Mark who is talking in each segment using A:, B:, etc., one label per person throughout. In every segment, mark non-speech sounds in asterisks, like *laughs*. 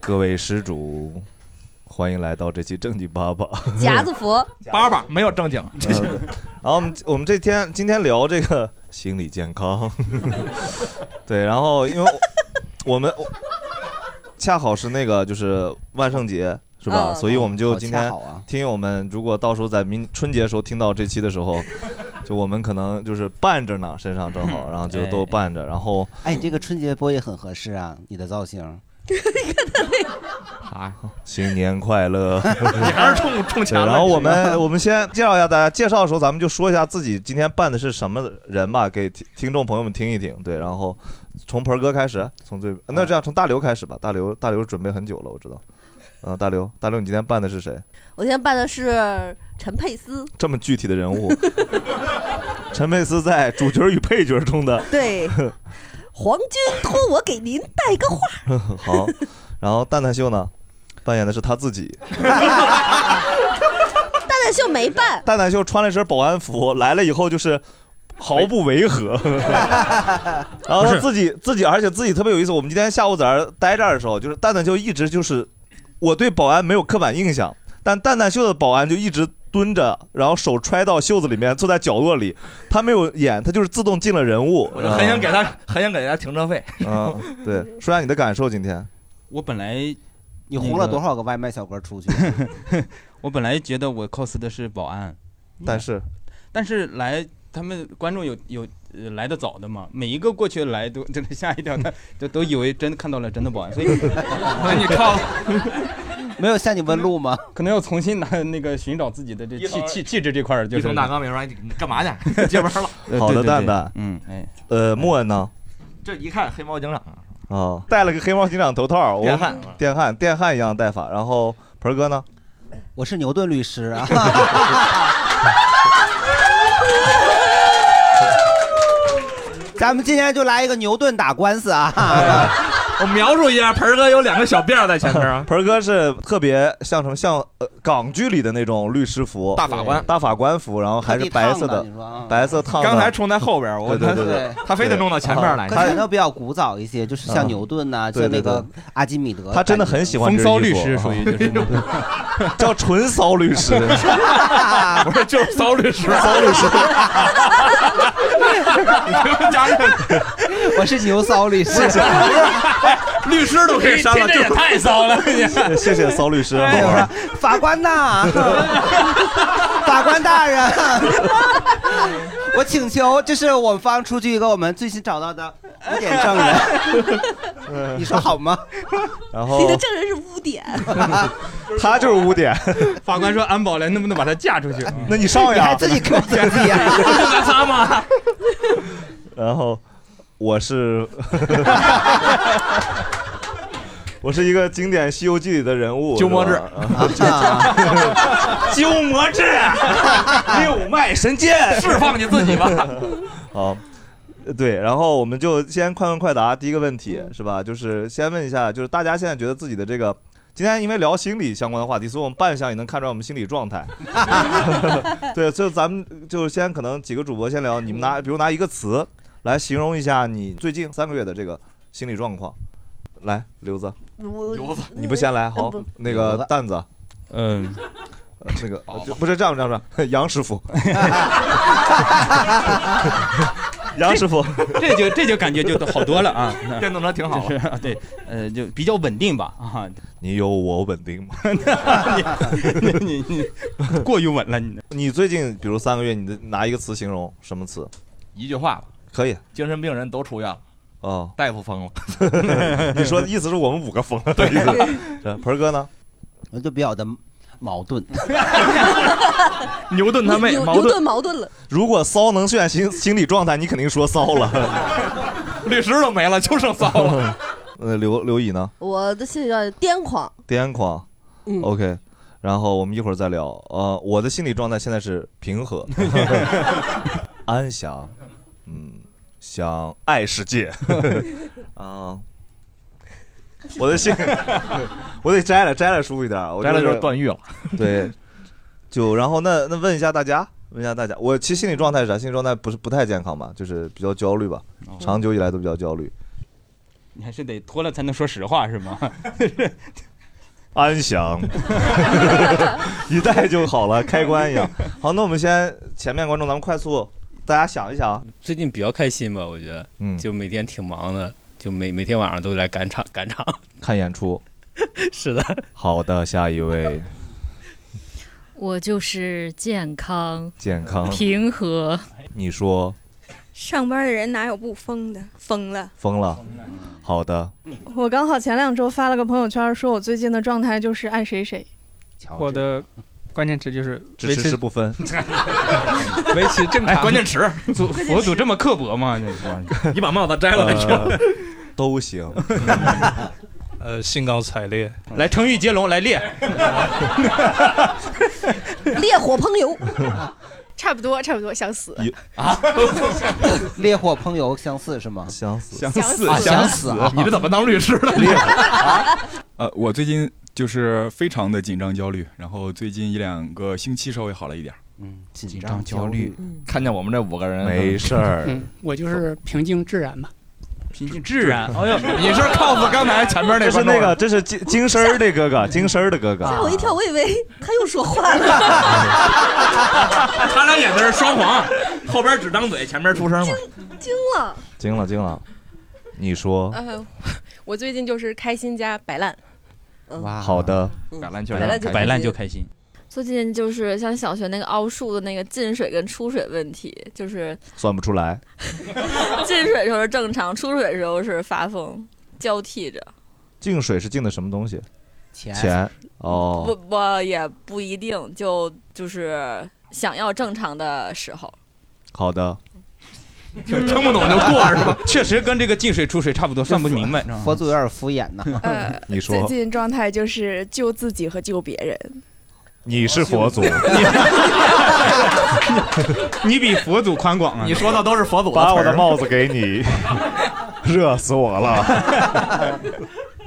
A: 各位施主，欢迎来到这期正经爸爸。
B: 嗯夹子佛，
C: 八八没有正经，这是
A: 然后我们我们这天今天聊这个心理健康，对，然后因为我我们我恰好是那个就是万圣节是吧？
D: 嗯
A: 所以我们就
D: 好
A: 今
D: 恰
A: 天
D: 好啊
A: 听友们如果到时候在明春节的时候听到这期的时候，就我们可能就是伴着呢，身上
D: *laughs*
A: 正好，然后就都伴着，然后 *laughs*
D: 哎，你这个春节播也很合适啊，你的造型。
A: 啊，新年快
C: *laughs*
A: 乐！
C: 你还是冲冲
A: 对，
C: 强了。
A: 然后我
C: 你知
A: 们
C: 道吗
A: 我们先介绍一下大家，介绍的时候咱们就说一下自己今天办的是什么人吧，给听听众朋友们听一听。对，然后从盆儿哥开始，从最那这样从大刘开始吧，大刘大刘准备很久了，我知道。嗯，大刘，大刘，你今天办的是谁？
B: 我今天办的是陈佩斯，
A: 这么具体的人物， *laughs* 陈佩斯在主角与配角中的
B: *laughs*
A: *laughs*
B: 对皇军托我给您带个话。
A: 好，然后蛋蛋秀呢，扮演的是他自己。
B: 蛋蛋秀没办，
A: 蛋蛋秀穿了一身保安服，来了以后就是毫不违
C: *laughs*
A: 和。然后
C: 不
A: 他
C: 是
A: 自己自己，而且自己特别有意思。我们今天下午在这儿待这儿的时候，就是蛋蛋秀一直就是我对保安没有刻板印象，但蛋蛋秀的保安就一直蹲着，然后手揣到袖子里面，坐在角落里，他没有演，他就是自动进了人物。
C: 我就很想给
A: *laughs*
C: 他，很想给他停车费。
A: 嗯，嗯对，说下你的感受今天。
E: 我本来
D: 你
E: 那
D: 红了
E: 个
D: 多少个外卖小哥出去？ *laughs*
E: 我本来觉得我 cos 的是保安，
A: 但是
E: 但是来他们观众有有、呃来的早的嘛，每一个过去来都真的吓一跳，他都都以为真看到了真的保安，所以你 *laughs* 靠，
D: 没有向你问路吗？
E: 可能要重新拿那个寻找自己的这
C: 一
E: 气
C: 头
E: 气气质这块儿，就
C: 一
E: 是
C: 从大纲里说哎：“你干
A: *laughs*
C: 嘛去？接班了。
E: 呃
A: 好
E: 对
A: 的，
E: 对
A: 蛋
E: 对
A: 蛋，
E: 嗯，哎，
A: 呃，莫恩呢？”
C: 这一看黑猫警长，
A: 啊，戴了个黑猫警长头套，我
C: 电焊
A: 电焊，电焊一样戴法。然后盆儿哥呢？。
D: 我是牛顿律师啊，咱们今天就来一个牛顿打官司 *laughs* 啊！
C: *laughs* 我描述一下，盆儿哥有两个小辫儿在前面啊
A: *laughs* 盆儿哥是特别像什么像呃港剧里的那种律师服，
C: 大法官
A: 大法官服，然后还是白
D: 特地
A: 色
D: 烫的
A: 的
D: 你说啊，
A: 白色烫的。
C: 刚才冲在后边儿，我
A: 对对
C: 他
A: 对对
C: 他非得弄到前面来
D: 可。
A: 他
D: 能比较古早一些，就是像
A: 嗯
D: 牛顿呐，
A: 对
D: 像那
A: 对
D: 个阿基米德，
A: 他真的很喜欢
E: 风
A: 这
E: 骚
A: 件衣
E: 律
A: 服
E: 师
A: 啊
E: 属于
D: *laughs*
E: 就是那种
A: 叫纯骚律师，
C: *laughs* 不是，就是骚律师，
A: 骚律师。
C: *laughs* 你
E: *laughs*
C: 们家这
D: *laughs* 我是牛骚律
A: *laughs*
D: 师。
C: 律师都可以删了，就
E: 太骚
A: *laughs*
E: 了，
A: 谢谢骚律师。
D: 我说法官
A: *laughs*
D: 呐，法官大人， *laughs* 我请求，这是我方出具一个我们最新找到的污点证 *laughs* *laughs* 人，你说好吗？
A: 然后
B: 你的证人是污
F: *laughs*
B: 点，
A: 他就是污点，
E: 法官说安保来能不能把他嫁出去？
D: 啊
E: 嗯
A: 那你上
D: 你还
A: 呀。
D: 自己给我自己呀？
C: 敢擦
E: *laughs*
C: 吗？
A: 然后我是，我是一个经典《西游记》里的人物，
C: 鸠摩智
A: 是吧。啊鸠摩智，
D: *laughs*
A: 六脉神剑
C: 释放你自己吧。
A: *laughs* 好，呃对，然后我们就先快问快答，第一个问题是吧？就是先问一下，就是大家现在觉得自己的这个。今天因为聊心理相关的话题，所以我们扮相也能看出来我们心理状态。
C: 啊
A: *laughs* 对，所以咱们就先可能几个主播先聊，你们拿比如拿一个词来形容一下你最近三个月的这个心理状况。来，刘子，
B: 我
C: 子
A: 嗯你不先
F: 呃
A: 来，好
B: 不，
A: 那
D: 刘
A: 个
D: 子
A: 蛋子，
E: 嗯，
A: 呃那个呃就不是这样这样这样， *laughs* 杨师傅，杨师傅，
E: *laughs* 这就这就感觉就好多
C: *laughs*
E: 了啊，
C: 电动车挺好
E: 就，是啊对，呃，就比较稳定吧啊， *laughs*
A: 你有我稳定吗？
E: 你你你过于稳了，你
A: 你最近比如三个月，你的拿一个词形容什么词？
C: 一句话吧，
A: 可 *laughs* 以
C: 精神病人都出院了，
A: 哦，
C: 大夫疯了。
A: *laughs*
C: *laughs*
A: 你说的意思是我们五个疯了的意思。这盆儿哥呢？
D: 我就比较的矛
C: *laughs*
D: 盾。
A: 牛顿他妹，
B: 牛
A: 矛
B: 牛
A: 盾
B: 顿矛盾了，
A: 如果骚能渲染心心理状态，你肯定说骚了。
C: *laughs* 律师都没了，就剩骚了。
A: *laughs* 呃，刘刘乙呢？
B: 我的心里叫癫狂，
A: 癫狂、
B: 嗯
A: o k 然后我们一会儿再聊。呃，我的心理状态现在是平和、安详，嗯，想爱世界。 *laughs* 啊、我的心， *laughs* 我得摘了，摘了舒服一点。我
C: 摘了
A: 就
C: 就是段誉了。
A: *laughs* 对，就然后那那问一下大家，问一下大家，我其实心理状态是啥？心理状态不是不太健康吧，就是比较焦虑吧，
C: 哦
A: 长久以来都比较焦虑。
E: 你还是得脱了才能说实话是
C: *laughs*
E: 吗？
A: 安
G: *laughs*
A: 详，一戴就好了，开关一
G: *laughs*
A: 样。好，那我们先前面观众，咱们快速大家想一想啊，
G: 最近比较开心吧，我觉得，
A: 嗯
G: 就每天挺忙的，就每每天晚上都来赶场赶场。
A: 看演出。
G: *laughs* 是的，
A: 好的，下一位，
H: 我就是健康、
A: 健康，
H: 平和，
A: 你说
I: 上班的人哪有不疯的？疯了！
A: 疯了？好的，
J: 我刚好前两周发了个朋友圈，说我最近的状态就是爱谁谁。
D: 我
A: *laughs*
E: 的关键词就是
A: 只吃是不
C: *laughs*
A: 分。
E: 维持正
C: 哎，关键 *laughs* 词，
E: 祖佛祖这么刻薄
C: *laughs*
E: 吗？这是
C: 你把帽子摘了再说。
E: *laughs*
A: 呃都行，
K: 呃，兴高采烈，
A: 嗯
E: 来成语接龙来
L: *laughs*
E: 列，
B: *laughs* 烈火烹
M: *laughs*
B: 油，
J: 差不多，差不多，想死。
D: 啊烈火烹油相似是吗？
A: 相似。
E: 想
J: 死
E: 啊
D: 想死啊！
C: 你这怎么当律
D: *laughs*
C: 师的？
N: 呃，我最近就是非常的紧张焦虑，然后最近一两个星期稍微好了一点儿。
D: 紧张焦虑，
C: 看见我们这五个人，
A: 没事儿，
C: *laughs*
K: 嗯，我就是平静自然吧。
E: 平静自然。 *laughs* 哎呦，你是靠
C: 刚才前面那
A: 这是
C: 观众
E: 啊
A: 那个，这是金金身儿的哥
E: *laughs*
A: 哥，金身儿的哥哥。
B: 吓我一跳，啊我以为他又说话
A: *laughs*
B: 了，
C: 他俩演的是双簧，后边只张嘴，前面出声嘛。
B: 惊了，
A: 惊了惊了，你说
I: 呃，我最近就是开心加摆烂。
H: 嗯
D: 哇，
A: 好，的，
C: 橄榄球
B: 本来就
E: 摆烂就开心，
H: 最近就是像小学那个奥数的那个进水跟出水问题，就是
A: 算不出来。
H: 进水时候是正常，出水时候是发疯，交替着。
A: 净水是净的什么东西？
D: 钱
A: 钱哦，
H: 不不也不一定，就就是想要正常的时候。
A: 好的，
C: 听不懂就过是吧？
E: 确实跟这个进水出水差不多，算不明白，知道吗
D: 佛祖有点敷衍呐。 *laughs*
J: 呃，
A: 你
J: 最
A: 说
J: 近状态就是救自己和救别人。
A: 你是佛祖，
E: 你比佛祖宽广啊！
C: 你说的都是佛祖
A: 把我
C: 词
A: 的
C: 儿
A: 帽子给 *laughs* 你，热死我了。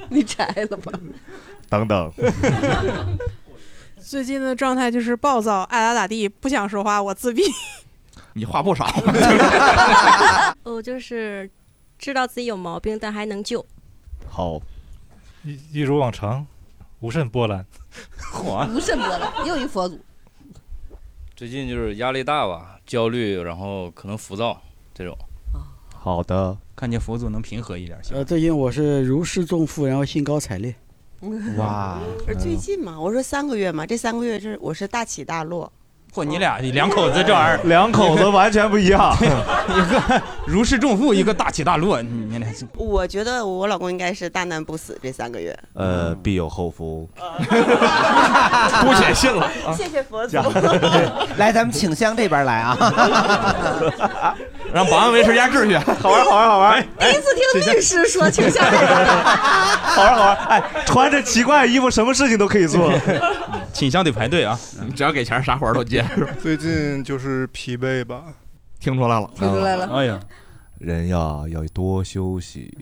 B: 你摘了吧，
J: *laughs*
A: 等等，
J: 最近的状态就是暴躁，爱咋咋地，不想说话，
I: *laughs*
J: 我自闭。
C: 你话不少， *laughs*
I: 我哦就是知道自己有毛病，但还能救。
A: 好，
K: 一一如往常，无甚波澜。
B: 无甚波澜，又一佛祖，
G: 最近就是压力大吧，焦虑，然后可能浮躁这种。
A: 好的，
E: 看见佛祖能平和一点，行吗
K: 呃，最近我是如释重负，然后兴高采烈。
F: *laughs*
D: 哇，
F: 最近嘛，我说三个月嘛，这三个月是我是大起大落，嗯
E: 嚯，哎你俩两口子这玩意儿，
A: 两口子完全不一
E: *laughs*
A: 样。
E: 一个如释重负，一个大起大落，你你俩是
F: 我觉得我老公应该是大难不死这三个月。
A: 呃，必有后福。
C: 姑且信了。
F: 啊谢谢
D: *laughs*
F: 佛祖，
D: 啊来，咱们请香这边来啊！
C: 让保安维持一下秩
D: *laughs*
C: 序。
A: 好玩，好玩，好玩，
B: 哎第一次听律师说请下来， *laughs*
A: 好玩，好玩。哎，穿着奇怪衣服，什么事情都可以 *laughs* 做。
E: 倾向得排队啊！
C: 你只要给钱，啥活儿都接。
N: *laughs* 最近就是疲惫吧，
C: 听出来了，
B: 听出来了，
E: 哎呀，
A: 人呀，要多休息，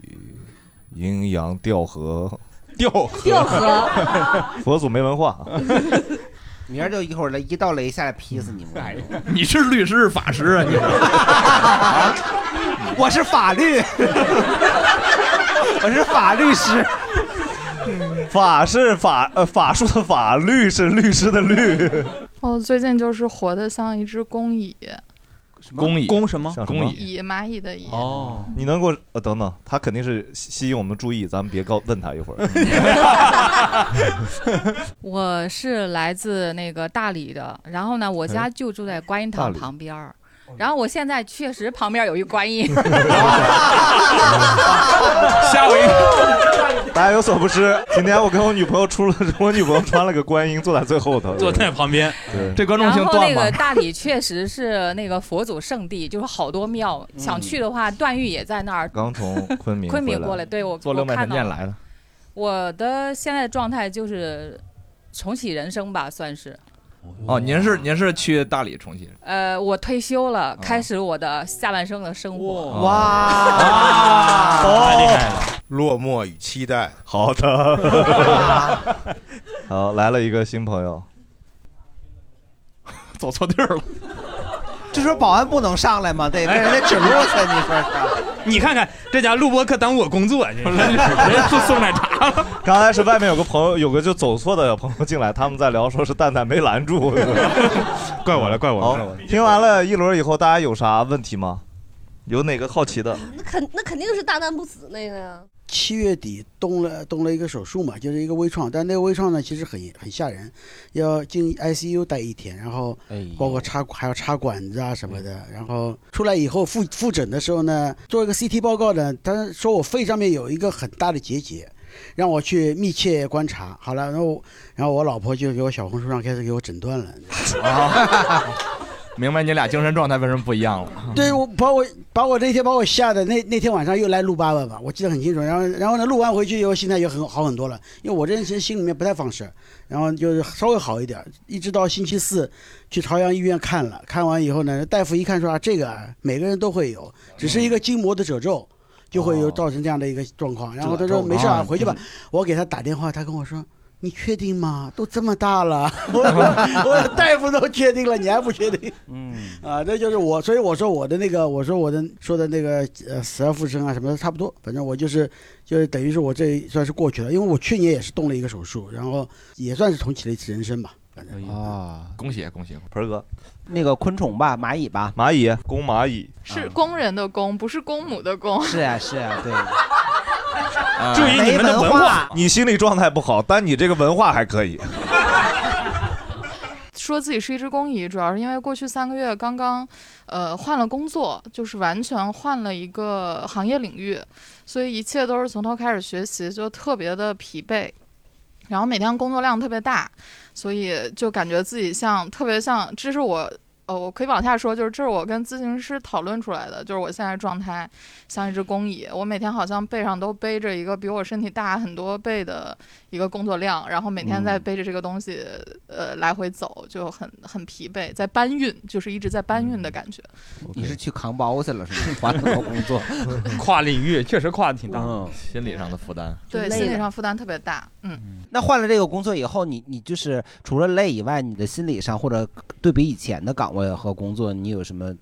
A: 阴阳调和。
E: 掉
B: 掉河。
D: *laughs*
A: 佛祖没文化，
F: *laughs*
D: 明儿就一会儿来一道雷下来劈死你们！ *laughs*
C: 你是律师是法师啊？你
D: 我是法律， *laughs* 我是法律师。
A: 法是法，呃，法术的法，律是律师的律。
J: 哦，最近就是活得像一只公蚁，
C: 公益
E: 公什么？
A: 像什么
C: 公益，
J: 蚁蚂蚁的蚁。
E: 哦，
A: 你能给我呃等等，他肯定是吸吸引我们注意，咱们别告问他一会儿。 *laughs*
O: *laughs*
H: 我是来自那个大理的，然后呢，我家就住在观音
A: 哎大
H: 堂
A: 理
H: 旁边儿，
O: 然后我现在确实旁边有一
A: *laughs*
O: 观音，
A: 吓我一跳！大家有所不知，今天我跟我女朋友出了，我女朋友穿了个观音，坐在最后头，
P: 坐在
A: 旁边。对，这观
O: 然后那个大理确实是那个佛祖圣地，就是好多庙，想去的话，段誉也在那儿。
A: 嗯刚从昆明
O: 昆明
A: 回
O: 过来对我
A: 坐
O: 我
A: 六脉
O: 看
A: 神
O: 到
A: 剑
D: *laughs*
O: 了
A: 来的。
O: 我的现在的状态就是重启人生吧，算是。
C: 哦，您是您是去大理重庆？
O: 呃，我退休了，开始我的下半生的生活。
C: 哇
A: 太厉害了！
D: 落寞与期待。
A: 哦好的，好，来了一个新朋友，
Q: 走错地儿了。这时候保安不能上来吗？得被人家指路去。你说是？
E: 你看看这家录播课耽误我工作，这
A: *laughs*
E: 人送送奶茶。
A: 刚才是外面有个朋友，有个就走错的朋友进来，他们在聊，说是蛋蛋没拦住，
R: 怪我了，怪我了
A: 好
R: 怪我了，
A: 听完了一轮以后，大家有啥问题吗？有哪个好奇的？
I: 那肯那肯定是大难不死那个呀。
K: 七月底动了动了一个手术嘛，就是一个微创，但那个微创呢其实很很吓人，要进 ICU 待一天，然后包括插还要插管子啊什么的，然后出来以后复复诊的时候呢，做一个 CT 报告呢，他说我肺上面有一个很大的结节。让我去密切观察，好了，然后，然后我老婆就给我小红书上开始给我诊断了，
C: 啊，明白你俩精神状态为什么不一样了？
K: 对我把我把我那天把我吓得那那天晚上又来录八万吧，我记得很清楚。然后然后呢，录完回去以后心态也很好很多了，因为我这人其实心里面不太放事，然后就是稍微好一点。一直到星期四去朝阳医院看了，看完以后呢，大夫一看说啊，这个啊每个人都会有，只是一个筋膜的褶皱。就会有造成这样的一个状况，然后他说
C: 哦褶皱
K: 没事
C: 啊
K: 啊，回去吧
C: 嗯。
K: 我给他打电话，他跟我说：“你确定吗？都这么大
C: *laughs*
K: 了，我
D: *laughs*
K: 说我说大夫都确定了，你还不确定？”
C: 嗯
K: 啊，这就是我，所以我说我的那个，我说我的说的那个呃死而复生啊什么的差不多，反正我就是就是等于是我这算是过去了，因为我去年也是动了一个手术，然后也算是重启了一次人生吧，反正
C: 啊，恭喜恭喜！
A: 盆哥，
Q: 那个昆虫吧，蚂蚁吧，
A: 蚂蚁公蚂蚁
S: 是工人的工，不是公母的公。
Q: 啊是啊是啊，对。啊
A: 注意
Q: 没
A: 你们的
Q: 文
A: 文化，你心理状态不好，但你这个文化还可以。
S: *laughs* 说自己是一只公蚁，主要是因为过去三个月刚刚，呃，换了工作，就是完全换了一个行业领域，所以一切都是从头开始学习，就特别的疲惫。然后每天工作量特别大，所以就感觉自己像特别像，这是我。呃，我可以往下说，就是这是我跟咨询师讨论出来的，就是我现在状态像一只公蚁，我每天好像背上都背着一个比我身体大很多倍的一个工作量，然后每天在背着这个东西，呃，来回走，就很很疲惫，在搬运，就是一直在搬运的感觉。
Q: 你是去扛包去了
C: *laughs*
Q: 是吗？换了个工作，
C: 跨领域确实跨的挺大，
A: 嗯
C: 心理上的负担。
S: 对，心理上负担特别大。嗯，
Q: 那换了这个工作以后，你你就是除了累以外，你的心理上或者对比以前的岗位和工作，你有什么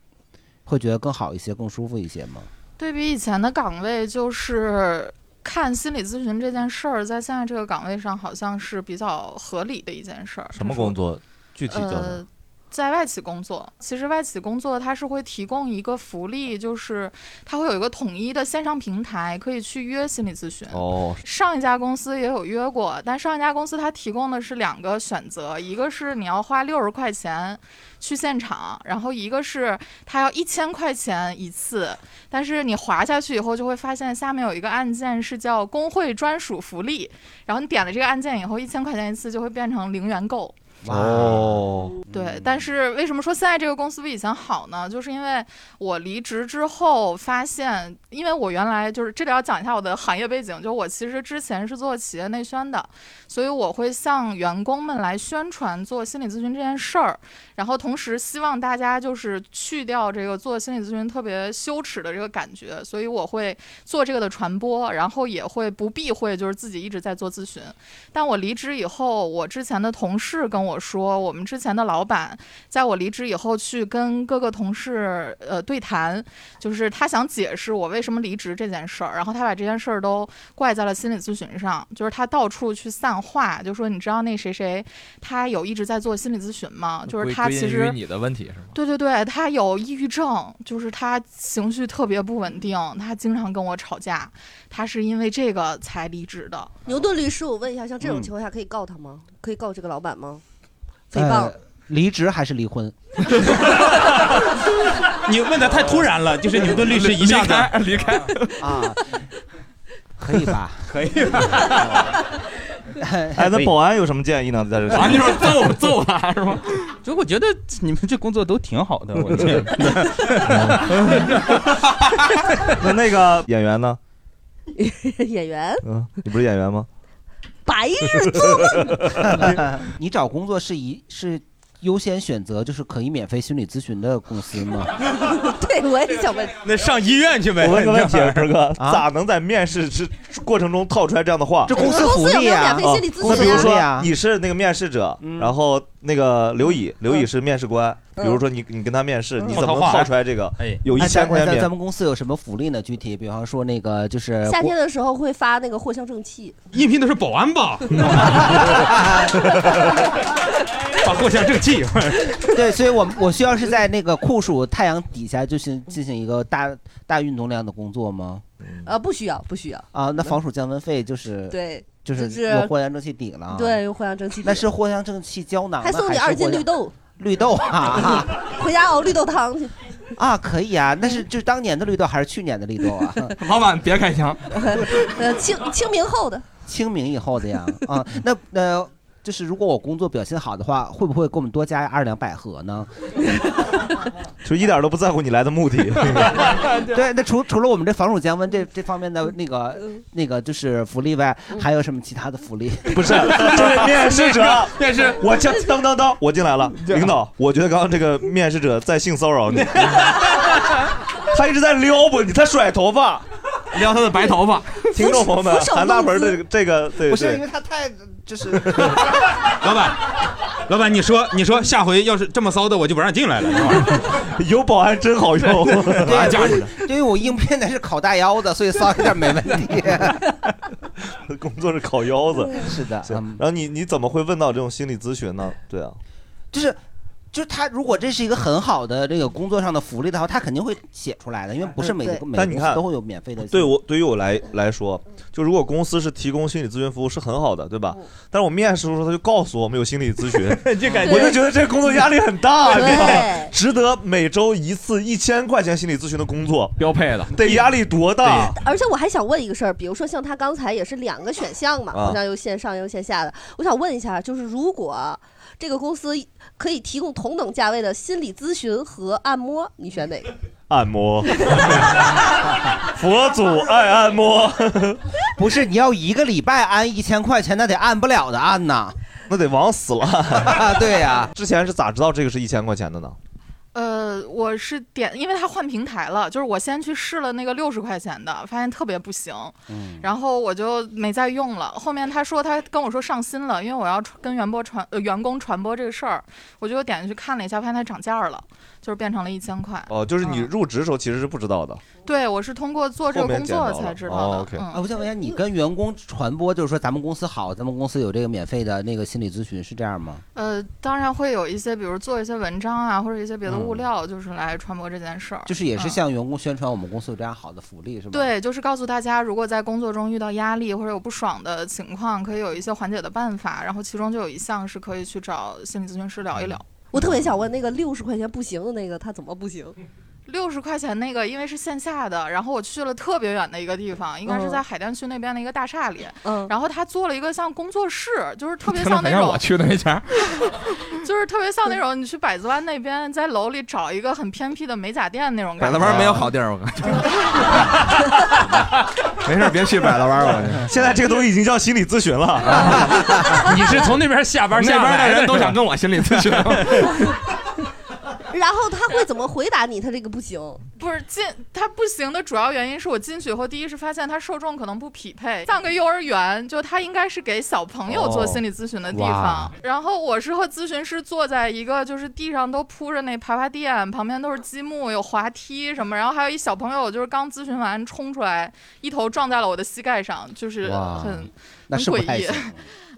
Q: 会觉得更好一些、更舒服一些吗？
S: 对比以前的岗位，就是看心理咨询这件事儿，在现在这个岗位上好像是比较合理的一件事儿。
A: 什么工作？具体叫什 *laughs* 么？
S: 呃，在外企工作，其实外企工作它是会提供一个福利，就是它会有一个统一的线上平台，可以去约心理咨询。
A: 哦，
S: 上一家公司也有约过，但上一家公司它提供的是两个选择，一个是你要花六十块钱去现场，然后一个是它要一千块钱一次，但是你滑下去以后就会发现下面有一个按键是叫工会专属福利，然后你点了这个按键以后，一千块钱一次就会变成零元购。
A: 哦，
S: 对，但是为什么说现在这个公司比以前好呢？就是因为我离职之后发现，因为我原来就是这里要讲一下我的行业背景，就我其实之前是做企业内宣的，所以我会向员工们来宣传做心理咨询这件事儿，然后同时希望大家就是去掉这个做心理咨询特别羞耻的这个感觉，所以我会做这个的传播，然后也会不避讳就是自己一直在做咨询，但我离职以后，我之前的同事跟我说，我们之前的老板在我离职以后去跟各个同事呃对谈，就是他想解释我为什么离职这件事儿，然后他把这件事儿都怪在了心理咨询上，就是他到处去散话，就说你知道那谁谁他有一直在做心理咨询吗？就是
C: 归
S: 他
C: 归因
S: 其
C: 于
S: 实
C: 你的问题是吗？
S: 对对对，他有抑郁症，就是他情绪特别不稳定，他经常跟我吵架，他是因为这个才离职的。
I: 牛顿律师，我问一下，像这种
Q: 嗯
I: 情况下可以告他吗？
A: 嗯
I: 可以告这个老
A: *laughs*
Q: 呃
I: 板吗？
C: *laughs*
Q: 诽谤、离职还是离婚？
E: 你问的太突然了，就是牛顿律师一下子
C: *laughs* 离开
A: *laughs*
D: 啊，可以吧？
E: 可以吧？
A: 哎，那保安有什么建议呢？在这
E: 啊，你说
A: 哎
E: 揍揍他是吗？就我觉得你们这工作都挺好的，
D: *laughs*
A: *laughs*
E: 我觉得。
A: 那那个演员呢？
B: 演员
A: 嗯，你不是演员吗？
B: 白日做梦。
A: *laughs*
Q: *laughs*
D: 你找工作是一是优先选择就是可以免费心理咨询的公司吗？
B: 对，我也想
A: 哎
B: 问，
E: 那上医院去呗
A: 我问个问题，鹏哥，
D: 啊
A: 咋能在面试之过程中套出来这样的话？哦
D: 这公司福利啊公司有没有免费心理咨询啊
A: 那比
D: 公司
A: 如
D: 福利
A: 说
D: 啊
A: 你是那个面试者，然后那个刘乙，刘乙是面试官。比
D: 嗯
A: 如说你你跟他面试，你怎
D: 套套
A: 么
D: 话
A: 套出来这个
D: 哎？
A: 有一千块
D: 咱
A: 钱
D: 咱咱
A: 免
D: 们公司有什么福利呢？具体，比方说那个就是
B: 夏天的时候会发那个藿香正气，
E: 应聘的是保安吧？把藿香正气。
D: *laughs* 对，所以我我需要是在那个酷暑太阳底下，就是进行一个大大运动量的工作吗？
B: 呃，不需要，不需要。
D: 嗯啊，那防暑降温费就是
B: 对
D: 就是
B: 就是
D: 有藿香正气抵了啊。
B: 对，用藿香正气。
D: 那是藿香正气胶囊呢，
B: 还送你
D: 是
B: 二斤
D: 藿香
B: 绿豆，
D: 绿豆啊 *laughs*
B: 回家熬绿豆汤去。 *laughs*
D: 啊，可以啊，那是就是当年的绿豆还是去年的绿豆啊？
E: *laughs* 老板别开枪，
B: 呃，清清明后的，
D: 清明以后的呀啊， *laughs* 那那。就是如果我工作表现好的话，会不会给我们多加二两百合呢？
A: *laughs* 就一点都不在乎你来的
D: *laughs*
A: 目的。
D: 对，那除除了我们这防暑降温这这方面的那个那个就是福利外，还有什么其他的福利？
A: *laughs* 不
E: *laughs*，
A: 是，就是面试者
E: 面试
A: 我进当当当，我进来了，领导，我觉得刚刚这个面试者在性骚扰你，他一直在撩拨你，他甩头发，
E: 撩他的白头发。
A: 听众朋友们，
D: 俯首
A: 韩大鹏这个这个对
D: 不是
A: 对
D: 因为他太就是
E: 老板，老板，你说你说下回要是这么骚的，我就不让进来了。
A: *laughs* 有保安真好用，*laughs*
E: *laughs*
A: 啊
E: 对，家伙
D: 对于我应聘的是烤大腰子，所以骚一点 *laughs* 没问题。
A: 工作是烤腰子，
D: 是的。嗯
A: 然后你你怎么会问到这种心理咨询呢？对啊，
D: 就是就是他如果这是一个很好的这个工作上的福利的话，他肯定会写出来的，因为不是每个每个
A: 但你
D: 公司
A: 看
D: 都会有免费的。
A: 对我对于我来来说，就如果公司是提供心理咨询服务是很好的，对吧？但是我面试的时候他就告诉我们有心理咨询，
E: 就
D: 感觉
A: 我就觉得这个工作压力很大，
D: 对
A: 你知道吗？值得每周一次一千块钱心理咨询的工作，
E: 标配了，
A: 得压力多大？
B: 而且我还想问一个事儿，比如说像他刚才也是两个选项嘛，
A: 啊
B: 好像有线上有线下的，我想问一下，就是如果这个公司可以提供同等价位的心理咨询和按摩，你选哪个？
A: 按摩， *laughs* 佛祖爱按摩，
D: *laughs* 不是你要一个礼拜按一千块钱，那得按不了的按呐，
A: 那得往死了。
D: *laughs* 对呀、
A: 之前是咋知道这个是一千块钱的呢？
S: 呃，我是点，因为它换平台了，就是我先去试了那个六十块钱的，发现特别不行，
A: 嗯
S: 然后我就没再用了。后面他说他跟我说上新了，因为我要传跟员播传呃员工传播这个事儿，我就点进去看了一下，发现它涨价了，就是变成了一千块。
A: 哦，就是你入职的时候其实是不知道的。
S: 对我是通过做这个工作才知道
A: 哦
S: 的。嗯
D: 啊，我想问一下，你跟员工传播，就是说咱们公司好，咱们公司有这个免费的那个心理咨询，是这样吗？
S: 呃，当然会有一些，比如做一些文章啊，或者一些别的物料，就是来传播这件事儿。
D: 就是也是
S: 嗯
D: 向员工宣传我们公司有这样好的福利，是吗？
S: 对，就是告诉大家，如果在工作中遇到压力或者有不爽的情况，可以有一些缓解的办法。然后其中就有一项是可以去找心理咨询师聊一聊。
B: 我特别想问那个六十块钱不行的那个，他怎么不行？
S: 六十块钱那个，因为是线下的，然后我去了特别远的一个地方，应该是
B: 嗯
S: 在海淀区那边的一个大厦里。
B: 嗯，
S: 然后他做了一个像工作室，就是
C: *laughs*
S: 特别
C: 听着
S: 像
C: 很
S: 那
C: 像
S: 种
C: 我去的那 *laughs* 家。
S: 就是特别像那种你去百子湾那边，在楼里找一个很偏僻的美甲店那种
C: 百
S: 感
C: 乐
S: 觉。
C: 湾没有好地儿，我感
A: *laughs*
C: 觉。没事，别去百乐湾了。
A: 现在这个东西已经叫心理咨询了。
C: *laughs* 你是从那边
E: 下
C: 班
E: 下
C: 那边
E: 来
C: 的
E: 的
C: 人都想跟我心理咨询。
B: 然后他会怎么回答你？他这个不行，
S: 不是进它不行的主要原因是我进去以后，第一是发现它受众可能不匹配，像个幼儿园，就它应该是给小朋友
D: 哦
S: 做心理咨询的地方。
B: 哦哇
S: 然后我是和咨询师坐在一个就是地上都铺着那爬爬垫，旁边都是积木，有滑梯什么，然后还有一小朋友就是刚咨询完冲出来，一头撞在了我的膝盖上，就是
D: 哇
S: 很
D: 那
S: 很
D: 是不
S: 诡
D: 太
S: 异
D: 行。
S: *laughs*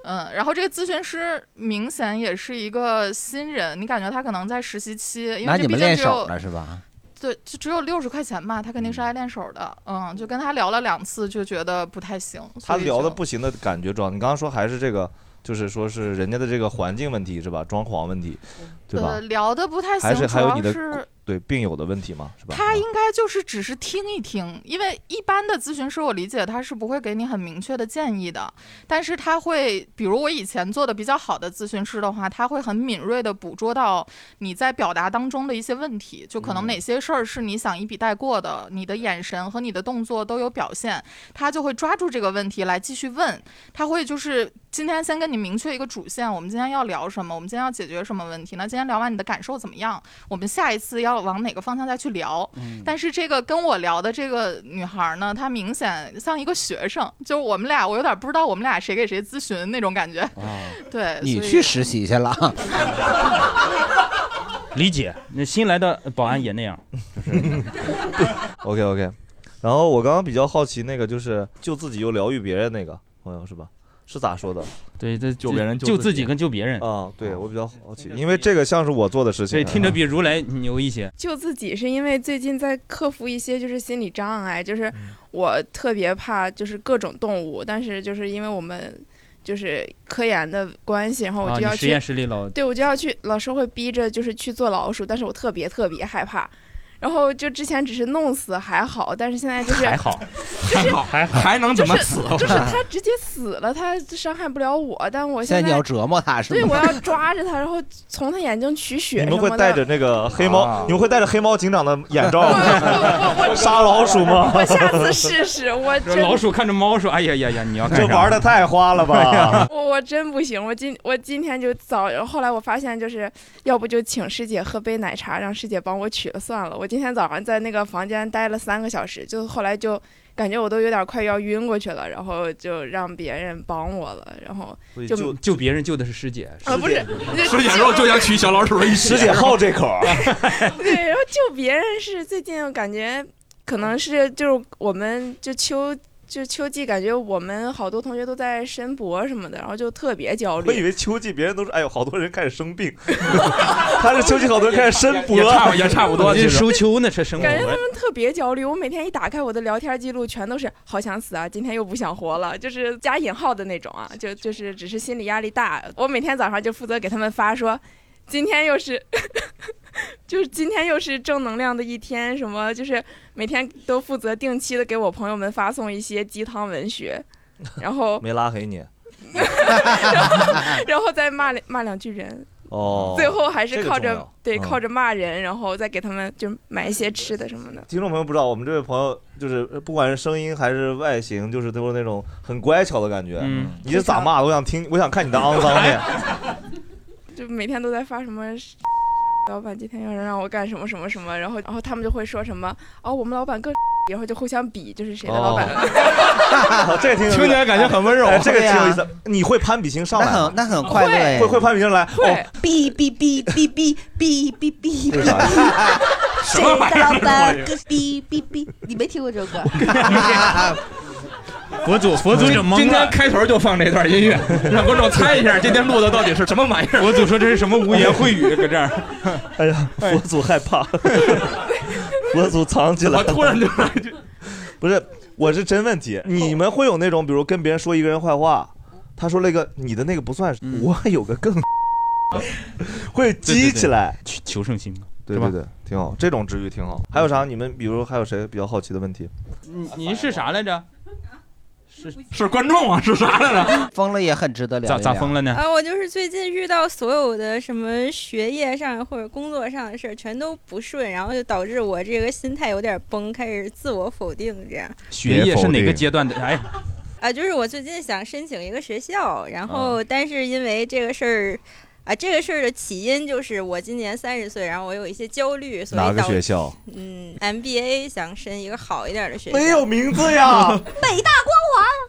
S: 嗯，然后这个咨询师明显也是一个新人，你感觉他可能在实习期，因
D: 拿
S: 为这
D: 你
S: 毕
D: 们
S: 竟
D: 练
S: 只有
D: 手了是吧？
S: 对，就只有六十块钱嘛，他肯定是来练手的。嗯，就跟他聊了两次，就觉得不太行。
A: *laughs* 他
S: 所以
A: 聊的
S: 就
A: 不行的感觉主要，你刚刚说还是这个，就是说是人家的这个环境问题是吧？装潢问题，对吧
S: 呃，？聊的不太行，
A: 还是
S: 主
A: 还有
S: 要
A: 你的嗯
S: 是
A: 对病友的问题嘛，是吧？
S: 他应该就是只是听一听，因为一般的咨询师我理解他是不会给你很明确的建议的，但是他会，比如我以前做的比较好的咨询师的话，他会很敏锐的捕捉到你在表达当中的一些问题，就
A: 嗯
S: 可能哪些事儿是你想一笔带过的，你的眼神和你的动作都有表现，他就会抓住这个问题来继续问，他会就是今天先跟你明确一个主线，我们今天要聊什么，我们今天要解决什么问题，那今天聊完你的感受怎么样，我们下一次要往哪个方向再去聊，
K: 嗯
S: 但是这个跟我聊的这个女孩呢，她明显像一个学生，就是我们俩，我有点不知道我们俩谁给谁咨询那种感觉。
E: 哦
J: 呃
S: 对，
D: 你
S: 所以
D: 去实习去了啊？
E: *laughs* 理解，那新来的保安也那样，
A: OK OK，然后我刚刚比较好奇那个就是救自己又疗愈别人那个朋友是吧？是咋说的？
E: 对，这
A: 救别人
E: 救
A: 救自
E: 自
A: 己
E: 己跟救别人
A: 啊，对我比较好奇，因为这个像是我做的事情。啊
E: 对，听着比如来牛一些。
J: 救自己是因为最近在克服一些就是心理障碍，就是
E: 嗯
J: 我特别怕就是各种动物，但是就是因为我们就是科研的关系，然后我
E: 啊，
J: 就
E: 你
J: 要
E: 实
J: 去、
E: 验室里老
J: 对我就要去老师会逼着就是去做老鼠，但是我特别特别害怕。然后就之前只是弄死还好，但是现在就是
C: 还好，
A: *laughs*
C: 还好，还 *laughs* 还能怎么死？啊
J: 就是
C: *laughs*
J: 他直接死了，他伤害不了我，但我
D: 现在你要折磨他是吗？
J: 对，我要抓着他，然后从他眼睛取血
A: 你
J: 什么
A: 们
J: 的。
A: 会戴着那个黑猫，
E: 啊
A: 你们会戴着黑猫警长的眼罩
J: *laughs*
A: 吗？ *laughs* 杀老鼠吗？
J: 我下次试试，我
E: 说
J: 真
E: 老鼠看着猫说：“哎呀呀呀，你要干
A: *laughs* 这玩的太花了
E: 哎
A: 吧？
J: 我我真不行，我今我今天就早，后来我发现就是要不就请师姐喝杯奶茶，让师姐帮我取了算了。我今天早上在那个房间待了三个小时，就后来就感觉我都有点快要晕过去了，然后就让别人帮我了，然后就
E: 救救别人救的是师姐，
J: 啊不是
C: 师姐肉就想取小老鼠的一
A: 师姐好这口儿，
J: 对，然后救别人是最近我感觉可能是就是我们就秋。就秋季，感觉我们好多同学都在申博什么的，然后就特别焦虑。
A: 我以为秋季别人都是哎呦，好多人开始生病， *laughs* 他是秋季好多人开始申博，
E: 也差不也 *laughs* 差不
A: *laughs*
E: 多，
A: 其
E: 这
A: 实
E: 收秋那是生活。
J: 感觉他们特别焦虑。我每天一打开我的聊天记录，全都是“好想死啊，今天又不想活了”，就是加引号的那种啊，就就是只是心理压力大。我每天早上就负责给他们发说，今天又是， *laughs* 就是今天又是正能量的一天，什么就是每天都负责定期的给我朋友们发送一些鸡汤
A: *laughs*
J: 文学，然后
A: 没拉黑你
J: *laughs* 然后再骂两骂两句人。
A: 哦。
J: 最后还
A: 这
J: 是
A: 个
J: 靠
A: 重
J: 着、
A: 要
J: 对
A: 嗯
J: 靠着骂人，然后再给他们就买一些吃的什么的。
A: 听众朋友不知道，我们这位朋友就是呃不管是声音还是外形，就是都是那种很乖巧的感觉。
E: 嗯
A: 你是咋骂的？我想听，我想看你的肮
T: *laughs*
A: 脏面。
J: 就每天都在发什么。老板今天要让我干什么什么什么，然后然后他们就会说什么哦，我们老板更，然后就互相比，就是谁的老板。
A: 哦 *laughs* 这个听
T: 哎听起来感觉很温柔
A: 哎这个挺有
T: 对
A: 意思。你会攀比心上来吗？
D: 那很快乐哎
A: 会会攀比心上来。哦，
B: 哔哔哔哔哔哔哔哔，
A: 这是啥意
B: 谁的老板个哔哔哔？你没听过这首歌？ *laughs*
E: 佛祖佛祖
C: 今
E: 整懵了
C: 今天开头就放这段音
E: *laughs*
C: 乐，让观众猜一下今天录的到底是什么玩意儿。
E: 佛祖说这是什么污言秽语，搁这儿。
A: *laughs* 哎呀， *laughs* 佛祖害怕，佛祖藏起来。我突然就来一句， *laughs* 不是，我是真问题。你们会有那种，比如跟别人说一个人坏话，他说了一个你的那个不算，我有个更 *laughs* 会激起来，
E: 求求胜心嘛，
A: 对
E: 是吧
A: 对对，挺好，这种治愈挺好。还有啥？你们比如还有谁比较好奇的问题？
E: 你您是啥来着？是
C: 是观众啊，是啥来
D: *laughs*
C: 着？
D: 疯了也很值得聊
E: 咋咋疯了呢？
I: 啊，我就是最近遇到所有的什么学业上或者工作上的事儿，全都不顺，然后就导致我这个心态有点崩，开始自我否定这样。
E: 学业是哪个阶段的？哎，
I: 啊，就是我最近想申请一个学校，然
D: 啊
I: 后但是因为这个事儿。啊，这个事儿的起因就是我今年三十岁，然后我有一些焦虑，所以导致
A: 校？
I: 嗯，MBA 想申一个好一点的学校，
A: 没有名字呀
I: *laughs* 北大光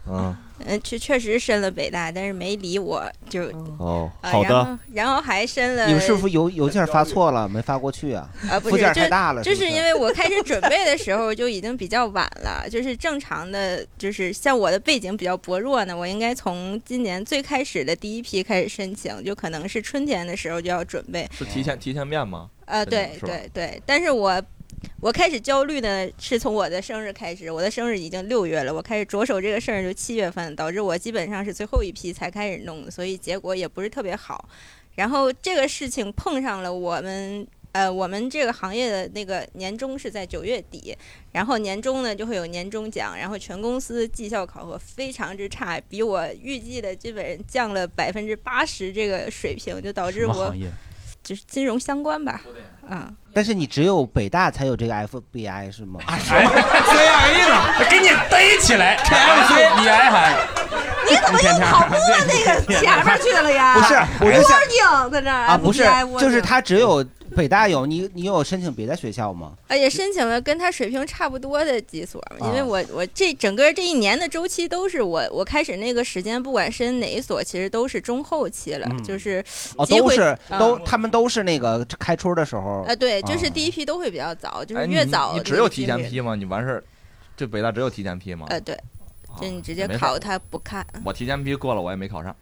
A: 嗯，
I: 环。嗯，确确实申了北大，但是没理我，就
A: 哦，
S: 哎
I: 啊
D: 好
I: 然
D: 的
I: 后。然后还申了，
D: 你们是不是邮邮件发错了，没发过去啊？
I: 啊，不
D: 附
I: 是
D: 件，
I: 这
D: 太大了，
I: 这
D: 是
I: 是
D: 不
I: 因为我开始准备的时候就已经比较晚了，就是正常的，就是像我的背景比较薄弱呢，我应该从今年最开始的第一批开始申请，就可能是春天的时候就要准备。
T: 是提前提前面吗？
I: 呃，
T: 肯定
I: 对
T: 是吧
I: 对对，但是我我开始焦虑呢，是从我的生日开始，我的生日已经六月了，我开始着手这个事儿就七月份，导致我基本上是最后一批才开始弄的，所以结果也不是特别好。然后这个事情碰上了我们呃，我们这个行业的那个年终是在九月底，然后年终呢就会有年终奖，然后全公司绩效考核非常之差，比我预计的基本降了百分之八十这个水平，就导致我就是金融相关吧，啊，
Q: 但是你只有北大才有这个 FBI 是吗？
P: CRE 呢？给你逮起
I: *laughs*
P: 来！KFC 你挨喊，
I: 哎你怎么又跑过那个前面去了
Q: *laughs*
I: 呀？
Q: 不是我就想
I: ，warning 在那儿
D: 哎
Q: 啊，不是
I: FBI，warning，
Q: 就是他只有北大有，你你有申请别的学校吗？
I: 呃，也申请了跟他水平差不多的几所嘛，因为
Q: 啊
I: 我我这整个这一年的周期都是我我开始那个时间，不管申哪一所，其实都是中后期了，
Q: 嗯
I: 就是
Q: 哦，
I: 机
Q: 都
I: 会
Q: 是
I: 啊
Q: 都，他们都是那个开春的时候。
I: 呃对，就
Q: 啊
I: 是第一批都会比较早，就
Q: 哎
I: 是
Q: 你
I: 越早
Q: 你
C: 哎只有提
I: 那个
C: 前
I: 越
C: 批吗？你完事儿，这北大只有提前批吗？
I: 呃对，
Q: 啊
I: 就你直接
C: 没事
I: 考他不看，
Q: 嗯
C: *laughs* 我提前批过了，我也没考上，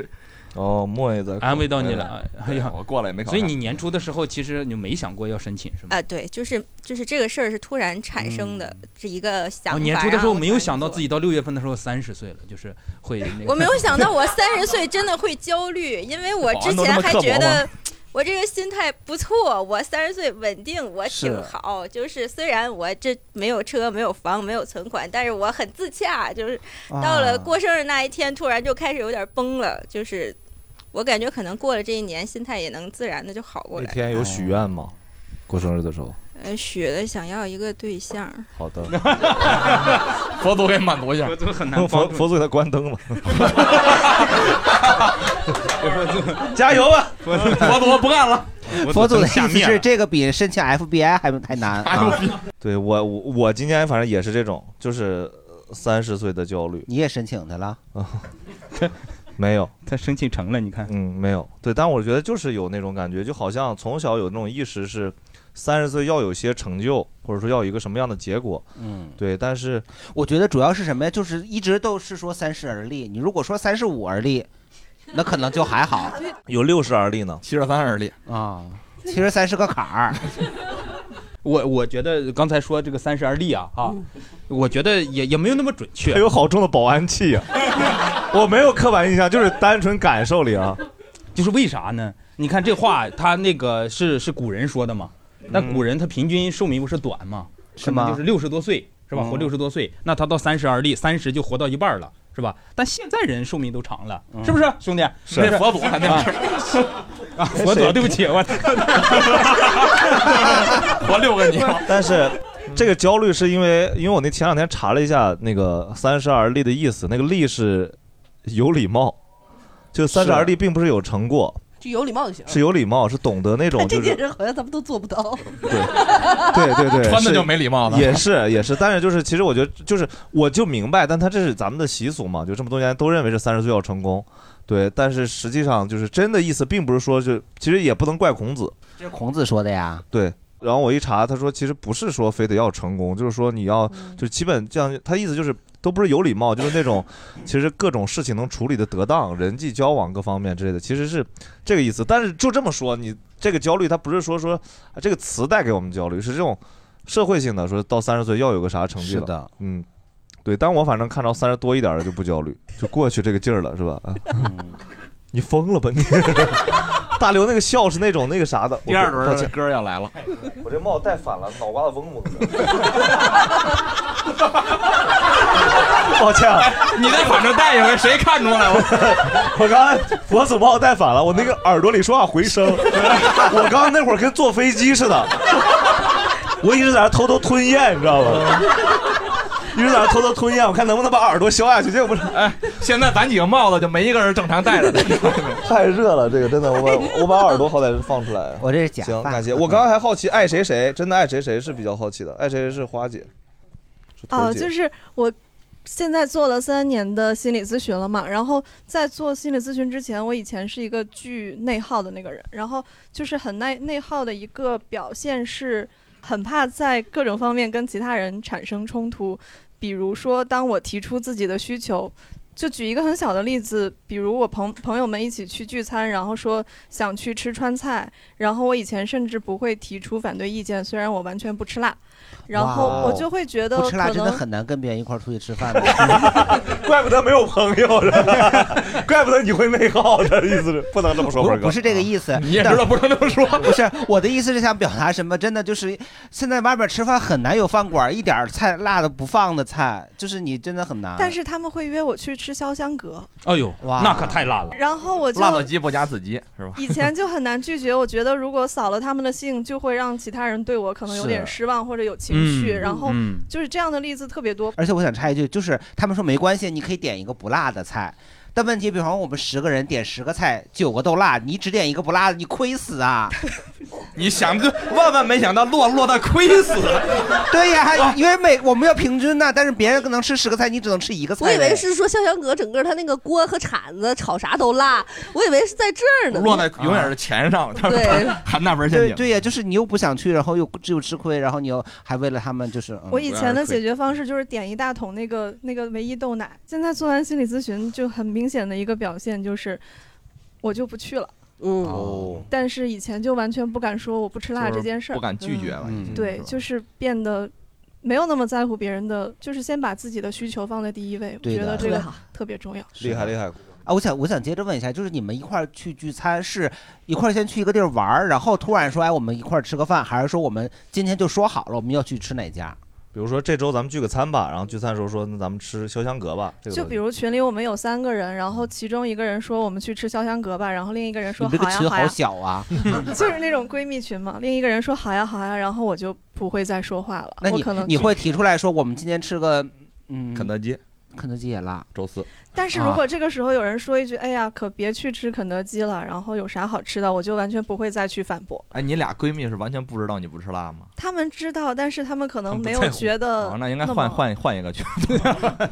C: *laughs*
A: 哦，莫也在
C: 考
E: 安慰到你了
C: 哎，
E: 哎呀，
C: 我过了也没考
E: 所以
C: 上
E: 你年初的时候其实你没想过要申请是吗？
I: 啊对，就是就是这个事儿是突然产生的
Q: 嗯
I: 这一个想
E: 我
Q: 哦
I: 法，
E: 年初的时
I: 然后
E: 候没有想到自己到六月份的时候三十岁了，就是会 *laughs* 那个。
I: 我没有想到我三十岁真的会焦虑，因为我之前还觉得我这个心态不错，我三十岁稳定，我挺好。就是虽然我这没有车、没有房、没有存款，但是我很自洽。就是
D: 啊
I: 到了过生日那一天，突然就开始有点崩了。就是我感觉可能过了这一年，心态也能自然的就好过
A: 那
I: 来。
A: 天有许愿吗？过生日的时候，
I: 呃，许了想要一个对象，
A: *laughs*
I: *laughs*
A: 好的，
C: *laughs* 佛祖给满足一下，
E: 佛祖很
A: 佛佛
U: *laughs*
A: 佛祖给他关灯了，加油啊！
E: 佛祖嗯佛祖不干了，
Q: 佛祖的
A: 下
Q: 意思
A: 面
Q: 是，这个比申请 FBI 还还难。啊
A: 对我我我今年反正也是这种，就是三十岁的焦虑。
Q: 你也申请他了
A: 啊？没有，
E: 他申请成了，你看。
A: 嗯，没有。对，但我觉得就是有那种感觉，就好像从小有那种意识是三十岁要有些成就，或者说要有一个什么样的结果。
Q: 嗯，
A: 对，但是
Q: 我觉得主要是什么呀？就是一直都是说三十而立，你如果说三十五而立，那可能就还好。
A: 有六十而立呢，
C: 七十三而立
Q: 啊，七十三是个坎儿。
E: 我我觉得刚才说这个三十而立啊啊，
I: 嗯
E: 我觉得也也没有那么准确。
Q: 哎
A: 还有好重的保安器啊！我没有刻板印象，就是单纯感受里啊。
E: 就是为啥呢？你看这话，他那个是是古人说的嘛，那古人他平均寿命不是短嘛，
Q: 是吗
E: 可能就是六十多岁是吧？
Q: 嗯
E: 活六十多岁，那他到三十而立，三十就活到一半了。是吧？但现在人寿命都长了，是不是，兄弟？
C: 是
E: 不
C: 佛祖还没
E: 啊啊，佛祖，对不起，我活六个年。
A: 但是这个焦虑是因为，因为我那前两天查了一下那个“三十而立”的意思，那个“立”是有礼貌，就“三十而立”并不是有成果，
I: 就有礼貌就行
A: 是有礼貌，是懂得
B: 哎
A: 那种
I: 这
A: 就
I: 些
A: 是。
I: 人好像咱们都做不到。
A: *laughs* 对对对，
C: 穿的
A: 是
C: 就没礼貌了
A: 也是也是，但是就是其实我觉得就是我就明白，但他这是咱们的习俗嘛，就这么多年都认为是三十岁要成功，对，但是实际上就是真的意思，并不是说就其实也不能怪孔子，
Q: 这是孔子说的呀。
A: 对。然后我一查，他说其实不是说非得要成功，就是说你要就基本这样，他意思就是都不是有礼貌，就是那种其实各种事情能处理的得当，人际交往各方面之类的，其实是这个意思。但是就这么说，你这个焦虑，它不是说说啊这个词带给我们焦虑，是这种社会性的，说到三十岁要有个啥成绩了。
Q: 是的，
A: 嗯，对。但我反正看到三十多一点的就不焦虑，就过去这个劲儿了，
C: *laughs*
A: 是吧？啊， *laughs* 你疯了吧你！ *laughs* 大刘那个笑是那种那个啥的，我
C: 第二轮
A: 抱
C: 的
A: 歉
C: 歌要来了，
A: 我这帽戴反了，脑
C: *laughs*
A: 瓜子嗡嗡的。 *laughs* 抱歉啊，
E: 你那反正戴一
C: *laughs*
E: 回，谁看中了？
A: *laughs* 我我刚才佛祖把我戴反了，我那个耳朵里说话回声，
C: *laughs*
A: 我刚刚那会儿跟坐飞机似的，我一直在那偷偷吞咽，你知道吗？一直在那偷偷吞咽，我看能不能把耳朵消下去，结果不是，
C: 哎，现在咱几个帽子就没一个人正常戴着的，
A: *laughs* 太热了，这个真的，我
C: *laughs*
A: 把我把耳朵好歹是放出来。
Q: 我这是假
A: 行，
Q: 发
A: 感谢。我刚刚还好奇爱谁谁，真的爱谁谁是比较好奇的，爱谁谁是花姐，是头
U: 哦，
A: 姐
U: 就是我现在做了三年的心理咨询了嘛，然后在做心理咨询之前，我以前是一个巨内耗的那个人，然后就是很内内耗的一个表现是很怕在各种方面跟其他人产生冲突，比如说当我提出自己的需求。就举一个很小的例子，比如我朋朋友们一起去聚餐，然后说想去吃川菜，然后我以前甚至不会提出反对意见，虽然我完全不吃辣，然后
D: 哇哦
U: 我就会觉得
D: 不
U: 可
D: 吃辣
U: 能
D: 真的很难跟别人一块儿出去吃饭的。
C: *laughs*
A: 怪不得没有朋友是吧？ *laughs* 怪不得你会内耗的意思是 *laughs* 不能这么说，
D: 不
A: 辉
D: 是
A: 哥
D: 不是
C: 啊
D: 这个意思，
A: 你也知道不能这么说。
D: 不是我的意思是想表达什么？真的就是现在外边吃饭很难有饭馆一点儿菜辣的不放的菜，就是你真的很难。
U: 但是他们会约我去吃潇湘阁，
D: 哎呦哇，
C: 那可太辣了
U: 然后我就
C: 辣子鸡不加子鸡是吧？
U: 以前就很难拒绝，我觉得如果扫了他们的兴，就会让其他人对我可能有点
D: 是
U: 失望或者有情绪，
D: 嗯
U: 然后
D: 嗯
U: 就是这样的例子特别多。
D: 而且我想插一句，就是他们说没关系，你可以点一个不辣的菜。但问题，比方说我们十个人点十个菜，九个都辣，你只点一个不辣的，你亏死啊！
C: 你想就万万没想到落落的亏死，
A: *laughs*
D: *laughs* 对呀，因为每我们要平均呢，但是别人可能吃十个菜，你只能吃一个菜
B: *laughs* 我
D: 呗。
B: 以为是说潇湘阁整个它那个锅和铲子炒啥都辣，我以为是在这儿呢。
C: 落在永远是钱上，他们
B: 对
C: *laughs* 含那门陷
D: 对
C: 阱。
D: 对呀，就是你又不想去，然后又只有吃亏，然后你又还为了他们就是。嗯
U: 我以前的解决方式就是点一大桶那个那个维 E 豆奶，现在做完心理咨询就很明显的一个表现就是，我就不去了。
B: 嗯
C: 哦
U: 但是以前就完全不敢说我不吃辣这件事儿，
C: 就是不敢拒绝了
U: 嗯
C: 已经
U: 对，就是变得没有那么在乎别人的，就是先把自己的需求放在第一位。我
D: 对
U: 觉
D: 的
U: 得这
D: 特别
U: 个
D: 好
U: 特别重要。
A: 厉害厉害。
D: 啊，我想我想接着问一下，就是你们一块儿去聚餐，是一块儿先去一个地儿玩儿，然后突然说哎我们一块儿吃个饭，还是说我们今天就说好了我们要去吃哪家？
A: 比如说这周咱们聚个餐吧，然后聚餐的时候说那咱们吃潇湘阁吧，这个
U: 就比如群里我们有三个人，然后其中一个人说我们去吃潇湘阁吧，然后另一个人说
D: 你这个
U: 好呀
D: 群
U: 哎好呀
D: 好，小
U: *laughs*
D: 啊！
C: *laughs*
U: 就是那种闺蜜群嘛。另一个人说好呀好呀，然后我就不会再说话了。
D: 那
U: 我
D: 你
U: 可能
D: 你会提出来说我们今天吃个嗯肯德基，肯德基也辣，啊
C: 周四。
U: 但是
C: 啊
U: 如果这个时候有人说一句“哎呀，可别去吃肯德基了”，然后有啥好吃的，我就完全不会再去反驳。
C: 哎，你俩闺蜜是完全不知道你不吃辣吗？
U: 他们知道，但是他们可
C: 他
U: 能
C: 们不
U: 没
C: 在
U: 有
C: 乎
U: 觉得
C: 哦，那应该
U: 么
C: 换 *laughs*
U: *laughs*
C: 换换一个去，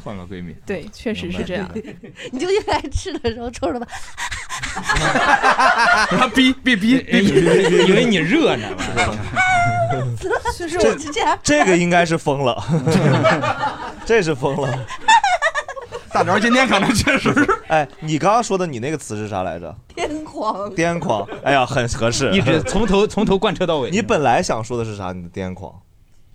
C: 换个
A: *laughs*
C: 闺蜜。
U: 对，确实是这样。
B: *laughs* 你就应该吃的时候抽着吧，
C: 他逼逼 *laughs* 逼逼，
E: *laughs* 以为你热呢。
B: 是
A: 这
B: 我是这样。
A: 这个应该是疯了， *laughs* 这是疯了。
C: 大刘今天可能确实是，
A: *laughs* 哎，你刚刚说的你那个词是啥来着？
B: 癫狂，
A: 癫狂，哎呀，很合适，
E: 一直从头从头贯彻到尾。
A: 你本来想说的是啥？你的癫狂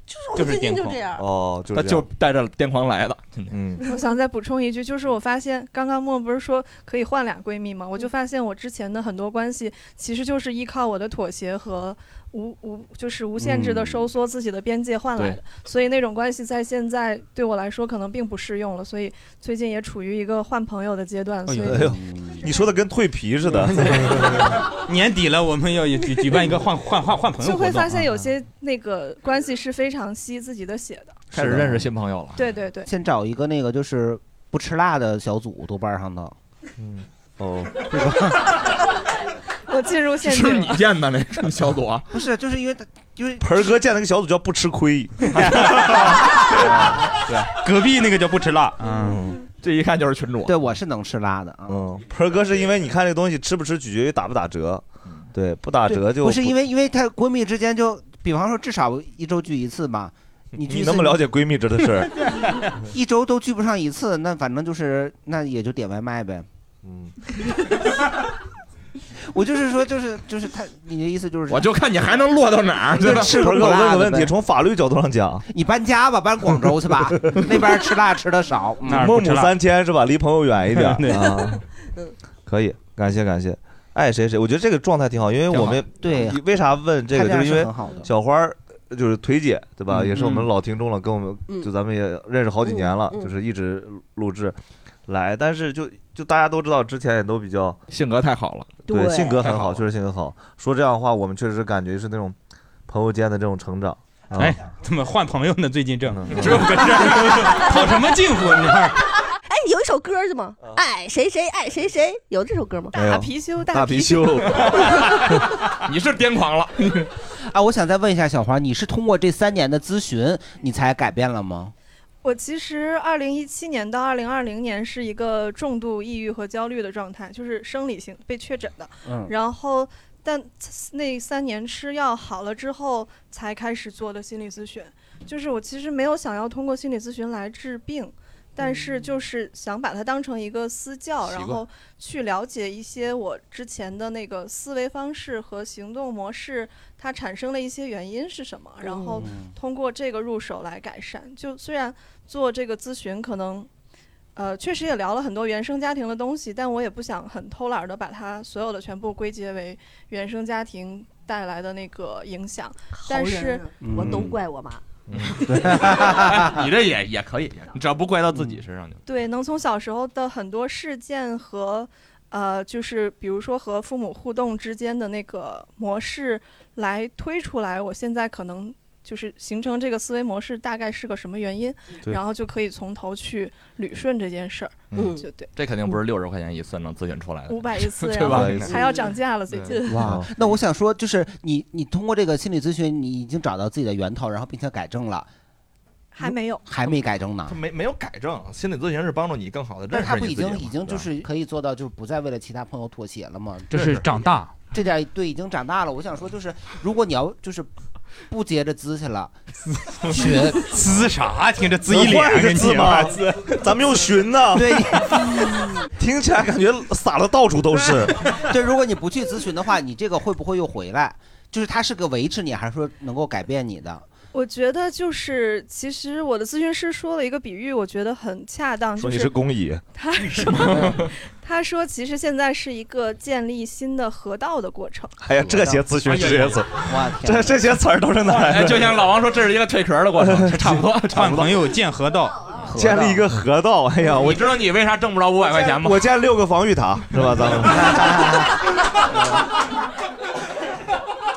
B: 就是我最近就这样。
A: 哦，就
C: 他
A: 是这
C: 就
A: 样
C: 带着癫狂来的，真的。
A: 嗯，
U: *laughs* 我想再补充一句，就是我发现刚刚莫不是说可以换俩闺蜜吗？我就发现我之前的很多关系其实就是依靠我的妥协和无无就是无限制的
B: 嗯
U: 收缩自己的边界换来的，
B: 对
U: 所以那种关系在现在对我来说可能并不适用了。所以最近也处于一个换朋友的阶段，所以、
A: 哎呦，嗯你说的跟蜕皮似的。
E: 年底了，我们要举举办一个换换换换朋友
U: 就
E: 活动啊，
U: 会发现有些那个关系是非常吸自己的血的。
C: 开始认识新朋友了。
U: 对对对，
D: 先找一个那个就是不吃辣的小组，豆瓣上的。
A: 嗯，哦，
U: *laughs* 我进入陷
C: *laughs* 是不
U: 阱了
C: 是你建的那个小组啊？
D: 不是，就是因为他就是
A: 盆儿哥建了个小组叫不吃
C: *laughs*
A: 亏，
C: 对，隔壁那个叫不吃辣。嗯，这一看就是群主。
D: 对，我是能吃辣的啊。
A: 嗯，盆儿哥是因为你看这个东西吃不吃取决于打不打折，
C: 嗯
A: 对，不打
D: 对
A: 折就
D: 不是因为因为她闺蜜之间就，比方说至少一周聚一次
A: *laughs*
D: 嘛。你聚一
A: 你
D: 次
A: 那么了解闺蜜这的事儿，
D: *laughs* 一周都聚不上一次，那反正就是那也就点外卖呗。
A: 嗯，
D: *laughs* 我就是说，就是就是他，你的意思就是
C: 我就看你还能落到哪儿。
D: 对
A: 那
D: 吃
A: 盆
D: 个
A: 儿哥，
D: 不
A: 我
D: 辣的
A: 问个问题，
D: 呗
A: 从法律角度上讲，
D: 你搬家吧，搬广州去
C: *laughs*
D: 吧，那边吃辣吃的少。嗯
A: 孟母三迁是吧？离朋友远一点
C: *laughs*
D: 对 *laughs*
A: 啊。
D: 嗯
A: 可以，感谢感谢。爱谁谁，我觉得这个状态挺好，因为我们
D: 对
A: 你为啥问这
D: 看
A: 个，
D: 这
A: 就
D: 样
A: 是因为
D: 是很好的
A: 小花儿呃就是腿姐对吧，
D: 嗯
A: 也是我们
D: 嗯
A: 老听众了，跟我
D: 嗯
A: 们就咱们也认识好几年了，
D: 嗯嗯
A: 就是一直录制来，但是就就大家都知道，之前也都比较
C: 性格太好了，
A: 对，
C: 对
A: 性格
C: 太
A: 很
C: 好
A: 好，
C: 了
A: 确实性格好。说这样的话，我们确实感觉是那种朋友间的这种成长。啊
E: 哎，怎么换朋友呢？最近这只有
A: 有
E: 个这，跑什么近乎？你看，
B: 哎，有一首歌是吗？
A: 啊
B: 爱谁谁爱谁谁，有这首歌吗？
A: 没有大
U: 貔貅，
A: 大貔貅，
P: *laughs*
C: 你是癫狂了。
D: 啊，我想再问一下小花，你是通过这三年的咨询，你才改变了吗？
U: 我其实二零一七年到二零二零年是一个重度抑郁和焦虑的状态，就是生理性被确诊的。
D: 嗯
U: 然后，但那三年吃药好了之后，才开始做的心理咨询。就是我其实没有想要通过心理咨询来治病，但是就是想把它当成一个私教，
V: 习
U: 然
V: 惯
U: 后去了解一些我之前的那个思维方式和行动模式，它产生了一些原因是什么，然后
N: 嗯
U: 通过这个入手来改善。就虽然做这个咨询可能。呃，确实也聊了很多原生家庭的东西，但我也不想很偷懒的把它所有的全部归结为原生家庭带来的那个影响。但是
B: 嗯我都怪
C: *laughs*
B: 我妈。 *laughs*
U: 嗯 *laughs*
C: 哎你这也也可以，你只要不怪到自己身上就。
U: 对，能从小时候的很多事件和，呃，就是比如说和父母互动之间的那个模式来推出来，我现在可能就是形成这个思维模式大概是个什么原因，
C: 嗯对嗯
U: 然后就可以从头去捋顺这件事儿。
B: 嗯
U: 就对。嗯
C: 这肯定不是六十块钱一次能咨询出来的。
U: 500一次
C: 对
U: 然
C: 吧嗯
U: 后？还要涨价了最近。
D: 哇，哦那我想说，就是你你通过这个心理咨询，你已经找到自己的源头，然后并且改正了，
U: 还没有，
D: 还没改正呢
C: 他。没没有改正，心理咨询是帮助你更好的认
D: 但
C: 识
D: 是他不
C: 你
D: 已
C: 自己
D: 经
C: 嘛
D: 已经就
C: 对吧
D: 是可以做到，就是不再为了其他朋友妥协了吗？
C: 这是长
D: 大，这点对已经长大了。我想说，就是如果你要就是不接着滋去了，学
A: *laughs*
C: 滋啥？听着
D: 滋一脸
A: 换一个
D: 跟你
A: 字吧
D: 妈滋，
A: 啊咱们用寻呢。
D: 对，
A: 听起来感觉撒了到处都是。
D: 就如果你不去咨询的话，你这个会不会又回来？就是它是个维持你，还是说能够改变你的？
U: 我觉得就是，其实我的咨询师说了一个比喻，我觉得很恰当，就
C: 说你是
A: 工蚁，
U: 他
C: *laughs*
U: 说，他说其实现在是一个建立新的河道的
C: *laughs*
U: 过程。
A: 哎呀，这些咨询这些词，这这些词儿都是哪来
L: 哎，
A: 的？
L: 就像老
E: *laughs*
L: 王说，这是一个退壳的过程，差不多。
E: 换朋友建
A: *laughs*
E: 河道，
A: 建立一个河道。哎
E: 啊
A: 呀，我
L: 你知道你为啥挣不着五百块钱吗？
A: 我建六个防御塔是吧？咱们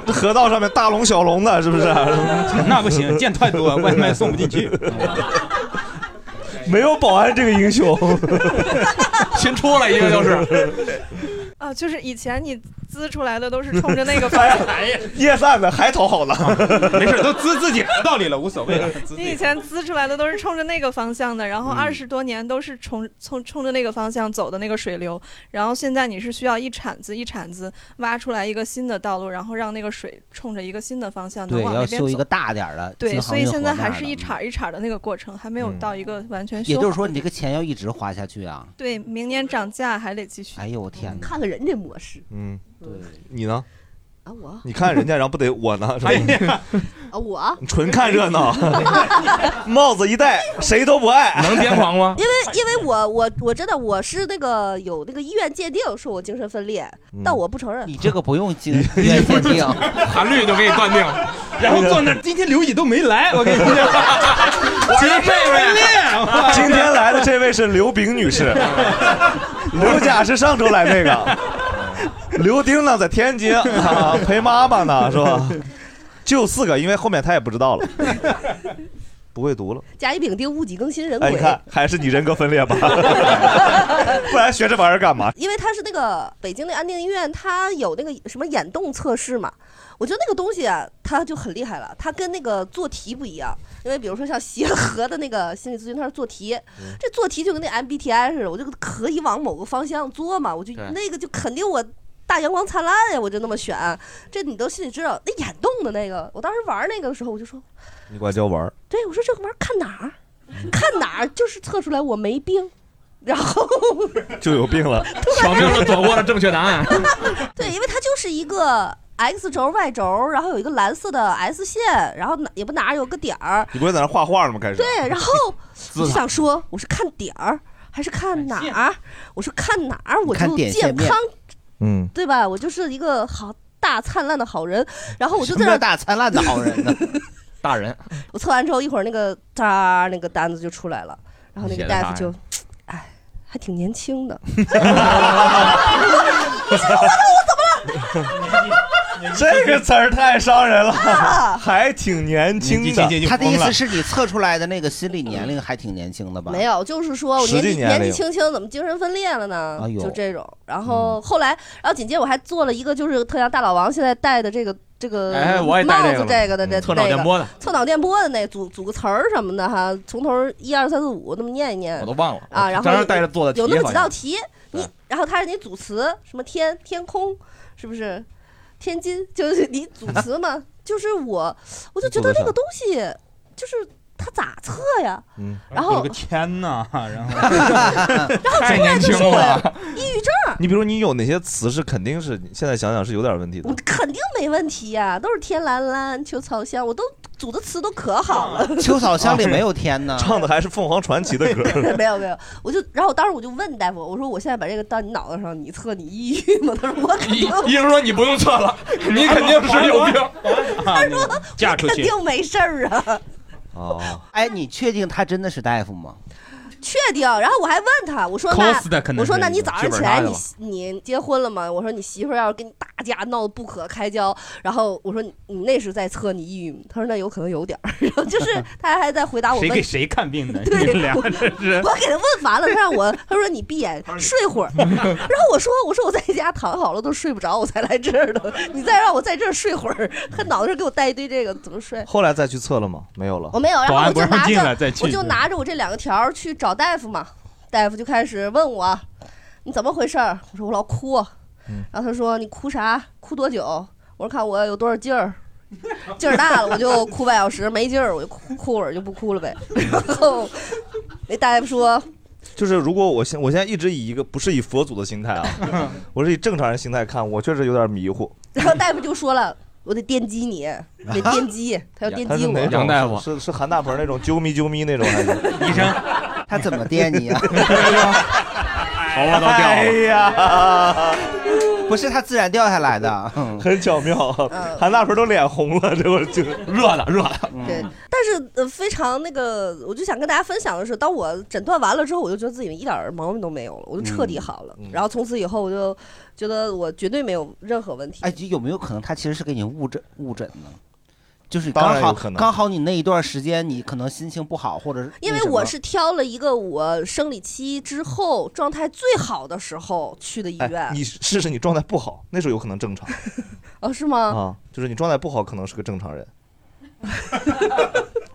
A: 这河道上面大龙小龙的，是
L: *laughs*
A: 不是？
E: 那不行，见太多外卖送不进去。
A: 没有保安这个英
L: *laughs*
A: 雄，，
L: 新出来一个就是。
U: 啊，就是以前你滋出来的都是冲着那个方向
D: *laughs* 哎
A: 叶散的还讨好了，
E: 啊没事，都滋自己的道理了，无所谓了。滋自
U: 你
E: 己
U: 以前滋出来的都是冲着那个方向的，然
D: 嗯
U: 后二十多年都是冲冲冲着那个方向走的那个水流，然后现在你是需要一铲子一铲子挖出来一个新的道路，然后让那个水冲着一个新的方向能
D: 对，
U: 往那
D: 要
U: 边
D: 修一
U: 走
D: 个。大点儿的。
U: 对，
D: 进
U: 所
D: 航
U: 以
D: 运啊
U: 现
D: 河
U: 在
D: 那
U: 还
D: 儿
U: 是
D: 的
U: 一茬儿一茬儿的那个过程，还没有
D: 嗯
U: 到一个完全修
D: 也
U: 好。
D: 就是说，你这个钱要一直花下去啊！
U: 对，明年涨价还得继续。
D: 哎呦我天哪！
B: 看看人家模式
A: *laughs* 嗯，你呢？
B: 啊，我
A: 你看人家，然后不得我呢？
L: 哎
A: 是吧
B: 啊我
A: 你纯看热闹，帽子一戴，谁都不爱，
L: 能癫狂吗
B: *laughs* 因为因为我我我真的我是那个有那个医院鉴定说我精神分裂，
A: 嗯
B: 但我不承认。
D: 你这个不用经院鉴定，
L: 韩律就给你断
D: *laughs*
L: 定，然后坐
B: *laughs*
L: 那儿，今天刘乙都没来，我
A: *laughs*
L: 跟你讲，今天这位，
A: 今天来 *laughs* 的这位是刘炳女士，刘甲是上周来那个，刘丁呢在天津、啊、陪妈妈呢，是吧？就四个，因为后面他也不知道了，不会读了。
B: 甲乙丙丁戊己庚辛壬
A: 哎，你
B: 癸，
A: 看还是你人格分裂吧，不然学这玩意儿干嘛？
B: 因为它是那个北京的安定医院，它有那个什么眼动测试嘛，我觉得那个东西啊，它就很厉害了。它跟那个做题不一样，因为比如说像协和的那个心理咨询，它是做题，这做题就跟那 MBTI 似的，我就可以往某个方向做嘛，我就
W: 对
B: 那个就肯定我。大阳光灿烂呀，我就那么选，这你都心里知道。那眼动的那个，我当时玩那个的时候，我就说，
A: 你管叫玩儿？
B: 对，我说这个玩意儿看哪儿，看哪儿就是测出来我没病，然后
A: 就有病了。
L: 小明说躲过了正确答案，
D: 嗯
B: 对，因为它就是一个 X 轴、Y 轴，然后有一个蓝色的 S 线，然后哪也不哪有个点儿，
A: 你不会在那画画了吗？开始
B: 对，
D: *laughs*
B: 然后
A: 自
B: 我就
A: 打
B: 想说，我是看点儿还是看哪儿？我说看哪儿我
A: 看
B: 就
A: 点
B: 健
A: 线面
B: 康，
A: 嗯，
B: 对吧？我就是一个好大灿烂的好人，然后我就
D: 什
B: 在
D: 么叫
B: 那
D: 大灿烂的好 *laughs* 人呢？
C: 大人，
B: 我测完之后，一会儿那个哒那个单子就出来了，然后那
D: 写
B: 个
D: 的
B: 大
D: 啥
B: 夫就
D: 呀，
B: 哎，还挺年轻
D: *laughs*
B: 的。
D: *laughs*
A: *laughs* 这个词儿太伤
B: *laughs*
A: 人了，
D: 啊
A: 还挺年轻的。
D: 他的意思是你测出来的那个心理年龄还挺年轻的吧？
B: 没有，就是说我
D: 实
B: 年
D: 际
B: 纪
D: 年龄
B: 年纪轻轻，怎么精神分裂了呢？
D: 哎呦
B: 就这种。然后后来，然后紧接着我还做了一个，就是特像大老王现在戴的这个这个
L: 哎我也戴
B: 帽
L: 这个
B: 子
L: 了
B: 个的
L: 嗯
B: 这
L: 测脑电波的
B: 那个测脑电波的那组组个词儿什么的哈，从头一二三四五那么念一念。
C: 我都忘了
B: 啊，然后
C: 当时带着做的题
B: 有那么
C: 好
B: 几
C: 像
B: 道题，你然后他让你组词，什么天天空，是不是？天 *laughs* 津就是你组词嘛，就是我，我就觉得这个东西就是它他咋测呀？
E: 嗯，
B: 然后
E: 有个天呐，然后
A: 太
E: 年轻了，
B: 抑郁症
A: *laughs* 你比如你有哪些词是肯定是你现在想想是有点问题的？
B: *laughs* 肯定没问题呀、都是天蓝蓝、秋草香，我都组的词都可好了。
C: *laughs*
D: 秋草香里没有天呢，
A: *laughs* 唱的还是凤凰传奇的歌。
B: *laughs* 没有没有，我就然后当时我就问大夫，我说我现在把这个到你脑袋上，你测你抑郁吗？他说我肯定，
P: 医生说 *laughs* 你不用测了，你肯定是有病。
C: 啊
B: 他 *laughs* 说
E: 嫁
B: 肯定没事儿啊。
A: 哦，
D: 哎，你确定他真的是大夫吗？
B: 确定。然后我还问他，我说那
D: Cost 可能
B: 我说
D: 是
B: 那
D: 一
B: 你早
D: 种
B: 上
D: 剧本
B: 起
D: 杀
B: 来
D: 的
B: 你
D: 吧
B: 你结婚了吗？我说你媳妇儿要是跟你大架闹得不可开交，然后我说你你那是在测你抑郁吗？他说那有可能有点儿， *laughs* 然后就是他还在回答我
E: 谁
B: 问
E: 给谁看病呢？
B: 对
E: 你们俩真 *laughs* 是
B: 我给他问完了，他让我， *laughs* 他说你闭眼睡会儿，然后我说我说我在家躺好了都睡不着，我才来这儿的，你再让我在这儿睡会儿，他脑袋上给我带一堆这个怎么睡？
A: 后来再去测了吗？没有了。
B: 我哦没有，然后我就拿着我就
A: 着
B: 拿着我这两个条儿去找大夫嘛，大夫就开始问我你怎么回事儿，我说我老哭，啊
A: 嗯
B: 然后他说你哭啥？哭多久？我说看我有多少劲儿。 *laughs* 劲儿大了，我就哭半小时；没劲儿，我就哭哭会儿，就不哭了呗。然后那大夫说：“
A: *laughs* 就是如果我现我现在一直以一个不是以佛祖的心态啊， *laughs* 我是以正常人心态看，我确实有点迷糊。
B: 然后大夫就说了：“我得电击你，
A: *laughs*
B: 得电击，他要电
A: 他
B: 击
A: 是
B: 我。
A: 哪”种？
E: 杨大夫
A: 是是韩大鹏那种啾咪啾咪那种还是？ *laughs* 医
E: 生，
D: 他怎么电你
A: *laughs*
D: 啊？
A: 头发都掉了哎呀，
D: 不是他自然掉下来的，
A: *laughs*
D: 嗯
A: 很巧妙。 *laughs* 韩大鹏都脸红了，这会儿就 *laughs* 热了热了。
B: 对，
D: 嗯
B: *laughs* 但是呃，非常那个，我就想跟大家分享的是，当我诊断完了之后，我就觉得自己一点儿毛病都没有了，我就彻底好了。然后从此以后，我就觉得我绝对没有任何问题。
D: 哎，就有没有可能他其实是给你误诊误诊呢？就是
A: 当
D: 刚
A: 然
D: 好
A: 有可能
D: 刚好你那一段时间你可能心情不好，或者是
B: 因
D: 那
B: 为
D: 什么
B: 我是挑了一个我生理期之后状态最好的时候去的医院。
A: 哎，你试试你状态不好，那时候有可能正常
B: 哦，是吗？
D: 嗯
A: 啊，就是你状态不好可能是个正
D: *laughs*
A: 常人。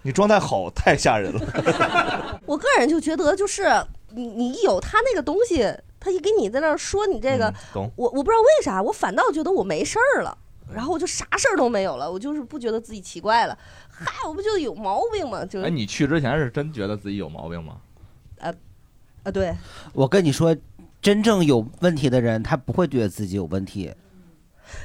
A: 你状态好太吓人
D: *laughs*
A: 了，
B: 我个人就觉得，就是你你有他那个东西，他一给你在那儿说你这个，
A: 懂
B: 我我不知道为啥，我反倒觉得我没事儿了，然后我就啥事儿都没有了，我就是不觉得自己奇怪了。嗨，我不就有毛病吗？就是
C: 哎，你去之前是真觉得自己有毛病吗？
B: 啊啊，对，
D: 我跟你说，真正有问题的人，他不会觉得自己有问题。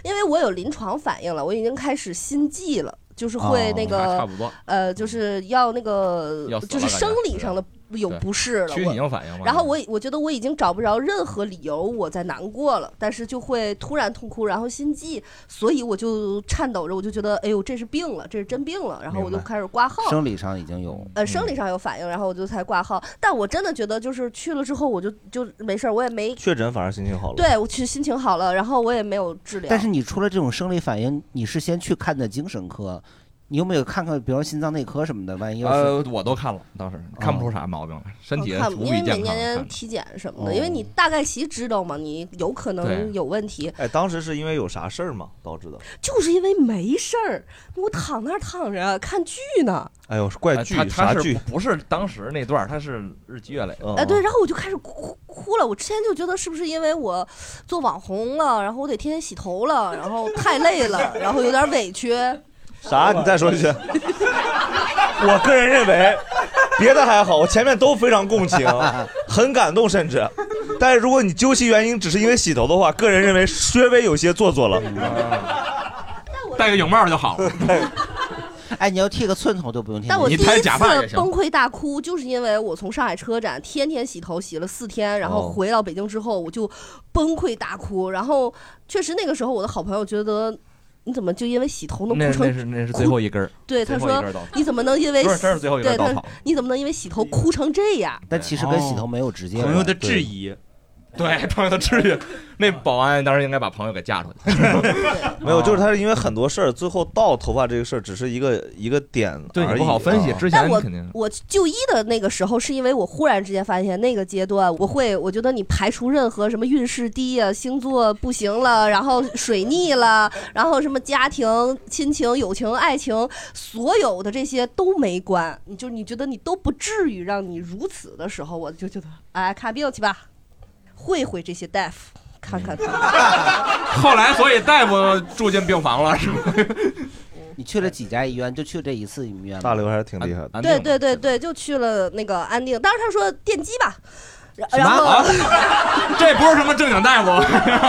B: 因为我有临床反应了，我已经开始心悸了，就是会
D: 哦
B: 那
C: 还
B: 个、
C: 差不多
B: 呃，就是要那个
C: 要死了
B: 就是生理上的有
C: 对
B: 不适了，
C: 躯体
B: 我
C: 性反应嘛
B: 然后我我觉得我已经找不着任何理由我在难过了，但是就会突然痛哭，然后心悸，所以我就颤抖着，我就觉得哎呦这是病了，这是真病了，然后我就
D: 明白
B: 开始挂号。
D: 生理上已经有，
B: 呃，
A: 嗯
B: 生理上有反应，然后我就才挂号。但我真的觉得，就是去了之后，我就就没事儿，我也没
A: 确诊反而心情好了。
B: 对我去心情好了，然后我也没有治疗。
D: 但是你除了这种生理反应，你是先去看的精神科，你有没有看看，比如说心脏内科什么的？万一要是、
C: 呃，我都看了，当时看不出啥毛病来，身体
B: 哦看，
C: 无
B: 因为每
C: 比健康。看
B: 年
C: 着
B: 体检什么
A: 哦
B: 的，因为你大概其知道嘛，你有可能
A: 对
B: 有问题，
A: 哎，当时是因为有啥事儿吗？导致的？
B: 就是因为没事儿，我躺那儿躺着看剧呢，
A: 哎呦，怪
C: 哎
A: 剧
C: 他他
A: 啥
C: 是
A: 剧？
C: 不不是当时那段儿，他是日积月累。
B: 哎对，然后我就开始哭哭了。我之前就觉得是不是因为我做网红了，然后我得天天洗头了，然后太累了，然后有点委屈。
A: 啥？你再说一句。 *laughs* 我个人认为，别的还好，我前面都非常共情，很感动，甚至。但是如果你究其原因只是因为洗头的话，个人认为稍微有些做作了。
E: 啊
P: 戴个泳帽就好了。
D: 哎，你要剃个寸头都不用剃，
B: 但我第
D: 你
B: 一次崩溃大哭，就是因为我从上海车站天天洗头洗了四天，然后
D: 哦
B: 回到北京之后我就崩溃大哭。然后确实那个时候我的好朋友觉得你怎么就因为洗头能
C: 那
B: 哭
C: 那
B: 成
C: 是那是最后一根儿。
B: *laughs* 对，他
C: 最后一
B: 说
C: 根儿稻草
B: 你怎么能因为
C: 不是真是最后一根
B: 对他
C: 稻草
B: 你怎么能因为洗头哭成这样？
D: 但其实跟洗头没有直接
C: 朋友的质疑，
B: *laughs*
C: 对 *laughs* 朋友的质疑，那保安当时应该把朋友给架出
B: *laughs*
C: 去。
A: *laughs* 没有，就是他是因为很多事儿，最后到头发这个事儿只是一个一个点
C: 对你
A: 而已
C: 不好分析
A: 啊
C: 之前
B: 但我我就医的那个时候，是因为我忽然之间发现那个阶段，我会我觉得你排除任何什么运势低啊、星座不行了，然后水逆了，然后什么家庭、亲情、友情、爱情，所有的这些都没关，你就你觉得你都不至于让你如此的时候，我就觉得哎，看病去吧，会会这些大夫，看看他。
P: 后来，所以大夫住进病房了，是吗？
D: *laughs* 你去了几家医院？就去这一次医院吗？
A: 大刘还是挺厉害的。
C: 啊
B: 对对对对，就去了那个安定。当时他说电击吧，
C: 哎
B: 然然后、
A: *laughs* 啊
C: 这不是什么正经大夫，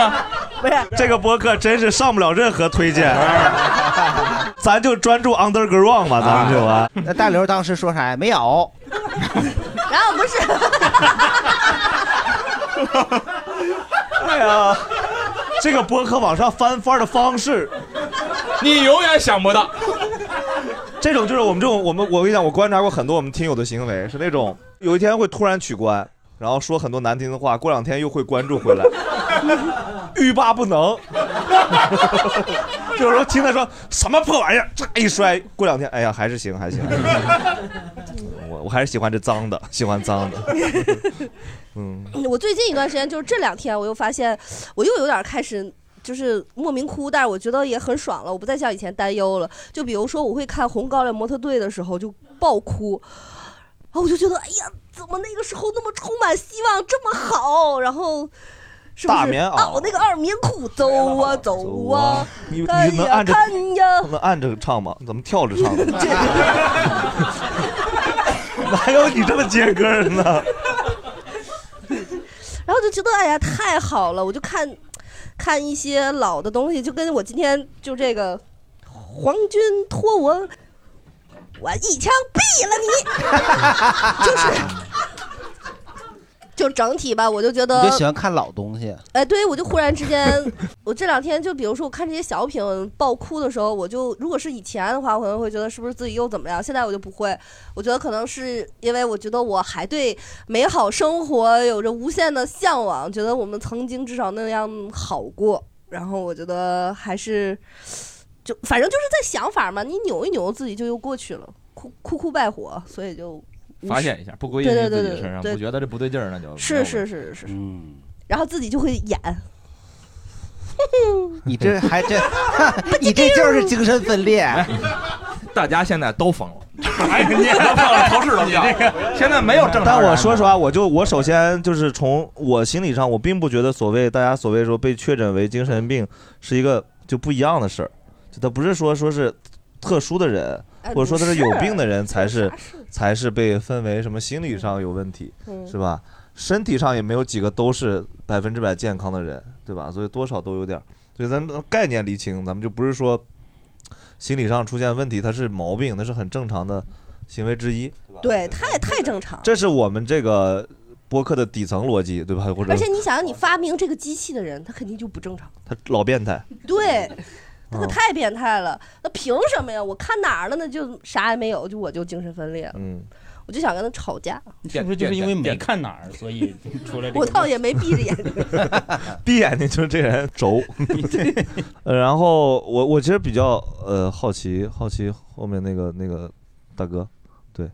C: *laughs*
B: 不是
A: 这个播客真是上不了任何推荐，咱就专注 underground 吧，咱们就啊。
D: 那大刘当时说啥呀？没
A: *laughs*
D: 有。
B: *laughs* 然后不是，
A: 对啊，这个播客往上翻番的方式，
C: 你永远想不到。
A: 这种就是我们这种，我们我跟你讲，我观察过很多我们听友的行为，是那种有一天会突然取关，然后说很多难听的话，过两天又会关注回来， *laughs* 欲罢不能。 *laughs* 就是说听他说什么破玩意儿，这一摔，过两天，哎呀，还是行，还行。还行 *laughs* 我我还是喜欢这脏的，喜欢脏的。嗯，
B: 我最近一段时间就是这两天，我又发现我又有点开始就是莫名哭，但是我觉得也很爽了，我不再像以前担忧了。就比如说，我会看《红高粱模特队》的时候就爆哭，然后我就觉得，哎呀，怎么那个时候那么充满希望，这么好？然后。是不是
A: 大棉袄哎
B: 啊，我那个二棉裤，走啊走啊，
A: 你
B: 看
A: 你能
B: 呀
A: 按着
B: 看呀，
A: 能按着唱吗？怎么跳着唱的？ *laughs* 哪有你这么接歌儿的呢？
B: 然后就觉得哎呀太好了，我就看看一些老的东西，就跟我今天就这个皇军托我，我一枪毙了你， *laughs* 就是 *laughs* 就整体吧，我就觉得
D: 你就喜欢看老东西。
B: 哎，对，我就忽然之间，我这两天就比如说我看这些小品爆哭的时候，我就如果是以前的话，我可能会觉得是不是自己又怎么样？现在我就不会，我觉得可能是因为我觉得我还对美好生活有着无限的向往，觉得我们曾经至少那样好过，然后我觉得还是就反正就是在想法嘛，你扭一扭自己就又过去了，哭哭哭败火，所以就无
C: 发
B: 视
C: 现一下，不归因
B: 对
C: 于
B: 对对
C: 自己
B: 对
C: 身上，
B: 对
C: 不觉得这不对劲儿，那就是
B: 是是是是，然后自己就会演。 *laughs*
D: 你这还这，你这 *laughs* 就是精神分裂。
C: *laughs* 大家现在都疯了，哎，你也都疯了，超市都这样，现在没有正常人。
A: 但我说实话，我就我首先就是从我心理上，我并不觉得所谓大家所谓说被确诊为精神病是一个就不一样的事儿，就他不是说说是特殊的人
C: 哎，
A: 或者说他是有病的人
C: 不是
A: 才是才是被分为什么心理上有问题，
C: 嗯
A: 是吧？身体上也没有几个都是百分之百健康的人，对吧？所以多少都有点儿，所以咱们概念厘清，咱们就不是说心理上出现问题，它是毛病，那是很正常的行为之一，对吧？
B: 对，太太正常。
A: 这是我们这个播客的底层逻辑，对吧？或者
B: 而且你想想，你发明这个机器的人，他肯定就不正常。
A: 他老变态， *laughs*
B: 对，他可
A: 嗯
B: 太变态了。那凭什么呀？我看哪儿了呢？就啥也没有，就我就精神分裂了。
A: 嗯，
B: 我就想跟他吵架，
C: 是不是就是因为没看哪儿，所以出来
B: 我倒也没闭着眼
A: *laughs*
B: 睛。，
A: 闭眼睛就是这人轴。 *laughs* 呃然后我我其实比较呃好奇，好奇后面那个那个大哥，对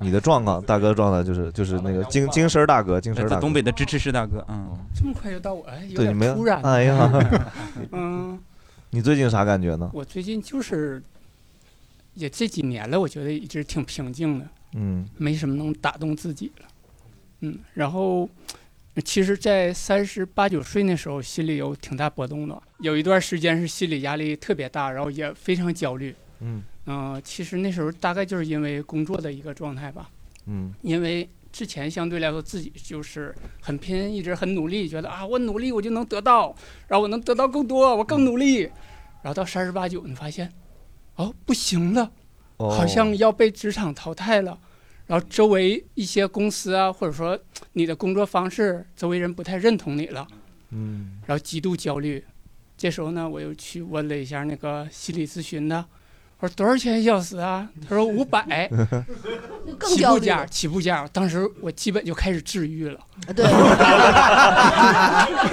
A: 你的状况，大哥的状态就是就是那个精精神儿大哥，精神
E: 来
A: 儿
E: 自
A: 大哥哦
E: 东。北的支持师大哥，嗯，
L: 这么快就到我，哎，有
A: 对，你没
L: 点
A: 有
L: 突然。，
A: 哎
C: *laughs*
A: 呀
L: *laughs* 嗯，
A: *laughs* 你最近啥感觉呢？
L: 我最近就是，也这几年了，我觉得一直挺平静的，
A: 嗯，
L: 没什么能打动自己了，嗯，然后。其实，在三十八九岁那时候，心里有挺大波动的。有一段时间是心理压力特别大，然后也非常焦虑。
A: 嗯
L: 嗯、其实那时候大概就是因为工作的一个状态吧。
A: 嗯
L: 因为之前相对来说自己就是很拼，一直很努力，觉得啊，我努力我就能得到，然后我能得到更多，我更努力。然后到三十八九，你发现，哦，不行了，
A: 哦
L: 好像要被职场淘汰了。然后周围一些公司啊，或者说你的工作方式，周围人不太认同你了，
A: 嗯
L: 然后极度焦虑。这时候呢，我又去问了一下那个心理咨询的，我说多少钱一小时啊？他说五百
B: 更
L: 起
B: 焦
L: 步
B: 虑了
L: 价，起步价。当时我基本就开始治愈了，
B: 对，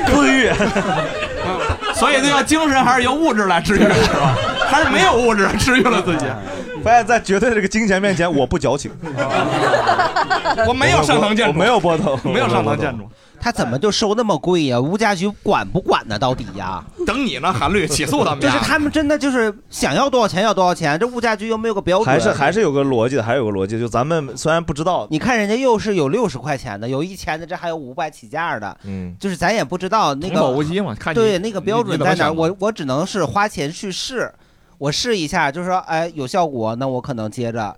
A: 自愈。
C: *laughs* 所以那个精神还是由物
B: *laughs*
C: 质来治愈，是吧？ *laughs* 还是没有物质治愈了自己。
A: *laughs* 发现，在绝对这个金钱面前，我不矫情，
C: 我没有上堂建筑，
A: 我没有波动，
C: *laughs* 没有上堂建筑。
D: 他怎么就收那么贵呀、物价局管不管呢？到底呀、
C: 等你呢，韩律起诉他们
D: 就
C: 家
D: 是他们真的就是想要多少钱要多少钱，这物价局又没有个标准。
A: 还是还是有个逻辑的，还有个逻辑，就咱们虽然不知道，
D: 你看人家又是有六十块钱的，有一千的，这还有五百起价的，
A: 嗯，
D: 就是咱也不知道那
C: 童叟无
D: 个
C: 欺嘛看你
D: 对那个标
C: 你
D: 准
C: 怎么
D: 在哪儿，
C: 想的
D: 我我只能是花钱去试。我试一下，就是说，哎，有效果，那我可能接着。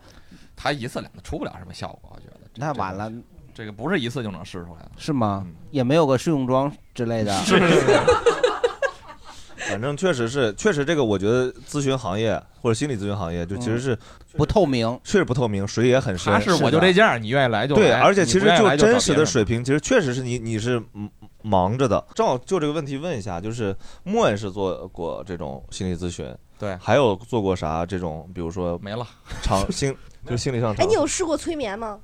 C: 他一次两次出不了什么效果，我觉得。
D: 那完了，
C: 这个不是一次就能试出来的。
D: 是吗？也没有个试用装之类的。
C: 是是是
A: 反正确实是，确实这个我觉得咨询行业或者心理咨询行业就其实是
D: 嗯不透明，
A: 确实不透明，水也很深。
C: 他是我就这
A: 样。
C: 样，你愿意来就
A: 对，
C: 来
A: 而且其实
C: 你不愿意
A: 就
C: 来就找
A: 真实
C: 别
A: 的
C: 人
A: 水平，其实确实是你你是嗯忙着的。正好就这个问题问一下，就是莫言是做过这种心理咨询，
C: 对，
A: 还有做过啥这种，比如说
C: 没了 *laughs*
A: 长心就心理上
B: 哎，
A: 长
B: 你。有试过催眠吗？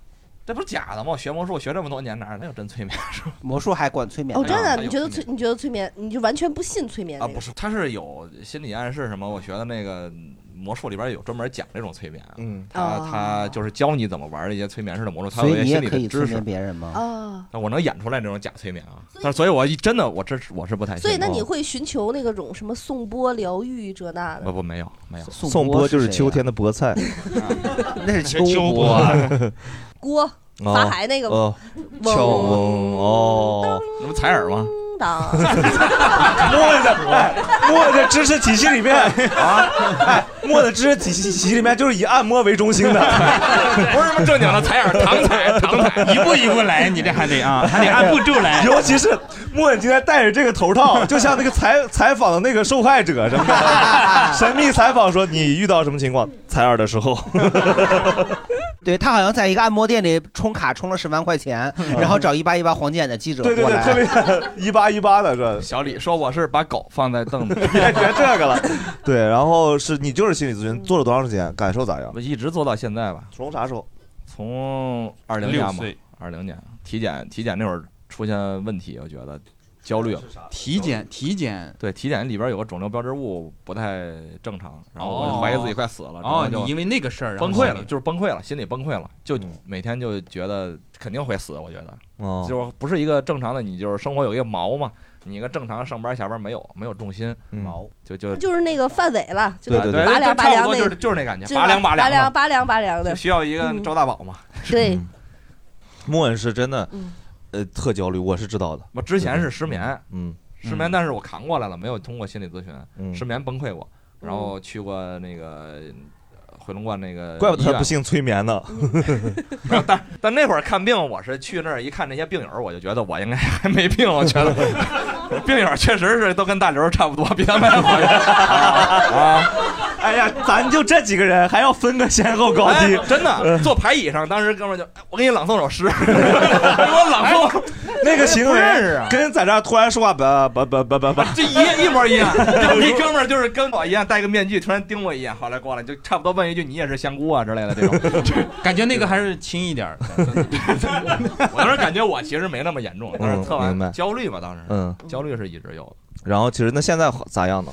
C: 这不是假的吗？我学魔术学这么多年，哪能有真催眠术？
D: 魔术还管催眠啊
B: 哦，真的，你觉
C: 得
B: 得催？你觉得催眠？你就完全不信催眠？
C: 啊？不，是，他是有心理暗示什么？我学的那个魔术里边有专门讲这种催眠，啊
A: 嗯，
C: 他
B: 哦
C: 他就是教你怎么玩一些催眠式的魔术，他
D: 所
C: 有
D: 以
C: 一
D: 你
C: 些
D: 也
C: 心理
D: 可以
C: 的
D: 催
C: 知识
D: 眠。别人吗？
A: 啊
B: 哦，
C: 那我能演出来这种假催眠啊，但是所以我一真的我这是我是不太信。哦
B: 所以那
A: 哦
B: 你会寻求那个种什么颂钵疗愈这那的？
C: 不不没有没有，
A: 宋波就是秋天的菠菜，
C: 啊
D: 那是秋
A: 波
D: 波
A: 啊。
B: 锅
A: 哦
B: 法海那个
A: 哦，
B: 嗡
A: 敲嗡哦，
C: 那不采耳吗？
B: 当，
A: 摸一下，哎摸的知识体系里面啊，哎，摸的知识体系体系里面就是以按摩为中心的，
C: *laughs* 不是什么正经的采耳，躺踩躺踩，一步一步来，你这还得啊，还得
A: *laughs*
C: 按步骤来。
A: 尤其是莫你今天戴着这个头 *laughs* 套，就像那个采采访的那个受害者什么 *laughs* 的，神秘采访说你遇到什么情况？采耳的时候，
D: 对他好像在一个按摩店里充卡充了十万块
A: *laughs*
D: 钱，然后找一八一八黄金眼的记者
A: 嗯对对
D: 过
A: 对，
D: 来，
A: 特 *laughs* 别一八一八的这
C: 小李说我是把狗放在凳子，
A: *laughs* 别学这个了。
C: *laughs*
A: 对，然后是你就是心理咨询，做了多长时间？感受咋样？
C: 我一直做到现在吧。
A: 从啥时候？
C: 从二零年嘛，二零年体检体检那会儿出现问题，我觉得焦虑了。体检体检对体检里边有个肿瘤标志物不太正常，然后我就怀疑自己快死了。
E: 哦
C: 然后就
E: 哦你因为那个事儿然后
C: 崩溃
E: 心
C: 了，
E: 里
C: 就是崩溃了，心里嗯崩溃了，就每天就觉得肯定会死，我觉得。
A: 哦
C: 就是不是一个正常的，你就是生活有一个毛嘛，你一个正常上班下班没有没有重心，
A: 嗯
C: 毛就就
B: 就是那个范伟了，就
C: 对
B: 是
C: 对对
B: 拔
C: 就
B: 凉拔
C: 差不
B: 凉
C: 多
B: 那，
C: 就是就是那感觉
B: 是
C: 拔
B: 吧
C: 凉拔
B: 拔
C: 凉嘛
B: 凉拔凉拔凉
C: 就
B: 的，嗯
C: 需要一个
A: 嗯
C: 赵大宝嘛。
B: *laughs* 对，
A: 莫恩是真的
B: 嗯，
A: 呃，特焦虑，我是知道的。
C: 我之前是失眠，
A: 嗯，
C: 失眠，但是我扛过来了，没有通过心理咨询，
A: 嗯
C: 失眠崩溃过，然后去过那个呃回龙观那个，
A: 怪不得他不信。催眠呢。
C: 嗯但但那会儿看病，我是去那儿一看那些病友，我就觉得我应该还没病，我
A: *laughs*
C: 觉得病友确实是都跟大刘差不多，比他们还活跃
A: *laughs*
C: 啊。
A: *laughs* 哎呀，咱就这几个人，还要分个先后嗯高低
C: 哎，真的坐排椅上，当时哥们儿就哎我给你朗诵
A: *laughs*
C: 首诗，给我朗诵，
A: 那个行 *laughs*
C: 我也不认识
A: 为
C: 啊。
A: 跟在这儿突然说话，叭叭叭叭叭叭，
C: 这一样一模 *laughs* 一样。那哥们儿就是跟我一样戴个面具，突然盯我一眼，后来过来就差不多问一句：“你也是香菇啊？”之类的这
E: *laughs*
C: 种，
E: 感觉那个还是轻一点儿。
C: *laughs* 我当时感觉我其实没那么严重，但是特
A: 嗯明白
C: 完焦虑嘛，当时
A: 嗯
C: 焦虑是一直有的。
A: 然后其实那现在咋样呢？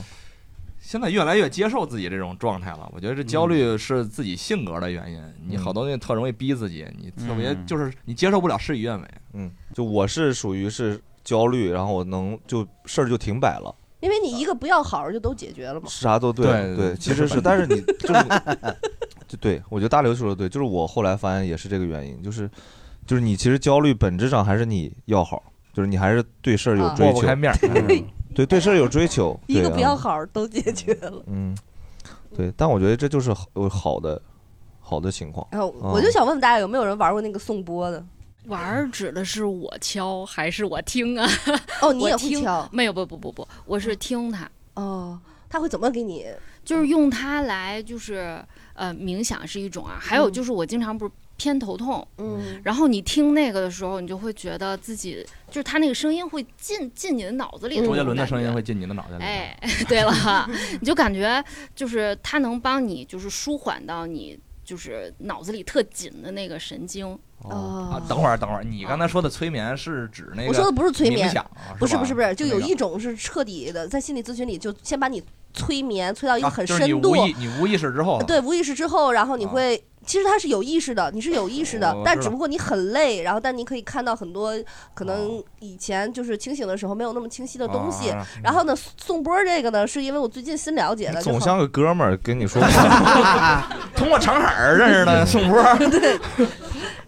C: 现在越来越接受自己这种状态了，我觉得这焦
E: 嗯
C: 虑是自己性格的原因。你好多东西特容易逼自己，你特别
A: 嗯
C: 就是你接受不了事与愿违。
A: 嗯，就我是属于是焦虑，然后我能就事儿就停摆了，
B: 因为你一个不要好就都解决了嘛。
A: 啥都对
C: 对对
A: 其实是，
C: 是
A: 但
C: 吧 *laughs*
A: 是你就是，就对我觉得大刘说的对，就是我后来发现也是这个原因，就是就是你其实焦虑本质上还是你要好，就是你还是对事儿有
B: 啊
A: 追
C: 抹
A: 求，
C: 不
B: *laughs*
C: 开面儿嗯
A: *laughs* 对对事儿有追求，
B: 一个
A: 对
B: 不要
A: 嗯
B: 好都解决了。
A: 嗯，对，但我觉得这就是好呃好的好的情况。
B: 然后
A: 嗯
B: 我就想问问大家，有没有人玩过那个颂钵的？
V: 玩儿指的是我敲还是我听啊？
B: 哦你也
V: 我
B: 会
V: 听
B: 敲？
V: 没有，不不不不，我是听它。
B: 哦，他会怎么给你？
V: 就是用它来，就是呃，冥想是一种啊，还有就是我经常不是偏头痛，
B: 嗯，
V: 然后你听那个的时候，你就会觉得自己就是它那个声音会进进你的脑
B: 嗯
V: 子里，
C: 周杰伦的声音会进你的脑袋里。
V: 哎， *laughs* 对了，你就感觉就是它能帮你就是舒缓到你就是脑子里特紧的那个神经。
B: 哦
C: 啊，等会儿，等会儿，你刚才说的催眠是指那个？
B: 我说的不是催眠
C: 冥想啊，
B: 不是
C: 吧
B: 不是不是，就有
C: 那个
B: 一种是彻底的，在心理咨询里就先把你催眠，催到一个
C: 啊
B: 很
C: 就是你
B: 深度，呃
C: 无意你无意识之后，
B: 对，无意识之后，然
C: 哦
B: 后你会，其实它是有意识的，你是有意识的
C: 我，
B: 但
C: 知
B: 只
C: 道
B: 不过你很累，然后但你可以看到很多可
C: 哦
B: 能以前就是清醒的时候没有那么清晰的东西
A: 啊啊。
B: 然后
C: 嗯
B: 呢，宋波这个呢，是因为我最近新了解的，就
A: 总
B: 好
A: 像个
C: *laughs*
A: 哥们儿跟你说话，
C: 通过长海儿认识的宋波，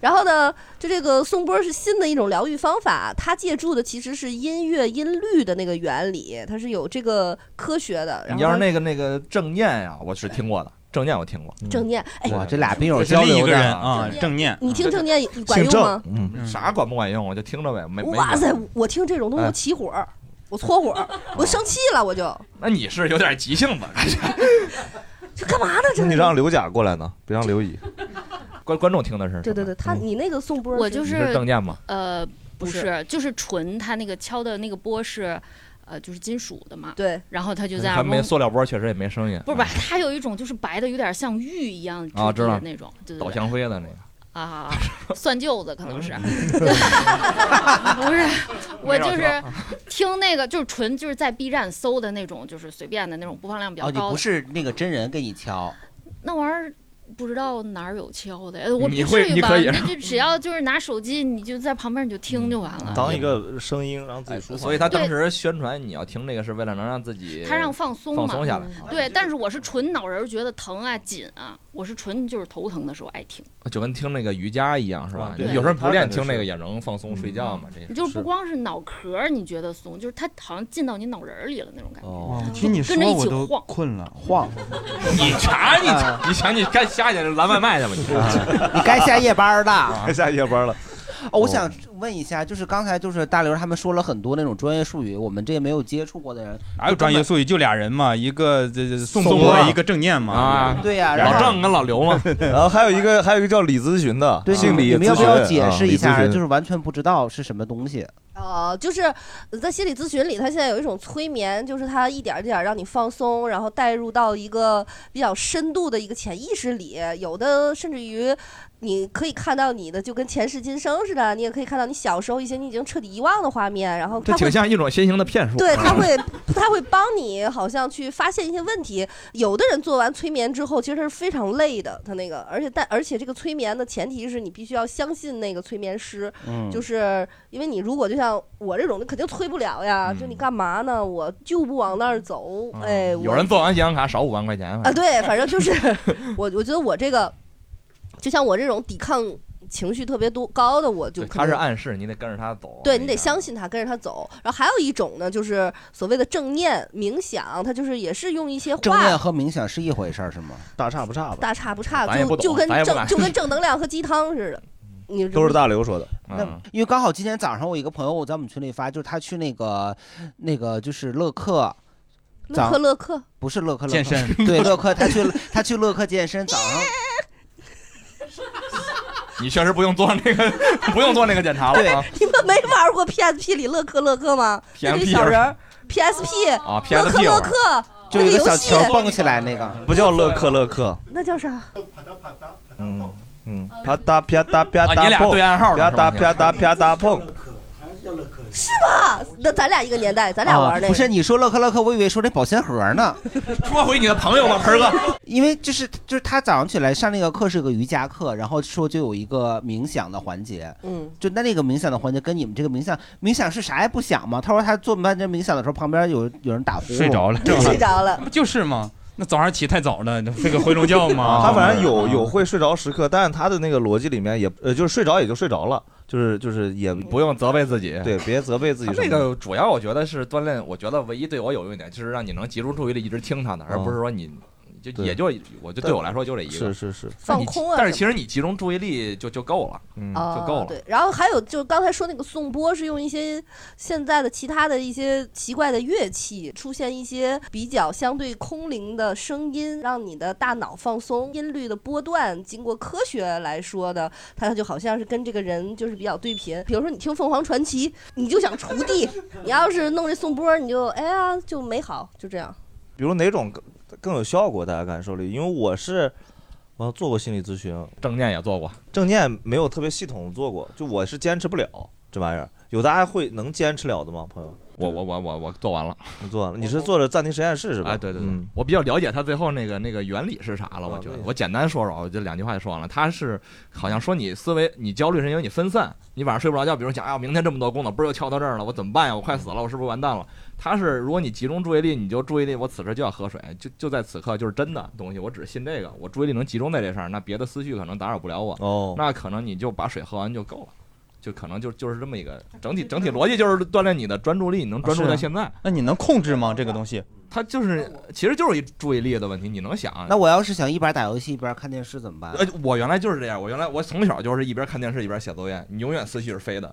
B: 然后呢，就这个颂钵是新的一种疗愈方法，它借助的其实是音乐音律的那个原理，它是有这个科学的。然
C: 你
B: 后
C: 要是
B: 它
C: 那个那个郑念呀，我是听过的，郑念我听过。
B: 正念，哎，
C: 嗯哇，这俩
D: 病友交流的这是另一个人啊
C: 正念
B: 你听正念管用吗？
C: 嗯，啥管不管用？我就听着呗，没没
B: 哇
C: 管
B: 塞，我听这种东西
C: 哎
B: 我起火，我搓火，我生气了，我就
C: 那你是有点急性子，
B: 这干嘛呢？这
A: 那 *laughs* 你让刘甲过来呢，别让刘乙。
C: *laughs* 观观众听的是
B: 对对对，他你那个颂钵，
V: 我就
C: 你是郑念吗？
V: 呃，
B: 不
V: 不
B: 是
V: 是，就是纯它那个敲的那个波是，呃，就是金属的嘛。
B: 对，
V: 然后它就在那
C: 嗯还
V: 儿
C: 没
V: 嗡。
C: 塑料波，确实也没声音。
V: 不是吧？它有一种就是白的，有点像玉一样质
C: 啊，
V: 地
C: 知道
V: 的那种，对对
C: 倒
V: 对
C: 香灰的那个。
V: 啊，蒜臼子可能
D: *laughs*
V: 是，不是，我就
C: 没
V: 是
C: 少
V: 听那个就是纯就是在 B 站搜的那种，就是随便的那种播放量比较
D: 哦，你
V: 高
D: 不
V: 的，
D: 是那个真人给你
A: *laughs*
D: 敲，
V: 那玩意儿。不知道哪儿有敲的，呃我不
D: 你会
V: 至于
D: 你
V: 吧？
D: 可以
V: 那就只要就是拿手机，你就在旁边你就听就完
D: 嗯
B: 嗯
V: 了。
A: 当一个声音，让自己舒服。
C: 哎所以他当时宣传你要听这个是为了能让自己
V: 他让放松嘛，
C: 放松下来。
B: 嗯
D: 嗯
V: 对，但是我是纯脑仁儿觉得疼啊、紧啊，我是纯就是头疼的时候爱听。
C: 就跟听那个瑜伽一样，是吧
A: 啊？
C: 你
A: 对
C: 有时候不练
A: 他感觉
C: 听那个
A: 是
C: 也能放松睡觉嘛，这
V: 你就是不光是脑壳儿你觉得松，就是它好像进到你脑仁儿里了那种感觉。
E: 哦，听你说
V: 嗯跟着一
E: 我
V: 起
E: 都
V: 晃
E: 困了，
D: 晃。
C: *laughs*
P: 你查你查，你想你该下去拦外卖去吧
C: 啊
P: 你。
D: 你 *laughs* 该下夜
A: *laughs*
D: 班了，
A: 该下夜班了。
D: 哦，我想问一下，就是刚才就是大刘他们说了很多那种专业术语，我们这些没有接触过的人，
E: 哪有专业术语？就俩人嘛，一个这这宋博
A: 博，
E: 一个郑念嘛。
A: 啊
D: 对呀
A: 然后
E: 郑
C: 跟老刘嘛。
A: 然后还有一个，还有一个叫李咨询的，
D: 对，
A: 姓李
D: 你们要
A: 啊咨
D: 不
A: 询。
D: 要解释一
A: 啊
D: 下？
A: 李咨询
D: 就是完全不知道是什么东西。
B: 呃，就是呃在心理咨询里，它现在有一种催眠，就是它一点儿一点儿让你放松，然后带入到一个比较深度的一个潜意识里。有的甚至于你可以看到你的就跟前世今生似的，你也可以看到你小时候一些你已经彻底遗忘的画面，然后
C: *laughs* 这
B: 它
C: 挺
B: 会。
C: 像一种新型的骗术。 *laughs*
B: 对，它会，它会帮你，好像去发现一些问题。有的人做完催眠之后，其实他是非常累的，他那个，而且但而且这个催眠的前提是你必须要相信那个催眠师，
M: 嗯
B: 就是因为你如果就像我这种，肯定催不了呀，就你干嘛呢？我就不往那儿走，哎，我
C: 嗯有人做完银行卡少五万块钱
B: 啊，对，反正就是我，我觉得我这个，就像我这种抵抗情绪特别多高的，我就可
C: 他是
B: 能
C: 暗示你得跟着他走。
B: 对你得相信他，跟着他走。然后还有一种呢，就是所谓的正念冥想，它就是也是用一些
D: 正念
B: 话。
D: 和冥想是一回事儿是吗？
A: 大差不差吧
B: 大差不差，
D: 咱也
B: 就
D: 不
B: 就
D: 懂
B: 跟
D: 咱也不嗯
B: 正
D: 敢
B: 就
D: *laughs*
B: 跟正能量和鸡汤似的。你
A: 都是大刘说的。
D: 那
C: 嗯
D: 因为刚好今天早上我一个朋友在我们群里发，就是他去那个那个就是乐客，
B: 乐克乐克，
D: 不是乐客乐
E: 健
D: 客
E: 身
D: 对乐客，他去 *laughs* 他去乐客健身，
B: *laughs*
D: 早上
C: 你确实不用做那个， *laughs* 不用做那个检查了啊。
B: *laughs* 你们没玩过 PSP 里乐克乐克吗？就这
C: PSP
B: 小
D: *laughs*
B: 人儿 PSP
C: 啊
B: 乐克
C: ，PSP
B: 乐
C: 玩儿
B: 克
D: 就
B: 那
D: 一
B: 个游
D: 个小
B: 戏
D: 球蹦起来那个，
A: 不叫乐克乐克，
B: 那叫啥？
A: 嗯嗯，啪嗒啪嗒啪
C: 啊
A: 嗒，
C: 你俩对暗号呢
A: 啪
C: 是
A: 嗒啪
C: 吧
A: 嗒
D: *laughs*
A: 啪嗒碰。
B: 是吧？那咱俩一个年代，咱俩玩那个。
D: 啊不是你说乐克乐克，我以为说那保鲜盒呢。
C: 说回你的朋友吧，盆儿哥。
D: 因为就是就是他早上起来上那个课是个瑜伽课，然后说就有一个冥想的环节，
B: 嗯，
D: 就那那个冥想的环节跟你们这个冥想冥想是啥也不想嘛。他说他做半天冥想的时候，旁边有有人打呼噜，
E: 睡着
D: *laughs*
E: 了，
B: 着了，
E: 不 *laughs* 就是吗？那早上起太早了，那睡个回笼觉嗯嘛。
A: *laughs*
E: 啊
A: 他反正有有会睡着时刻，但是他的那个逻辑里面也呃，就是睡着也就睡着了，就是就是也不
C: 用责备自己，
A: 对，别责备自己
C: 他
A: 什么
C: 这
A: 的。
C: 个主要我觉得是锻炼，我觉得唯一对我有用一点就是让你能集中注意力一直听他的，而不是说你
A: 嗯
C: 就
A: 对
C: 也就我就对我来说就这一个。
A: 是是是
C: 但
B: 放
C: 你
B: 空啊
C: 但是
B: 什
C: 其实你集中注意力就就够了，嗯就够
B: 哦，
C: 了。
B: 对，然后还有就是刚才说那个颂钵是用一些现在的其他的一些奇怪的乐器，出现一些比较相对空灵的声音，让你的大脑放松。音律的波段经过科学来说的，它就好像是跟这个人就是比较对频。比如说你听凤凰传奇，你就想锄地；你要是弄这颂钵，你就哎呀就美好，就这样。
A: 比如哪种更更有效果，大家感受力？因为我是我做过心理咨询，
C: 正念也做过，
A: 正念没有特别系统地做过，就我是坚持不了。这玩意儿，有大家会能坚持了的吗？朋友，
C: 我我我我我做完了，
A: 做完了。你是做的暂停实验室是吧？嗯
C: 哎，对对对，我比较了解它最后那个那个原理是啥了。我觉得我简单说说，我就两句话就说完了。它是好像说你思维你焦虑是因为你分散，你晚上睡不着觉，比如想哎呀明天这么多工作，不是又翘到这儿了，我怎么办呀？我快死了，我是不是完蛋了？它是如果你集中注意力，你就注意力，我此时就要喝水，就就在此刻就是真的东西，我只信这个，我注意力能集中在这事儿，那别的思绪可能打扰不了我。
A: 哦，
C: 那可能你就把水喝完就够了。就可能就就是这么一个整体整体逻辑，啊就是锻炼你的专注力，你能
E: 啊
C: 专注在现在。
E: 那你能控制吗？这个东西？
C: 它就是其实就是一注意力的问题，你能想。啊
D: 那我要是想一边打游戏一边看电视怎么办？
C: 呃，我原来就是这样，我原来我从小就是一边看电视一边写作业，你永远思绪是飞的。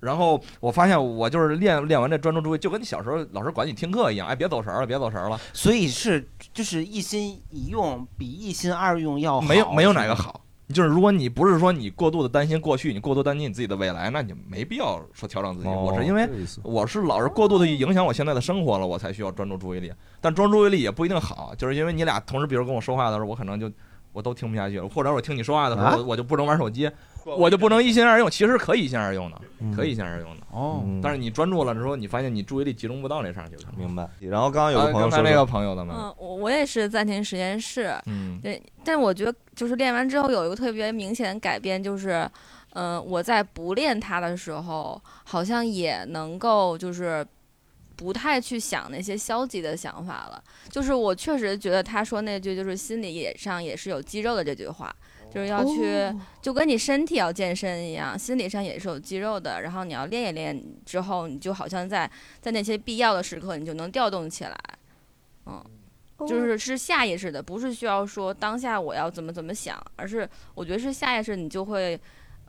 C: 然后我发现我就是练练完这专注注意，就跟你小时候老师管你听课一样，哎，别走神儿了，别走神儿了。
D: 所以是就是一心一用比一心二用
A: 哦
D: 要好
C: 没有没有哪
D: 是
C: 个
D: 吗
C: 好。就是如果你不是说你过度的担心过去，你过度担心你自己的未来，那你没必要说调整自己。
A: 哦
C: 我是因为
A: 这个意思
C: 我是老是过度的影响我现在的生活了，我才需要专注注意力。但专注注意力也不一定好，就是因为你俩同时，比如跟我说话的时候，我可能就我都听不下去了，或者我听你说话的时候，
D: 啊
C: 我我就不能玩手机，我就不能一心二用。其实可以一心二用的，
A: 嗯
C: 可以一心二用的。
E: 哦
C: 但是你专注了之后，你发现你注意力集中不到那上去了。
A: 明白。然后刚刚有个
C: 啊
A: 朋友
C: 刚才
A: 说
C: 那
A: 说
C: 个朋友的嘛，
H: 嗯，我我也是暂停实验室。
C: 嗯
H: 对，但我觉得就是练完之后有一个特别明显的改变，就是，嗯、我在不练它的时候，好像也能够就是。不太去想那些消极的想法了，就是我确实觉得他说那句就是心理也上也是有肌肉的这句话，就是要去、
M: 哦
H: 就跟你身体要健身一样，心理上也是有肌肉的，然后你要练一练之后，你就好像在在那些必要的时刻你就能调动起来，嗯，
B: 哦
H: 就是是下意识的，不是需要说当下我要怎么怎么想，而是我觉得是下意识，你就会，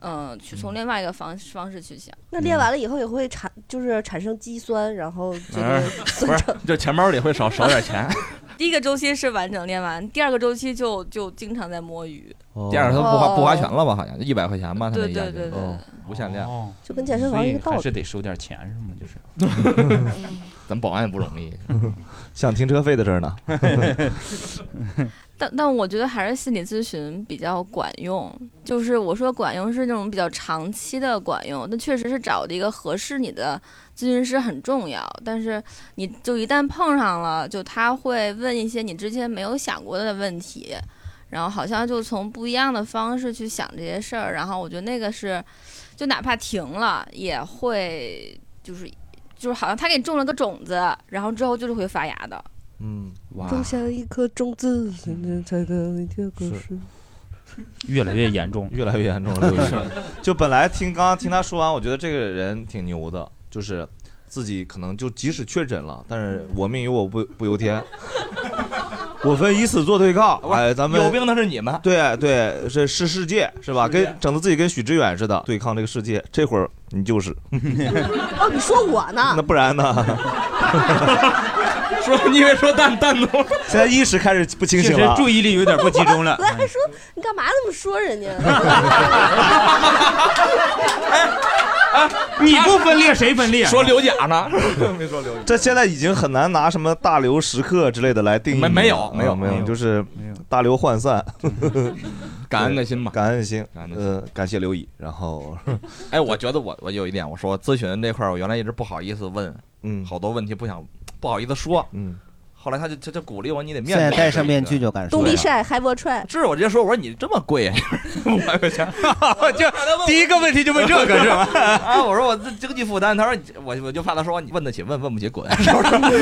H: 嗯、去从另外一个方方式去想。
B: 那
C: 嗯
B: 练完了以后也会产，就是产生肌酸，然后就
C: 哎
B: 是
C: 不是，就钱包里会少少点钱。
H: 嗯第一个周期是完整练完，第二个周期就就经常在摸鱼。
C: 第二个他不花不花钱了吧？好像一百块钱吧，他那
H: 哦对
C: 一下
H: 对对对
C: 哦无限量，
B: 就跟健身房一个道理
E: 还是得收点钱是吗？就是。
C: *laughs* 咱保安也不容易，
A: 想停车费的事
C: *laughs*
A: 儿呢。
H: 但但我觉得还是心理咨询比较管用，就是我说管用是那种比较长期的管用，那确实是找的一个合适你的咨询师很重要。但是你就一旦碰上了，就他会问一些你之前没有想过的问题，然后好像就从不一样的方式去想这些事儿，然后我觉得那个是，就哪怕停了也会就是就是好像他给你种了个种子，然后之后就是会发芽的。
A: 嗯，
E: 哇，
B: 种下一颗种子，才能一天果实。
E: 越来越严
A: *laughs*
E: 重，
A: 越来越严重了。
E: *laughs*
A: 就是 *laughs* 就本来听刚刚听他说完，我觉得这个人挺牛的，就是自己可能就即使确诊了，但是我命由我不不由天。 *laughs* 我分以死作对抗，哎，咱们
C: 有病的是你们，
A: 对对，是是世界是吧？跟整的自己跟许知远似的，对抗这个世界。这会儿你就是， *laughs*
B: 哦，你说我呢
A: 那？不然呢？
C: *laughs* 说你以为说蛋蛋总，
A: 现在意识开始不清醒了，
E: 确实注意力有点不集中了
A: *laughs*
B: 我还说你干嘛那么说人家？
E: 你不分裂谁分裂？
C: 啊说刘甲
E: *laughs*
C: 呢？没说刘甲。
A: 这现在已经很难拿什么大刘时刻之类的来定义
C: 没
A: 你
C: 没有
A: 了
C: 没有
A: 啊
C: 没
A: 没
C: 有
A: 有，就是大刘涣散，
C: *laughs* 感恩的心吧，
A: 感恩的心，
C: 感恩的心
A: 呃，感谢刘乙，然后
C: *laughs* 哎，我觉得我我有一点，我说咨询这块儿，我原来一直不好意思问，
A: 嗯，
C: 好多问题不想不好意思说，
A: 嗯，
C: 后来他就他就鼓励我，你得面
D: 现
C: 对，
D: 在戴上面具就敢说
B: 东
D: 了
B: 壁晒，嗨波踹。
C: 这是我直接说，我说你这么贵，啊五百
D: *laughs*
C: 块钱， *laughs* 就
E: 第一个问题就问这
C: *laughs*
E: 个是吧？ *laughs*
C: 啊，我说我这经济负担，他说你我我就怕他说你问得起问问不起 *laughs* 滚，是不是？就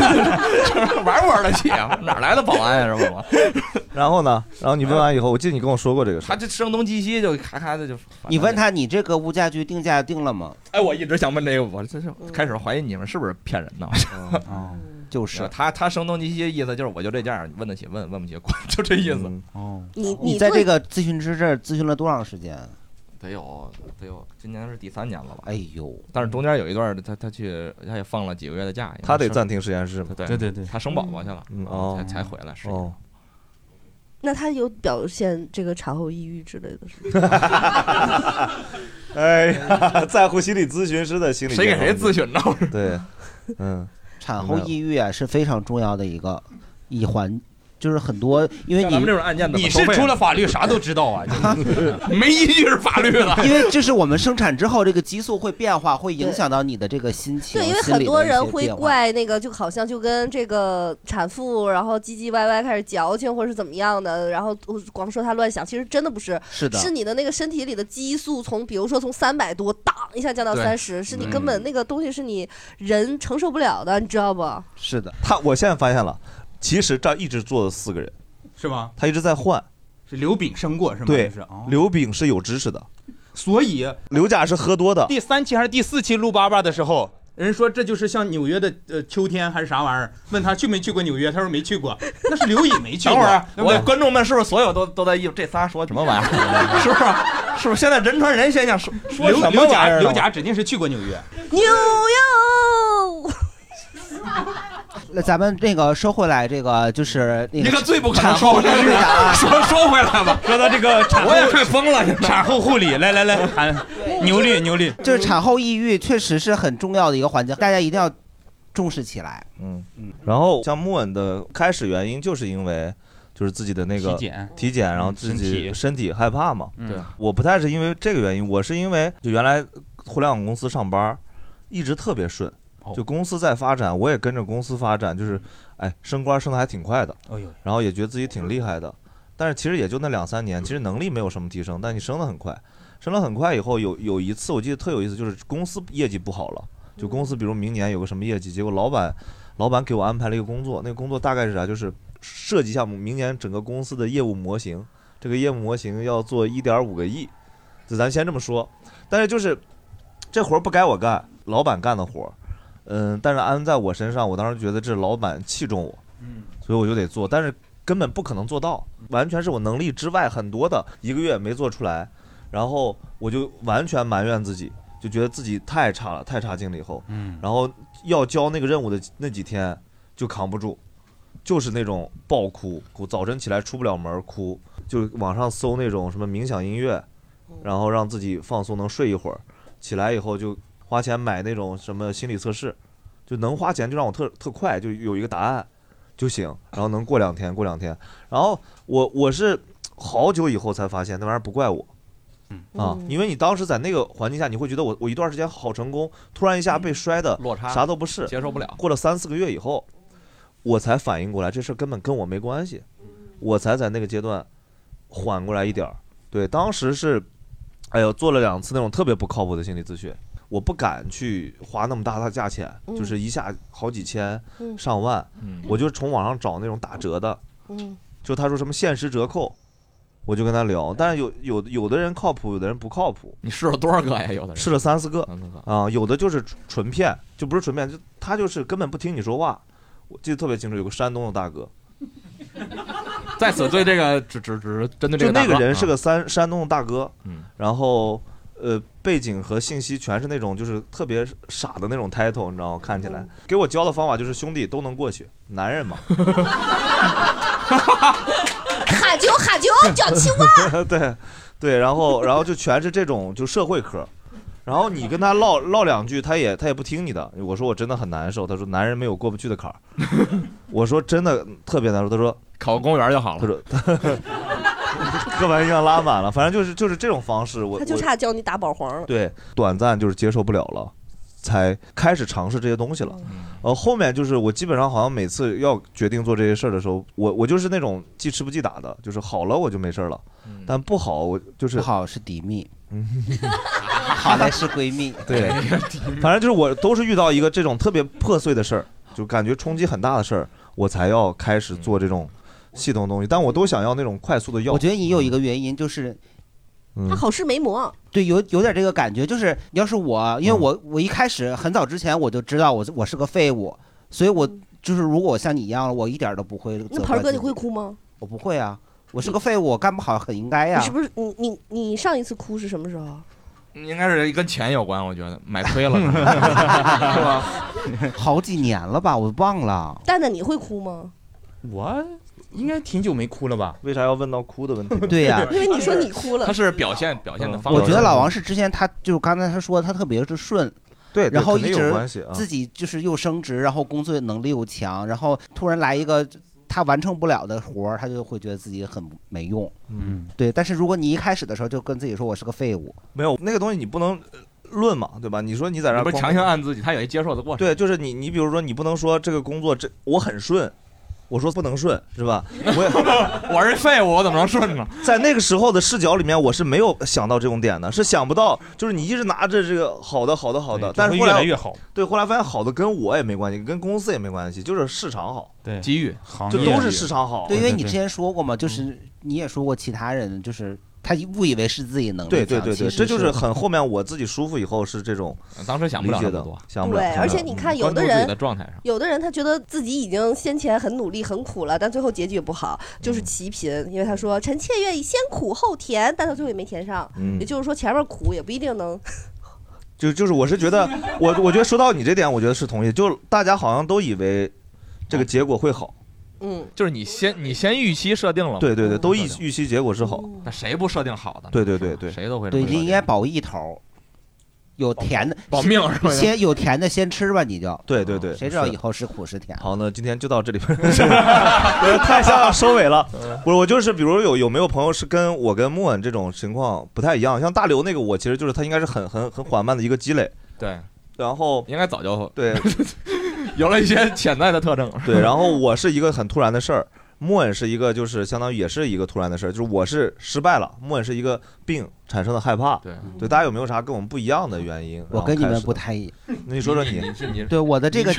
C: 是玩不玩得起啊？哪来的 *laughs* 保安呀、是吧？
A: *laughs* 然后呢？然后你问完以后，我记得你跟我说过这
E: *laughs*
A: 个事
C: 他
A: 儿。
C: 就声东击西，就咔咔的就。
D: 你问他你这个物价局定价定了吗？
C: 哎，我一直想问这个，我这是开始怀疑你们是不是骗人呢？ *laughs*
D: 哦，就是
C: 他他声东击西的意思就是我就这价，问得起问问不起滚， *laughs* 就这意思。
D: 哦，
B: 你
D: 你在这个咨询师这儿咨询了多长时间？
C: 得有得有，今年是第三年了吧？
D: 哎呦，
C: 但是中间有一段他他去他也放了几个月的假，因为
A: 他得
C: 生
A: 暂停实验室嘛
C: 对
E: 对对对
C: 他生宝宝去了，
A: 嗯哦
C: 才才回来是。
A: 哦，
B: 那他有表现这个产后抑郁之类的是吗？ *laughs*
A: 哎呀， *laughs* 在乎心理咨询师的心理
C: 谁给谁咨
A: *laughs*
C: 询呢？
P: *laughs*
A: 对，嗯，
D: 产后抑郁啊是非常重要的一个一环，就是很多，因为你
C: 像咱们这种案件怎么
P: 你
D: 啊
P: 是除了
C: *laughs*
P: 法律啥都知道啊，
E: *laughs*
P: 没一句是法律了。
D: 因为就是我们生产之后，这个激素会变化，会影响到你的这个心情。
B: 对，因为
D: 心
B: 很
D: 理的
B: 多
D: 一
B: 人
D: 些
B: 会
D: 变化
B: 怪那个，就好像就跟这个产妇，然后唧唧歪歪开始矫情，或者是怎么样的，然后光说她乱想，其实真的不是，
D: 是的
B: 你的那个身体里的激素从，比如说从三百多，当一下降到
A: 对
B: 三十，是你根本
A: 嗯
B: 那个东西是你人承受不了的，你知道不？
D: 是的，
A: 他我现在发现了，其实这儿一直坐了四个人，
E: 是吗？
A: 他一直在换。
E: 是刘炳生过是吗？
A: 对
E: 就是哦，
A: 刘炳是有知识的，
E: 所以
A: 刘甲是喝多的。
E: 第三期还是第四期录爸爸的时候，人说这就是像纽约的呃秋天还是啥玩意儿？问他去没去过纽约，他说没去
C: *laughs*
E: 过，那是刘乙没去
C: 等
E: 过。
C: 会儿，
E: 对不
C: 我
E: 对
C: 观众们是不是所有都都在意这仨说什么玩意儿？ *laughs* 是不啊是？是不是现在人传人现象说说
E: 刘
C: 什么
E: 刘
C: 玩意
E: 甲
C: 儿呢？
E: 刘
A: 啊
E: 甲指定是去过纽约，
B: 牛哟！
D: 那咱们这个说回来，这个就是那
P: 你
D: 个
P: 可最不可
D: 产
P: 能
D: 后
P: 说
D: 护理
P: *laughs*
D: 啊，
P: 说说回来吧，
E: 说到
C: *laughs*
E: 这个产后
P: 我也快疯
E: *laughs*
P: 了，
E: 产后护理，来来来，喊牛力牛力，
D: 就是产后抑郁确实是很重要的一个环节，大家一定要重视起来。
A: 嗯然后像木稳的开始原因就是因为就是自己的那个
E: 体检嗯
A: 体检，然后自
E: 身
A: 己
E: 体
A: 身体害怕嘛。
E: 嗯对
A: 我不太是因为这个原因，我是因为就原来互联网公司上班儿一直特别顺，
E: 哦
A: 就公司在发展，我也跟着公司发展，就是哎升官升的还挺快的。
E: 哎呦
A: 然后也觉得自己挺厉害的，但是其实也就那两三年，其实能力没有什么提升，但你升得很快，升得很快以后有有一次我记得特有意思，就是公司业绩不好了，就公司比如明年有个什么业绩，结果老板老板给我安排了一个工作，那个工作大概是啥，就是设计一下明年整个公司的业务模型，这个业务模型要做一点五个亿，就咱先这么说，但是就是这活儿不该我干，老板干的活儿，嗯，但是安在我身上，我当时觉得这老板器重我，所以我就得做，但是根本不可能做到，完全是我能力之外很多的，一个月没做出来，然后我就完全埋怨自己，就觉得自己太差了，太差劲了以后，
E: 嗯
A: 然后要交那个任务的那几天就扛不住，就是那种暴哭，哭早晨起来出不了门儿哭，就网上搜那种什么冥想音乐，然后让自己放松能睡一会儿，起来以后就花钱买那种什么心理测试，就能花钱就让我特特快就有一个答案就行，然后能过两天过两天，然后我我是好久以后才发现那玩意儿不怪我。
C: 嗯
A: 啊，因为你当时在那个环境下，你会觉得我我一段时间好成功，突然一下被摔的
C: 落差
A: 啥都不是，
C: 接受不了。
A: 过了三四个月以后，我才反应过来，这事儿根本跟我没关系，我才在那个阶段缓过来一点儿。对，当时是，哎呦，做了两次那种特别不靠谱的心理咨询，我不敢去花那么大的价钱，
C: 嗯
A: 就是一下好几千、
C: 嗯
A: 上万，
C: 嗯
A: 我就从网上找那种打折的，
C: 嗯
A: 就他说什么限时折扣，我就跟他聊。但是有有有的人靠谱，有的人不靠谱。
C: 哎你试了多少个呀有的人
A: 试了三四个
C: 四个
A: 啊、有的就是纯纯骗，就不是纯骗，就他就是根本不听你说话。我记得特别清楚，有个山东的大哥，
C: *laughs* 在此对这个只只只针对这
A: 就那
C: 个大
A: 个
C: 哥
A: 人是个
C: 啊
A: 山山东的大哥，
C: 嗯
A: 然后呃背景和信息全是那种就是特别傻的那种 title，你知道吗？看起
C: 哦
A: 来给我教的方法就是兄弟都能过去，男人嘛，
B: 喊酒喊酒叫青蛙。
A: *laughs* 对对，然后然后就全是这种就社会科，然后你跟他唠唠两句，他也他也不听你的。我说我真的很难受，他说男人没有过不去的坎儿。 *laughs* 我说真的特别难受，他说
C: 考公务员就好了。
A: 他说 *laughs* 刻板印象拉满了，反正就是就是这种方式，我
B: 他就
A: 我
B: 差教你打保皇了。
A: 对，短暂就是接受不了了，才开始尝试这些东西了。呃，后面就是我基本上好像每次要决定做这些事儿的时候，我我就是那种记吃不记打的，就是好了我就没事儿了，但不好我就是不
D: 好是敌蜜，
A: 嗯，
D: 好的是闺蜜，
A: 对， *laughs* 反正就是我都是遇到一个这种特别破碎的事儿，就感觉冲击很大的事儿，我才要开始做这种系统的东西，但我都想要那种快速的药。嗯我
D: 觉得你有一个原因就是，
B: 他好事没磨，
D: 对，有有点这个感觉，就是要是我，
A: 嗯
D: 因为我、我一开始很早之前我就知道我我是个废物，所以我
A: 嗯
D: 就是如果我像你一样，我一点儿都不会责怪自己。
B: 那盆儿哥你会哭吗？
D: 我不会啊，我是个废物，我干不好很应该呀、
B: 你是不是你你你上一次哭是什么时候？
C: 应该是跟钱有关，我觉得买亏
D: *laughs*
C: 了，是吧？
D: 好几年了吧，我忘
A: *laughs*
D: 了。
B: 蛋蛋你会哭吗？
C: 我应该挺久没哭了吧？
A: 为啥要问到哭的问题？
D: 对呀
B: *laughs* 因为你说你哭了
C: 他是表现表现的方式。
D: 我觉得老王是之前他就是刚才他说他特别是顺，
A: 对对
D: 然后
A: 肯
D: 一
A: 定有
D: 直
A: 关系啊
D: 自己就是又升职，然后工作能力又强，然后突然来一个。他完成不了的活儿，他就会觉得自己很没用。
A: 嗯，
D: 对。但是如果你一开始的时候就跟自己说我是个废物，
A: 没有那个东西你不能呃论嘛，对吧？你说你在这
C: 你
A: 儿
C: 不是
A: 光
C: 强行按自己，他有一接受的过程。
A: 对，就是你你比如说你不能说这个工作这我很顺，我说不能顺是
C: *laughs*
A: 吧？我
C: 我是废物，我怎么能顺呢？
A: 在那个时候的视角里面，我是没有想到这种点的，是想不到，就是你一直拿着这个好的好的好的，但是
C: 会
A: 后来
C: 越来越好。
A: 对，后来发现好的跟我也没关系，跟公司也没关系，就是市场好，
C: 对机遇行
A: 就都是市场好。
D: 对，因为你之前说过嘛，就是你也说过，其他人就是他误以为是自己能力
A: 对对
D: 强
A: 对
D: 其
A: 对，
D: 实
A: 这就是
D: 是
B: *laughs*
A: 很后面我自己舒服以后是这种，
C: 嗯当时想不了
A: 理解
C: 那
A: 的
C: 么多，
A: 想不了。
B: 对，
A: 想不
B: 而
A: 了
B: 且你看，
A: 嗯
B: 有的
A: 关注自己
B: 人
A: 的
C: 状态上，
B: 有的人他觉得自己已经先前很努力、很苦了，但最后结局也不好，就是
D: 嗯
B: 齐贫。因为他说“臣妾愿意先苦后甜”，但他最后也没甜上。
A: 嗯
B: 也就是说，前面苦也不一定能。 *laughs*
A: 就就是我是觉得，我我觉得说到你这点，我觉得是同意，就大家好像都以为这
C: 哦
A: 个结果会好，
B: 嗯，
C: 就是你先你先预期设定了嘛，
A: 对对对，都预预期结果是好，
C: 那谁不设定好的？
A: 对对对对，
C: 嗯谁都会
D: 对，你应该保一头，有甜的
C: 保命是吧
D: 先有甜的先吃吧，你就嗯
A: 对对对，
D: 谁知道
A: 是
D: 以后是苦是甜？
A: 好，那今天就到这里吧， *laughs* 不是太像收尾了。
C: 嗯
A: 不是，我就是比如有有没有朋友是跟我跟莫恩这种情况不太一样，像大刘那个，我其实就是他应该是很很很缓慢的一个积累，
C: 对，
A: 然后
C: 应该早就
A: 对
C: 嗯有了一些潜在的特征。
A: 对，然后我是一个很突然的事儿，莫恩是一个就是相当于也是一个突然的事儿，就是我是失败了，莫恩是一个病产生的害怕。
C: 对
A: 对，大家有没有啥跟我们不一样的原因？
D: 我跟你
A: 然
D: 们
A: 后
D: 不
A: 开始
D: 太一
A: 的， *laughs* 那你说说你，
D: 对我的这个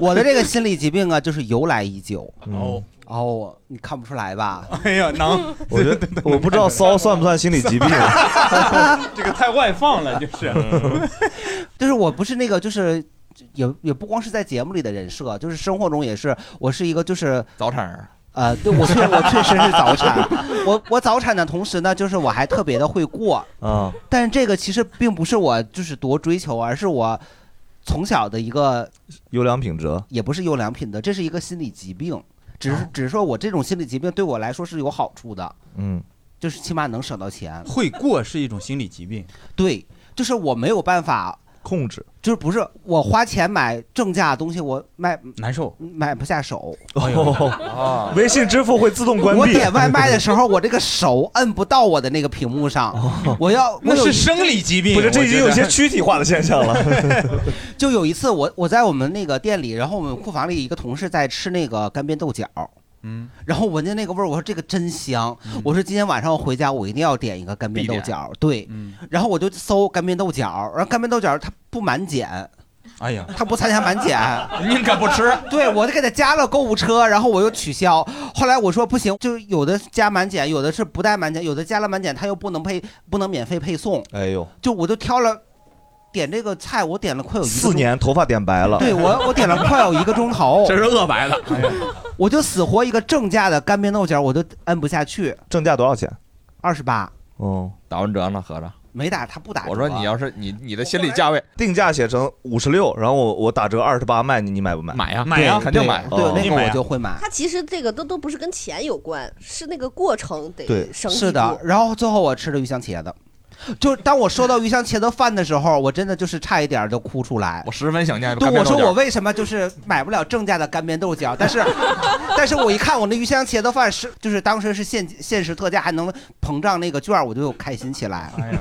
D: 我的这个心理疾病啊，就是由来已久。
A: 哦
D: 哦，你看不出来吧？
E: 哎呀，能，
D: *laughs*
A: 我觉得我不知道骚算不算心理疾病，
E: *laughs*
A: 啊
E: 这个太外放了，就是。
D: 嗯就是我不是那个，就是也也不光是在节目里的人设，就是生活中也是，我是一个就是
C: 早产儿。
D: 呃，对我确我确实是早产，我我早产的同时呢，就是我还特别的会过，
A: 啊，
D: 但是这个其实并不是我就是多追求，而是我从小的一个
A: 优良品质。啊
D: 也不是优良品德，这是一个心理疾病，只是只是说我这种心理疾病对我来说是有好处的，
A: 嗯，
D: 就是起码能省到钱。
E: 会过是一种心理疾病，
D: 对，就是我没有办法
A: 控制，
D: 就是不是我花钱买正价的东西，我卖
E: 难受，
D: 买不下手。
A: *laughs* 哦，哎微信支付会自动关闭。
D: 我点外卖
A: *laughs*
D: 的时
C: *laughs*
D: 候，我这个手摁不到我的那个屏幕上，我要
E: 哦那是生理疾病。
D: 不是这已经有些
A: 躯体化的现象了。
D: *laughs* 就有一次我我在我们那个店里，然后我们库房里一个同事在吃那个干煸豆角，
E: 嗯，
D: 然后闻见那个味儿，我说这个真香，我说今天晚上我回家我一定要点一个干煸豆角，
L: 嗯
E: 嗯
D: 对，然后我就搜干煸豆角，然后干煸豆角它不满减。
E: 哎呀，
D: 他不参加满减，
E: 宁可不吃。
D: *laughs* 对，我就给他加了购物车，然后我又取消。后来我说不行，就有的加满减，有的是不带满减，有的加了满减他又不能配，不能免费配送。
A: 哎呦，
D: 就我就挑了，点这个菜我点了快有一个
A: 四年头发点白了。
D: 对我，我点了快有一个钟头，
C: 这是饿 *laughs* 白的。
D: 我就死活一个正价的干煸豆角，我都摁不下去。
A: 正价多少钱？
D: 二十八，
A: *laughs* 哦，
C: 打完折呢，合着。
D: 没打，他不打折啊。
C: *laughs* 我说你要是你你的心理价位，
A: *laughs* 定价写成五十六，然后我我打折二十八卖你，你买不买？
C: 买呀买呀
D: 啊
A: 对
C: 肯定买
A: 对
C: 对
A: 哦
C: 那个我就
D: 会买
B: 他其实这个都都不是跟钱有关，是那个过程得省几
D: 是的
B: 步。。
D: 然后最后我吃了鱼香茄子，就当我收到鱼香茄子饭的时候，我真的就是差一点就哭出来。
C: 我十分想念。
D: 对，我说我为什么就是买不了正价的干煸豆角，但
B: *laughs*
D: 是，但是我一看我那鱼香茄子饭是就是当时是限限时特价，还能膨胀那个券儿，我就开心起来。
C: 哎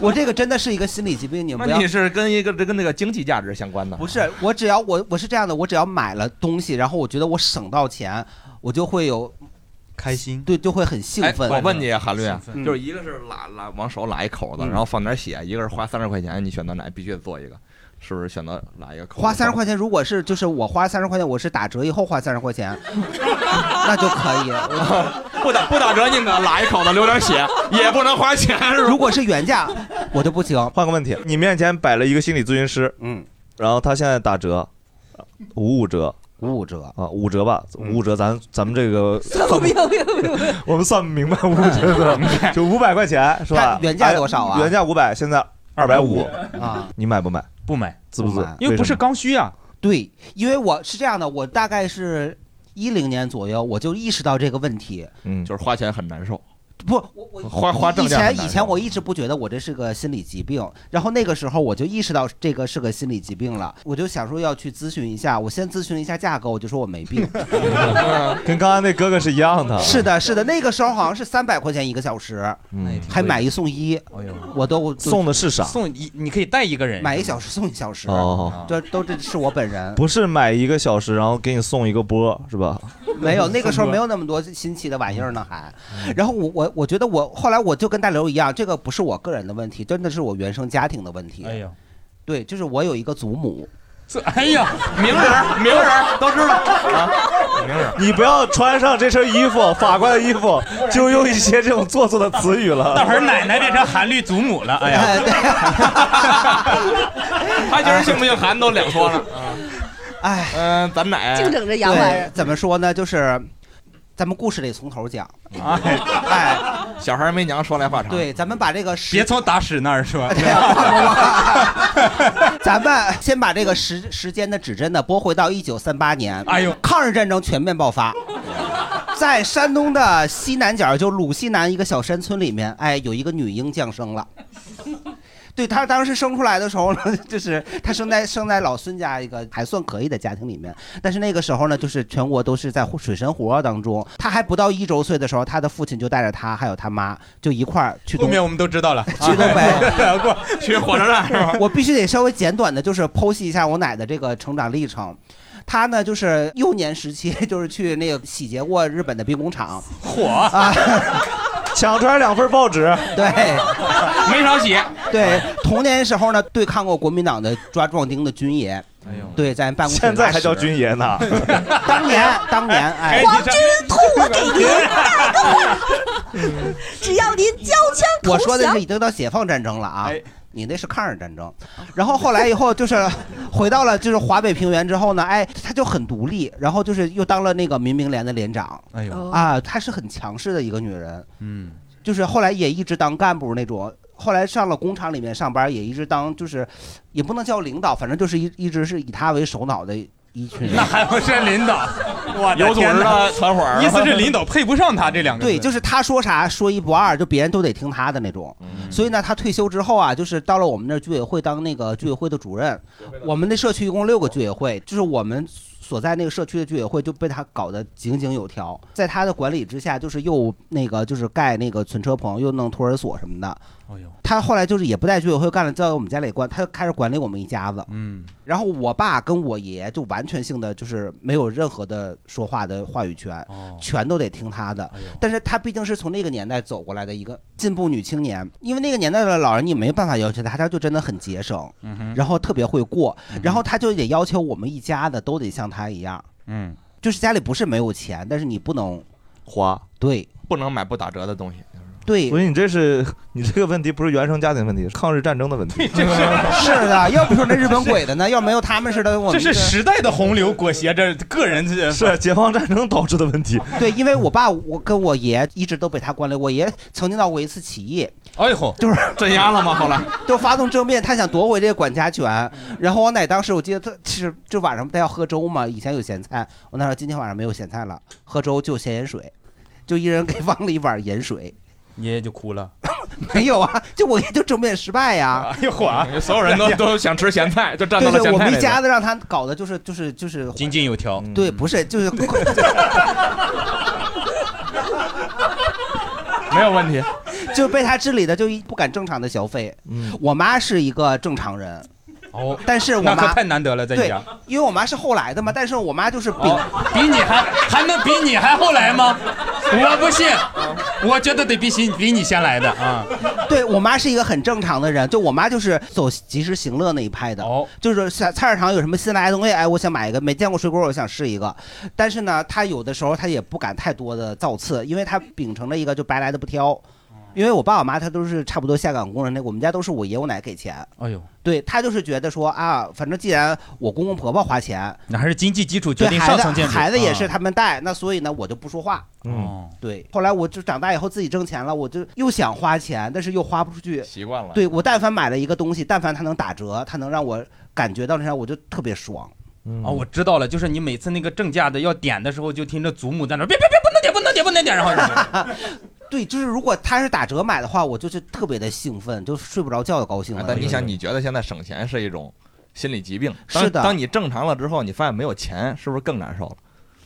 D: 我这个真的是一个心理疾病，你们不
C: 那
D: 要
C: 你是跟一个这跟那个经济价值相关的，
D: 不是，我只要我我是这样的，我只要买了东西，然后我觉得我省到钱，我就会有
E: 开心，
D: 对，就会很兴奋。
C: 哎我问你，韩律，
D: 嗯
C: 就是一个是拉拉往手拉一口子，
D: 嗯
C: 然后放点血；一个是花三十块钱，你选择哪必须得做一个，是不是选择拉一个口子？
D: 花三十块钱，如果是就是我花三十块钱，我是打折以后花三十块
E: *laughs*
D: 钱，那就可以。
C: *laughs* 不打不打折，宁可拉一口子流点血，也不能花钱。
D: *laughs* 如果是原
E: *laughs*
D: 价，我就不行。
A: 换个问题，你面前摆了一个心理咨询师，
D: 嗯，
A: 然后他现在打折，五五折，
D: 五五折嗯
A: 啊，五折吧，五五折，咱咱们这个
B: 不明白不明白。
A: *laughs* 我们算不明白五
D: *laughs*
A: 折的，就五百块钱是吧
D: 看？原价多少啊
A: 哎原价五百，现在二百五
D: 啊，
A: 你买不买？
E: 不买，
A: 自不自
D: 买？
A: 为什么
E: 刚需啊。
D: 对，因为我是这样的，我大概是一零年左右我就意识到这个问题，
A: 嗯，
C: 就是花钱很难受。
D: 不，我我
C: 花花正
D: 以
C: 价很
D: 前
C: 难
D: 以前我一直不觉得我这是个心理疾病，然后那个时候我就意识到这个是个心理疾病了，我就想说要去咨询一下，我先咨询了一下价格，我就说我没病。
A: 跟刚刚那哥哥是一样的。
D: 是的，是的，那个时候好像是三百块钱一个小时，
A: 嗯
D: 还买一送一，我都
A: 送的是啥送
D: 哎一，你可以带一个人，买一小时送一小时，
A: 哦
D: 这都这是我啊本人，
A: 不是买一个小时，然后给你送一个波，是吧？
D: *laughs* 没
A: *laughs*
D: 有那个时候没有那么多新奇的玩意儿呢还，
A: 嗯
D: 然后我我我觉得我后来我就跟大刘一样，这个不是我个人的问题，真的是我原生家庭的问题，哎呀，对，就是我有一个祖母，
P: 哎呀，名人名人都知道啊，
A: 你不要穿上这身衣服，法官的衣
E: *laughs*
A: 服，就用一些这种做作的词语了。
P: 到时候
A: *laughs*
P: 奶奶变成韩律祖母了，哎呀，
E: *laughs*
P: 他今儿姓
D: 啊
P: 不姓韩都两说了，
D: 哎，
P: 嗯，咱奶
B: *laughs* 净整这洋玩意儿
D: 对怎么说呢？就是咱们故事得从头讲，
A: 嗯
C: 啊小孩没娘，说来话长。
D: 哎对，咱们把这个时
E: 别从打屎那儿
D: *laughs*
E: 是吧？
D: 咱们先把这个时时间的指针呢拨回到一九三八年，哎呦，抗日战争全面爆发，在山东的西南角，就鲁西南一个小山村里面，哎，有一个女婴降生了。对她当时生出来的时候呢， *laughs* 就是她生在生在老孙家一个还算可以的家庭里面，但是那个时候呢，就是全国都是在水深火热当中。她还不到一周岁的时候，她的父亲就带着她还有她妈就一块儿去
E: 后
D: 东
E: 面我们都知道了，啊
D: 去东北
E: 过去火车站是吧？
D: 我必须得稍微简短的，就是剖析一下我奶的这个成长历程。她呢，就是幼年时期，就是去那个洗劫过日本的兵工厂，
P: 火
D: 啊，
A: *laughs* 抢出来两份报纸，
D: 对，
P: 没少写。
D: 对，童年时候呢，对抗过国民党的抓壮丁的军爷，哎呦，对，在办公室
A: 现在
D: 拉
A: 还叫
D: 屎
A: 军爷
D: *laughs*
A: 呢。
D: 当年，当年，哎，
B: 皇军吐我给您，
E: 哎
B: 大哥，只要您交枪投降。
D: 嗯我说的是已经到解放战争了啊，
E: 哎
D: 你那是抗日战争。然后后来以后就是 *laughs* 回到了就是华北平原之后呢，哎，他就很独立，然后就是又当了那个民兵连的连长。
E: 哎
B: 哦
D: 呦啊，她是很强势的一个女人，
E: 嗯，
D: 就是后来也一直当干部那种。后来上了工厂里面上班，也一直当就是，也不能叫领导，反正就是一一直是以她为首脑的一群人。
E: *laughs* 那还不是领导？我
D: 有组织的团伙儿
E: 意思是领导配不上他这两个字。
D: 对，就是他说啥说一不二，就别人都得听他的那种。
E: 嗯
D: 所以呢，他退休之后啊，就是到了我们那儿居委会当那个居委会的主任。我们那社区一共六个居委会，就是我们所在那个社区的居委会就被他搞得井井有条。在他的管理之下，就是又那个就是盖那个存车棚，又弄托儿所什么的。他后来就是也不在居委会干了，在我们家里管，他就开始管理我们一家子。
E: 嗯，
D: 然后我爸跟我爷就完全性的就是没有任何的说话的话语权，
E: 哦
D: 全都得听他的。
E: 哎
D: 但是他毕竟是从那个年代走过来的一个进步女青年，因为那个年代的老人你没办法要求他，他就真的很节省，
E: 嗯哼
D: 然后特别会过，然后他就得要求我们一家子都得像他一样，
E: 嗯，
D: 就是家里不是没有钱，但是你不能
A: 花，
D: 对， *laughs*
C: 不能买不打折的东西。
D: 对，
A: 所以你这是你这个问题不是原生家庭问题，是抗日战争的问
E: *laughs*
A: 题。
D: 是的，要不说那日本鬼子呢，要没有他们似的，我
E: 这
D: 们这
E: 是时代的洪流裹挟着个人这 *laughs*
A: 是啊解放战争导致的问题。
D: *laughs* 对，因为我爸我跟我爷一直都被他关联，我爷曾经闹过一次起义，
E: 哎呦，
D: 就是
E: 镇压了吗？后
D: *laughs*
E: 来嗯
D: 就发动政变，他想夺回这个管辖权。 *laughs* 然后我奶当时我记得她是就晚上她要喝粥嘛，以前有咸菜，我奶说今天晚上没有咸菜了，喝粥就咸盐水，就一人给放了一碗盐水。
E: *laughs* 爷爷就哭了。
D: *laughs* 没有啊，就我爷就政变失败呀。
E: 哎
D: *laughs*
E: 呦嚯，
P: 所有人都都想吃咸菜，就站到了
D: 对对，
P: 咸
D: 我
P: 菜
D: 们一
P: 那
D: 家
P: 边。
D: 子让他搞的就是就是就是
E: 井井有条。
D: 对，不是
E: *laughs*
D: 就是
P: 没有问题，
D: *laughs* 就被他治理的就一不敢正常的消费。
E: 嗯
D: 我妈是一个正常人，
E: 哦，
D: 但是我
E: 那可
D: 妈
E: 太难得了，在你
D: 对
E: 家。，哦
D: 因为我妈是后来的嘛，但是我妈就是比、
E: 比你还还能比你还后来吗？我不信，我觉得得比你比你先来的啊！ *laughs*
D: 对我妈是一个很正常的人，就我妈就是走及时行乐那一派的，
E: 哦
D: 就是菜菜市场有什么新来的东西，哎，我想买一个，没见过水果，我想试一个。但是呢，她有的时候她也不敢太多的造次，因为她秉承了一个就白来的不挑。因为我爸我妈他都是差不多下岗工人，那我们家都是我爷我奶给钱，
E: 哎呦，
D: 对他就是觉得说啊，反正既然我公公婆婆花钱，
E: 那还是经济基础决
D: 对
E: 定
D: 孩
E: 上
D: 子
E: 层建筑。
D: 孩子也是
E: 啊
D: 他们带，那所以呢我就不说话，
E: 嗯，
D: 对，后来我就长大以后自己挣钱了，我就又想花钱，但是又花不出去，
C: 习惯了
D: 对我但凡买了一个东西，但凡它能打折，它能让我感觉到那啥，我就特别爽。
E: 哦，我知道了，就是你每次那个正价的要点的时候，就听着祖母在那儿别别别，不能点，不能点，不能点，然后
D: 对，就是如果它是打折买的话，我就是特别的兴奋，就睡不着觉的高
E: 啊
D: 兴了。
C: 但你想，你觉得现在省钱是一种心理疾病？
D: 是
C: 当
D: 的
C: 当你正常了之后，你发现没有钱，是不是更难受了？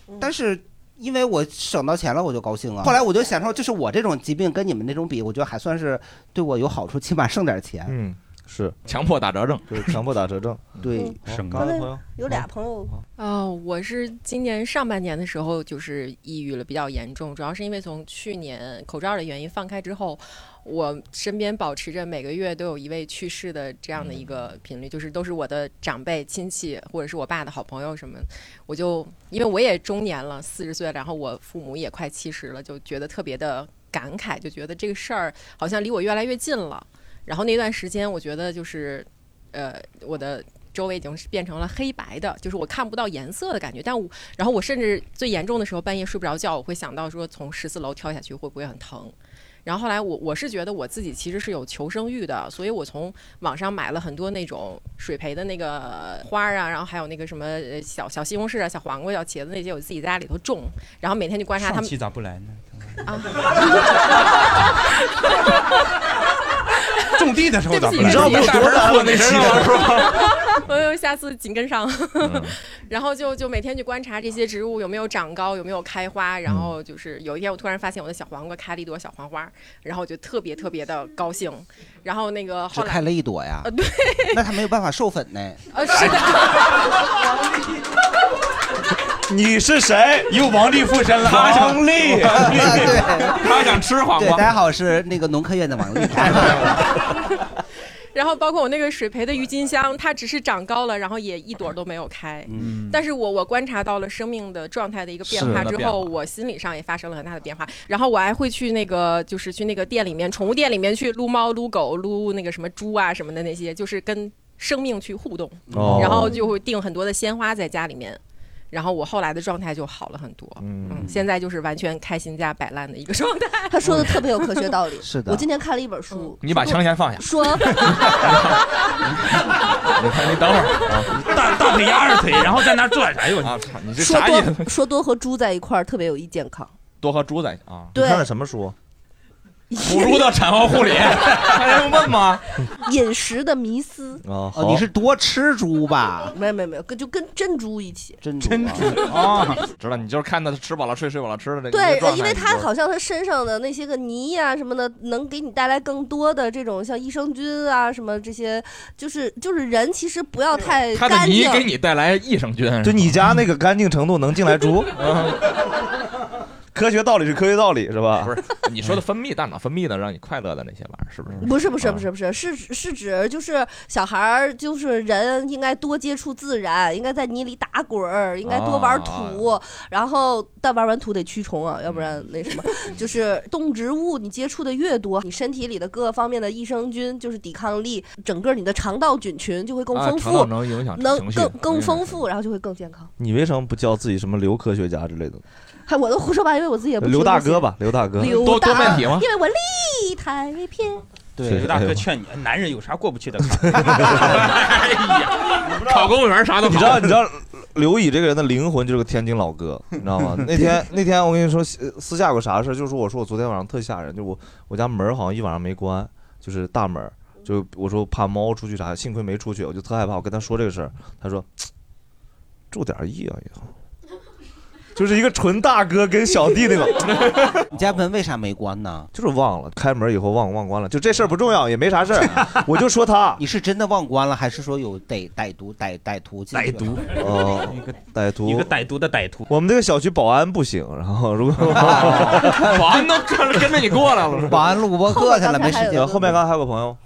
M: 嗯
D: 但是因为我省到钱了，我就高兴了。后来我就想说，就是我这种疾病跟你们那种比，我觉得还算是对我有好处，起码剩点钱。
A: 嗯，是
C: 强迫打折症，
A: 对，强迫打折症，
D: 对，
A: 省
D: 刚才
A: 朋友哦
B: 有俩朋友
M: 啊、我是今年上半年的时候就是抑郁了，比较严重，主要是因为从去年口罩的原因放开之后，我身边保持着每个月都有一位去世的这样的一
A: 嗯
M: 个频率，就是都是我的长辈、亲戚或者是我爸的好朋友什么，我就因为我也中年了，四十岁了，然后我父母也快七十了，就觉得特别的感慨，就觉得这个事儿好像离我越来越近了。然后那段时间，我觉得就是，呃，我的周围已经是变成了黑白的，就是我看不到颜色的感觉。但我，然后我甚至最严重的时候，半夜睡不着觉，我会想到说从十四楼跳下去会不会很疼。然后后来我我是觉得我自己其实是有求生欲的，所以我从网上买了很多那种水培的那个花儿啊，然后还有那个什么呃小小西红柿啊、小黄瓜、小茄子那些，我自己在家里头种，然后每天就观察他
E: 上
M: 们
E: 期。哎咋不来呢？种地的时候咋不来？
M: 你知道我们有多
E: 难 *laughs*
M: 难
E: 那期 *laughs*
M: *laughs* 我有下次紧跟上， *laughs* 然后就就每天去观察这些植物有没有长高，有没有开花，然后就是有一天我突然发现我的小黄瓜开了一朵小黄花，然后我就特别特别的高兴，然后那个
D: 只
M: 后
D: 开
M: 来
D: 了一朵呀
M: 呃，对，
D: 那他没有办法授粉
E: *laughs*
D: 呢。
M: 呃是的，
A: 你是谁？
E: 又王力附身了，
D: 他
E: 啊
D: 想
E: 王力，
D: *laughs* 对，
E: *laughs* 他想吃黄
D: 对，
E: 瓜
D: 大。家好，我是那个农科院的王丽。
M: 然后包括我那个水培的郁金香，它只是长高了，然后也一朵都没有开，
D: 嗯
M: 但是我我观察到了生命的状态的一个变是化的之变后，我心理上也发生了很大的变化。然后我还会去那个，就是去那个店里面，宠物店里面去撸猫、撸狗、撸那个什么猪啊什么的那些，就是跟生命去互动，
A: 哦
M: 然后就会订很多的鲜花在家里面。然后我后来的状态就好了很多，嗯，现在就是完全开心加摆烂的一个状态。
B: 他说的特别有科学道理。
D: 是
B: 我今天看了一本书，
C: 你把枪先 *laughs* 放下，
B: 说
C: 你哎看你等会儿， *laughs* 大大腿压着腿，然后在那转，哎呦我啊操，你这
B: 说
C: 啥意思
B: 多？说多和猪在一块儿特别有益健
C: *laughs*
B: 康。
C: 多和猪在啊？
B: 对你看的
C: 什么书？
B: 哺
C: 乳的产后护理， *laughs* 还用问吗？
B: *laughs* 饮食的迷思，
A: 哦
D: 哦，你是多吃猪
C: *laughs*
D: 吧？
B: 没有没有没有，跟就跟珍珠一起。
D: 珍
C: 珠啊，知道你就是看他吃饱了睡，睡饱了吃的这
B: 对
C: 这状，态
B: 因为
C: 你
B: 它
C: 就
B: 好像它身上的那些个泥呀、什么的，能给你带来更多的这种像益生菌啊什么这些，就是就是人其实不要太
C: 他的
B: 干
C: 泥
B: 净。
C: 给你带来益生菌，
A: 就你家那个干净程度能进来猪？科学道理是科学道理是吧？
C: 不是你说的分泌大脑分泌的让你快乐的那些玩意儿，是不是？
B: 不是不
A: 啊
B: 是不是不是，是指是指就是小孩儿，就是人应该多接触自然，应该在泥里打滚儿，应该多玩土，
A: 啊
B: 然后但玩完土得驱虫啊，要不
A: 嗯
B: 然那什么，就是动植物你接触的越多，你身体里的各个方面的益生菌，就是抵抗力，整个你的肠道菌群就会更
A: 啊
B: 丰
A: 肠
B: 富，
A: 道能影响
B: 能
A: 情绪嗯
B: 更
A: 影
B: 更
A: 响
B: 丰富，然后就会更健康。
A: 你为什么不叫自己什么刘科学家之类的？
B: 嗨，我都胡说八道，因为我自己也不
A: 刘
B: 听
A: 大
B: 这些
A: 哥吧，刘大哥，
B: 刘大因为我立太偏。
A: 对
E: 刘大
A: 哎
E: 哥
A: 呦
E: 劝你，男人有啥过
C: *laughs*
E: 不去的坎儿？？
P: *laughs* 考公务员啥都好
A: 你知道，你知道刘乙这个人的灵魂就是个天津
P: *laughs*
A: 老哥，你知道吗那天那天我跟你说呃私下有个啥事儿就是我说我昨天晚上特吓人，就我我家门儿好像一晚上没关，就是大门儿，就我说怕猫出去啥，幸亏没出去，我就特害怕。我跟他说这个事儿，他说嘖注点意啊以后， *laughs* 就是一个纯大哥跟 *laughs* 小弟那
E: *laughs*
A: 种。
D: *laughs* 你家门为啥没关呢？
A: 就是忘了，开门以后忘忘关了，就这事儿不重要，也没啥事儿，啊我就说他。
D: *laughs* 你是真的忘关了，还是说有歹歹毒歹歹徒进去了？啊
A: 歹毒哦，歹徒，
E: 一个歹毒的歹徒。哎
A: 我们这个小区保安不行，然后如
E: *laughs*
A: 果 *laughs*
C: 保安都跟 *laughs* 跟着你过来了，
D: 保安录播课去了，没时间。
A: 呃后面刚才还有个朋友，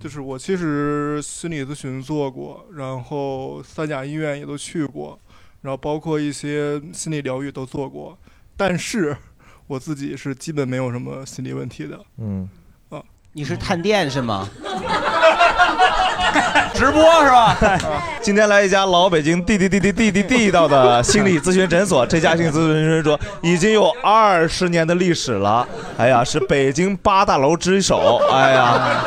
N: 就是我其实心理咨询做过，然后三甲医院也都去过，然后包括一些心理疗愈都做过，但是我自己是基本没有什么心理问题的。
A: 嗯，
N: 啊，
D: 你是探店是吗？
A: 直播是吧？ *laughs* 今天来一家老北京地地地地地地地道的心理咨询诊所，这家心理咨询诊所已经有二十年的历史了。哎呀，是北京八大楼之首。哎呀，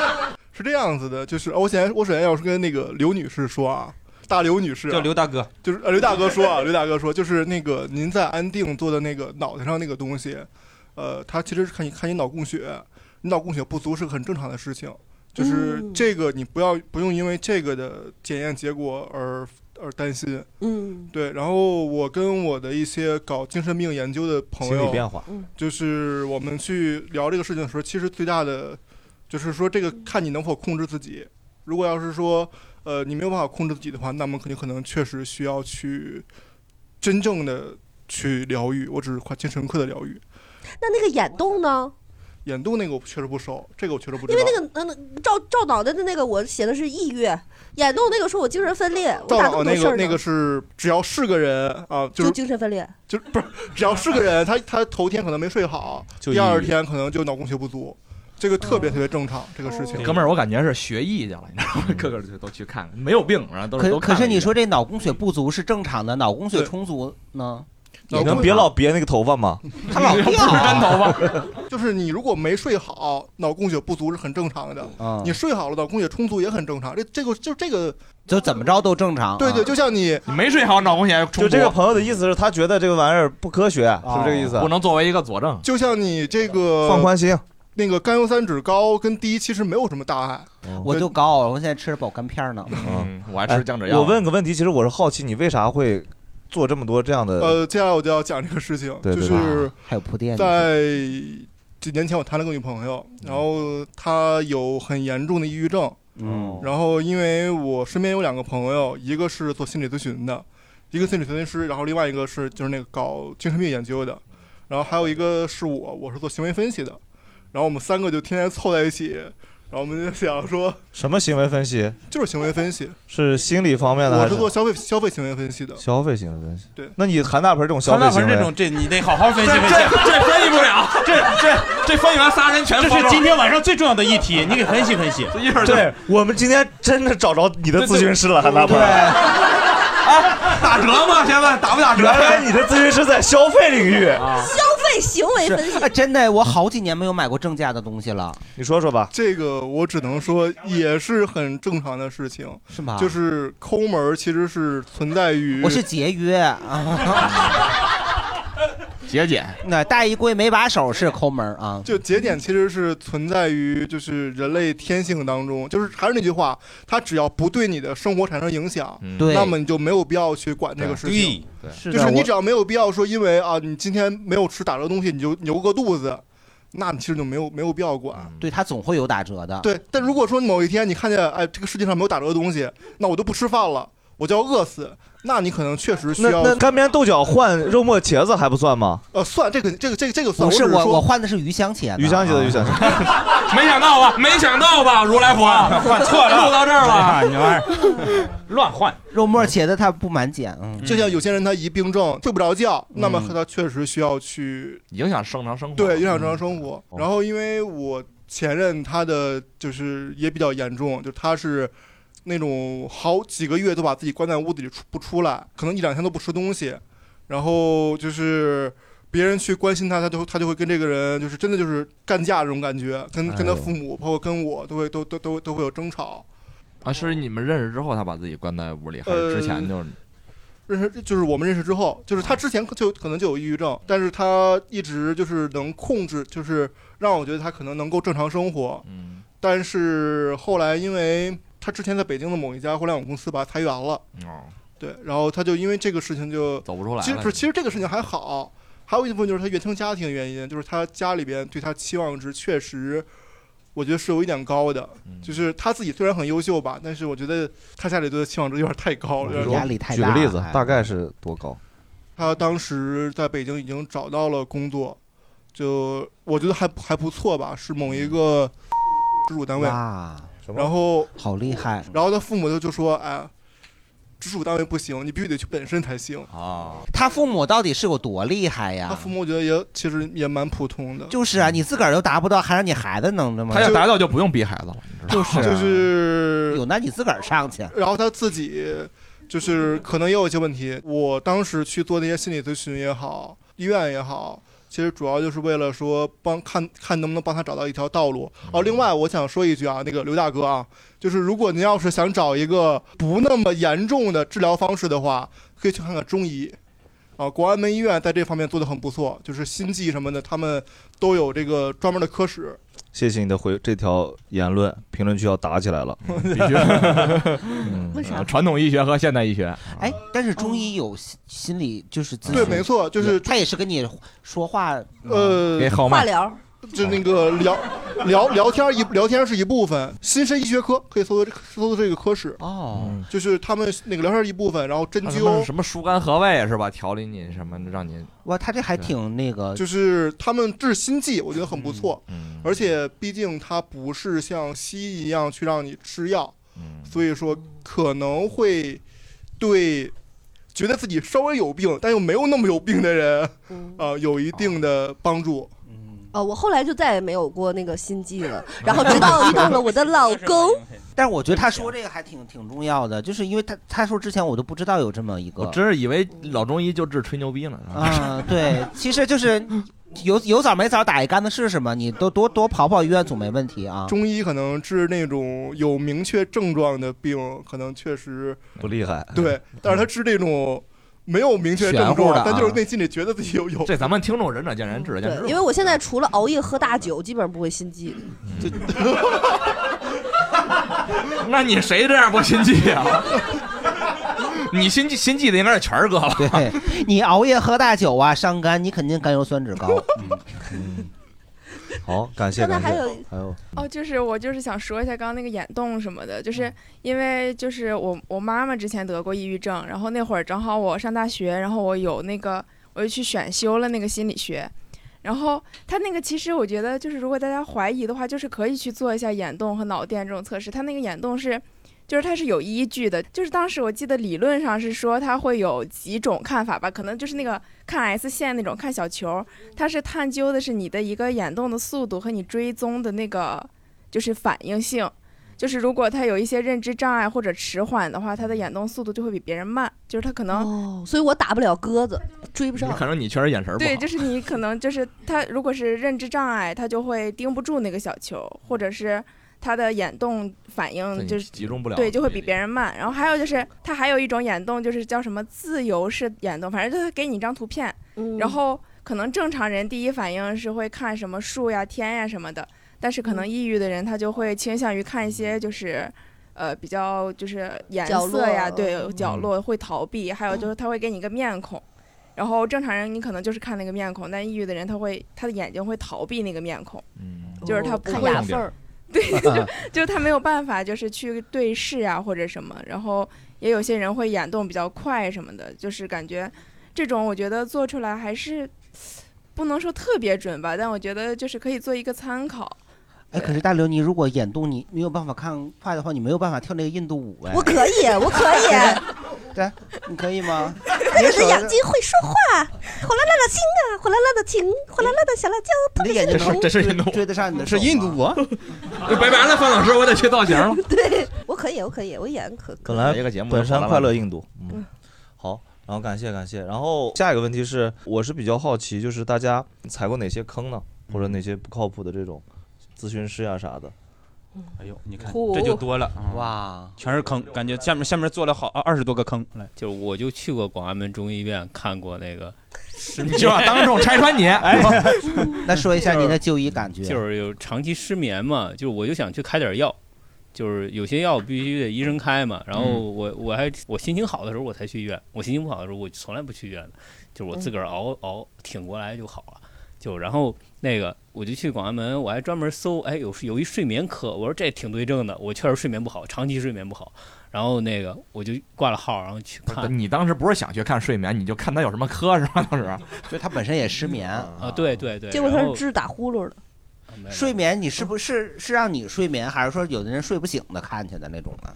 N: 是这样子的，就是我先我首先要是跟那个刘女士说啊，大刘女士、啊、
E: 叫刘大哥，
N: 就是 *laughs* 呃刘大哥说啊，刘大哥说就是那个您在安定做的那个脑袋上那个东西，呃，它其实是看你看你脑供血，你脑供血不足是很正常的事情，就是这个你不要不用因为这个的检验结果而而担心。
G: *laughs*
B: 嗯，
N: 对，然后我跟我的一些搞精神病研究的朋
A: 心
N: 友，
A: 理变化嗯
N: 就是我们去聊这个事情的时候，其实最大的就是说这个看你能否控制自己。如果要是说呃你没有办法控制自己的话，那么你可能确实需要去真正的去疗愈，我只是快精神科的疗愈。
B: 那那个眼动呢？
N: 眼动那个我确实不熟，这个我确实不知
B: 因
N: 道。
B: 为那个嗯，照照脑袋的那个，我写的是抑郁，眼动那个说我精神分裂，我咋那
N: 赵老
B: 么多
N: 那
B: 事儿
N: 个
B: 呢？
N: 那个是只要是个人啊，就
B: 就是精神分裂。
N: 就不是只要是个人，他他头天可能没睡
A: *laughs*
N: 好，
C: 就
N: 第二
C: 抑郁
N: 天可能就脑供血不足，这个特
D: 嗯
N: 别特别正常，这个事
D: 哦
N: 情。
C: 哥们儿，我感觉是嗯学医去了，你知道吗？个个就都去看看，没有病，然后都
N: 可
C: 都
N: 可
C: 看
N: 是
C: 了一
N: 你
C: 遍
N: 说
D: 这脑供血不足是正常的，脑供血充足呢？
A: 你能别老别那个头发吗？
D: 他
N: *laughs*
D: 老啊掉
N: 干头发， *laughs* 就是你如果没睡好，脑供血不足是很正常的。
D: 啊
N: 你睡好了，脑供血充足也很正常。这这个就这个，
D: 就怎么着都正常。啊
N: 对对，就像你
C: 没睡好，脑供血
N: 充
A: 就
N: 足
A: 这个朋友的意思是他觉得这个玩意儿不科学，
D: 哦
A: 是不是这个意思？
C: 不能作为一个佐证。
N: 就像你这个
A: 放宽
D: 啊
A: 心，
N: 那个甘油三酯高跟低其实没有什么大碍。
D: 哦我就高，啊我现在吃保肝片呢。
C: 嗯，我
A: 哎我问个问题，其实我是好奇你为啥会做这么多这样的？
N: 呃，接下来我就要讲这个事情，
A: 对
N: 就
A: 对
N: 是
D: 还有铺垫
N: 在几年前，我谈了个女朋友，然后她有很严重的抑郁症。
D: 嗯
N: 然后因为我身边有两个朋友，一个是做心理咨询的，一个心理咨询师，然后另外一个是就是那个搞精神病研究的，然后还有一个是我，我是做行为分析的，然后我们三个就天天凑在一起，然后我们就想说，
A: 什么行为分析？
N: 就是行为分析，
A: 是心理方面的
N: 我
A: 还
N: 是
A: 是
N: 做消费消费行为分析的，
A: 消费行为分析？
N: 对，
A: 那你韩大盆这种消费行为，
E: *laughs* 这你得好好分析分析
P: 这这分析不了，
E: 这这
P: 这分析完仨人全
E: 这
P: 疯
E: 是
P: 了
E: 今天晚上最重要的一题，你给分析分析。
C: 一会儿
A: 就对我们今天真的找着你的咨询师了，韩大鹏。
P: 打折吗？先问打不打折？
A: 原来你的咨询师在消费领域
D: 啊
B: 消费行为分析
D: 哎，真的，我好几年没有买过正价的东西了。
A: 你说说吧，
N: 这个我只能说也是很正常的事情，
D: 是吗
N: 就是抠门儿其实是存在于
D: 我是节约啊，
C: 节俭。
D: 那带一柜没把手是抠门儿啊。
N: *laughs* 就节点其实是存在于就是人类天性当中，就是还是那句话，它只要不对你的生活产生影响，
D: 嗯对
N: 那么你就没有必要去管这个事情。
C: 对
D: 是
N: 就
D: 的
N: 是你
D: 我
N: 只要没有必要说，因为啊，你今天没有吃打折的东西，你就你就饿肚子，那你其实就没有没有必要管。
D: 对它总会有打折的。
N: 对，但如果说某一天你看见哎这个世界上没有打折的东西，那我都不吃饭了，我就要饿死，那你可能确实需
A: 那
N: 要
A: 那干煸豆角换肉末茄子还不算吗？
N: 呃算这个这个这个这个算
D: 不哦是
N: 只
D: 我，
N: 说
D: 我换的啊是鱼香茄子。
A: 鱼香茄子，鱼香茄子。
P: 没想到吧？没想到吧？如来佛，
E: 啊
P: 换错了，录到这儿了。
E: 哎你玩意乱换
D: 肉
N: 嗯
D: 末茄子，它不满减。嗯，
N: 就像有些人他一病症睡不着觉，那么他确实需要去
C: 嗯影响正常生活。嗯哦
N: 对影响正常生活。然后因为我前任他的就是也比较严重，就他是那种好几个月都把自己关在屋子里出不出来，可能一两天都不吃东西，然后就是。别人去关心他，他就他就会跟这个人，就是真的就是干架这种感觉，跟
C: 哎
N: 跟他父母，包括跟我，都会都都都都会有争吵。
C: 啊，是你们认识之后，他把自己关在屋里，还是之前就是？
N: 认识就是我们认识之后，就是他之前就可能就有抑郁症，但是他一直就是能控制，就是让我觉得他可能能够正常生活。
C: 嗯，
N: 但是后来因为他之前在北京的某一家互联网公司把他裁员了，
C: 哦，
N: 对，然后他就因为这个事情就
C: 走不出来了
N: 其实不是，其实这个事情还好，还有一部分就是他原生家庭原因，就是他家里边对他期望值确实，我觉得是有一点高的。
C: 嗯
N: 就是他自己虽然很优秀吧，但是我觉得他家里对他期望值有点太
C: 嗯
N: 高了，
A: 比如举个例子，大概是多高？
N: 他当时在北京已经找到了工作，就我觉得还不还不错吧，是某一个直属单位。
D: 嗯哇，
N: 然后
D: 好厉害。
N: 然后他父母就就说：“哎，直属单位不行，你必须得去本身才行。”
C: 啊，
D: 他父母到底是有多厉害
N: 他
D: 呀？
N: 父母我觉得也其实也蛮普通的，
D: 就是啊，你自个儿都达不到，还让你孩子能的吗？
N: 他要达
C: 到就不用逼孩子了，
D: 就是啊
N: 就是
D: 有那你自个儿上去。
N: 然后他自己就是可能也有一些问题。我当时去做那些心理咨询也好，医院也好，其实主要就是为了说帮看看能不能帮他找到一条道路。哦，另外我想说一句啊，那个刘大哥啊，就是如果您要是想找一个不那么严重的治疗方式的话，可以去看看中医。啊，国安门医院在这方面做的很不错，就是心悸什么的，他们都有这个专门的科室。
A: 谢谢你的回这条言论，评论区要打起来了，
C: 必须嗯
N: 为啥
C: 呃传统医学和现代医学，
D: 哎，但是中医有心心理就是咨询，
N: 嗯对没错就是
D: 他也是跟你说话，嗯
N: 呃，
D: 给号脉化疗，
N: 就那个
D: *laughs*
N: 聊聊聊天儿一聊天儿是一部分，新生医学科可以搜搜搜这个科室
C: 哦，
N: 就是他们那个聊天儿一部分，然后针
C: 那什么
N: 灸
C: 什么疏肝和胃是吧？调理你什么让你
D: 哇，他这还挺那个，
N: 就是他们治心悸，我觉得很不错。
C: 嗯
N: 而且毕竟它不是像西医一样去让你吃药，
C: 嗯
N: 所以说可能会对觉得自己稍微有病但又没有那么有病的人，啊、有一定的帮助。
C: 哦
B: 呃，我后来就再也没有过那个心悸了，然后直到遇到了我的老
C: *laughs*
B: 公，
D: 但是我觉得他说这个还挺挺重要的，就是因为他他说之前我都不知道有这么一个，
C: 我真是以为老中医就治吹牛逼呢
D: 呃
C: *laughs*
D: 啊，对，其实就是有有枣没枣打一竿子试试嘛，你都多多跑跑医院总没问题啊。
N: 中医可能治那种有明确症状的病，可能确实
A: 不厉害。
N: *laughs* 对，但是他治那种没有明确
C: 玄
N: 症
C: 乎
N: 状，
C: 的
N: 但
C: 啊
N: 就是内心里觉得自己有有。
C: 这咱们听众仁者见仁，智者见智
B: 对，。因为我现在除了熬夜喝大酒，基本上不会心悸。 *laughs*
C: *laughs* 那你谁这样不心悸啊？你心悸心悸的应该是全儿哥吧？ *laughs*
D: 对 *laughs* 你熬夜喝大酒啊，伤肝，你肯定甘油酸酯高。
A: 好，感
J: 谢刚才感谢还有
A: 还有
J: 哦，就是我就是想说一下刚刚那个眼动什么的，
A: 嗯
J: 就是因为就是我我妈妈之前得过抑郁症，然后那会儿正好我上大学，然后我有那个我就去选修了那个心理学，然后他那个其实我觉得就是如果大家怀疑的话，就是可以去做一下眼动和脑电这种测试，他那个眼动是。就是它是有依据的，就是当时我记得理论上是说它会有几种看法吧，可能就是那个看 S 线那种看小球，它是探究的是你的一个眼动的速度和你追踪的那个就是反应性，就是如果他有一些认知障碍或者迟缓的话，他的眼动速度就会比别人慢，就是他可能，
B: 哦所以我打不了鸽子，追不上。
C: 你可能你确实眼神不好
J: 对，。就是你可能
C: *laughs*
J: 就是他如果是认知障碍，他就会盯不住那个小球，或者是他的眼动反
C: 对
J: 应
C: 你
J: 就是
C: 集中不了
J: 对，就会比别人慢。然后还有就是他还有一种眼动，就是叫什么自由式眼动，反正就是给你一张图片，
B: 嗯
J: 然后可能正常人第一反应是会看什么树呀、天呀什么的，但是可
B: 嗯
J: 能抑郁的人他就会倾向于看一些
C: 嗯
J: 就是。呃，比较就是颜
B: 角
J: 色呀，
B: 落嗯
J: 对，角落会逃避，还有
C: 嗯
J: 就是他会给你一个面孔，然后正常人你可能就是看那个面孔，但抑郁的人他会他的眼睛会逃避那个面孔，就是他
B: 哦
J: 不
B: 看
J: 会
B: 牙缝儿，
J: 就是他没有办法就是去对视啊或者什么，然后也有些人会眼动比较快什么的，就是感觉这种我觉得做出来还是不能说特别准吧，但我觉得就是可以做一个参考。
D: 哎，可是大刘，你如果眼动你没有办法看快的话，你没有办法跳那个印度舞哎。
B: 我可以，我可以。
D: 对，啊你可
B: *laughs*
D: 以吗？
B: 我有个眼睛会说话，火辣辣的心啊，火辣辣的情，火辣辣的小辣椒，特
D: 你
B: 别
D: 的眼睛
B: 是
D: 能
B: 红
C: 这是
D: 追
C: 印度
D: 追得上你的
C: 是
D: 手
C: 印
D: 吗
C: 度啊！拜拜了，范老师，我得去造型了。
B: *laughs* 对，我可以，我可以，我眼可
A: 本来
C: 一个节目
A: 本山快乐印度，
B: 嗯
A: 嗯，好，然后感谢感谢，然后下一个问题是，我是比较好奇，就是大家踩过哪些坑呢，或者
V: 嗯
A: 哪些不靠谱的这种咨询师呀、啥的。
E: 哎呦，你看
M: 嚯
E: 这就多了，
G: 嗯
D: 哇，
E: 全是坑，感觉下面下面做了好二十多个坑来。
G: 就我就去过广安门中医院看过
E: *laughs*
G: 那个失眠，
E: 你就把当众拆
G: *laughs*
E: 穿你哎
D: *laughs* 那说一下您的
G: 就
D: 就医感觉。
G: 是就是有长期失眠嘛，就是我就想去开点药，就是有些药必须得医生开嘛。然后
E: 嗯
G: 我我还我心情好的时候我才去医院，我心情不好的时候我从来不去医院的，就是我
D: 嗯
G: 自个儿熬熬挺过来就好了。就然后那个我就去广安门，我还专门搜，哎有有一睡眠科，我说这挺对症的，我确实睡眠不好，长期睡眠不好。然后那个我就挂了号，然后去看。
C: 你当时不是想去看睡眠，你就看他有什么科是吧？当时
D: 就他本身也失眠
C: 啊，
G: 对对对
B: *laughs* 结果他是
D: *laughs*
B: 治打呼噜的，
D: 睡眠，你是不是是让你睡眠，还是说有的人睡不醒的看去的那种呢？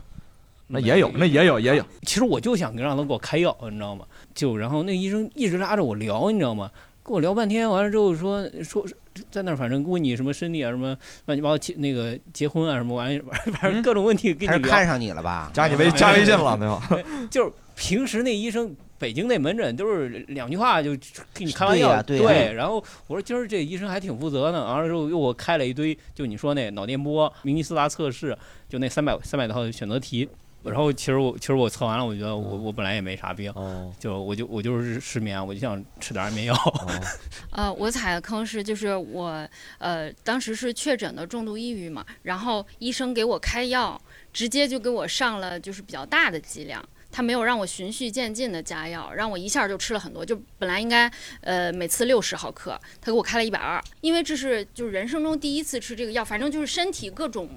G: 那也有那
C: 也有，也有。
G: 其实我就想让他给我开药，你知道吗？就然后那医生一直拉着我聊，你知道吗？跟我聊半天，完了之后说说在那儿，反正问你什么身体啊，什么乱七八糟结那个结婚啊，什么玩意儿， *laughs* 反正各种问题给
D: 嗯
G: 你
D: 还是
G: 聊。
D: 看上你了吧？
G: 加你微加微信 *laughs* 了没
A: 有？
G: *laughs* 就是平时那医生，北京那门诊都是两句话就给你开完
D: 对
G: 药，
D: 呀对呀
G: 然后我说今儿这医生还挺负责呢，完了之后又给我开了一堆，就你说那脑电波、明尼斯达测试，就那三百三百套选择题。然后其实我其实我测完了，我觉得
D: 哦
G: 我我本来也没啥病，就我就我就是失眠，我就想吃点安眠药。
D: 哦
G: *laughs*
V: 呃，我踩的坑是就是我呃当时是确诊的重度抑郁嘛，然后医生给我开药，直接就给我上了就是比较大的剂量。他没有让我循序渐进的加药，让我一下就吃了很多，就本来应该，呃，每次六十毫克，他给我开了一百二，因为这是就是人生中第一次吃这个药，反正就是身体各种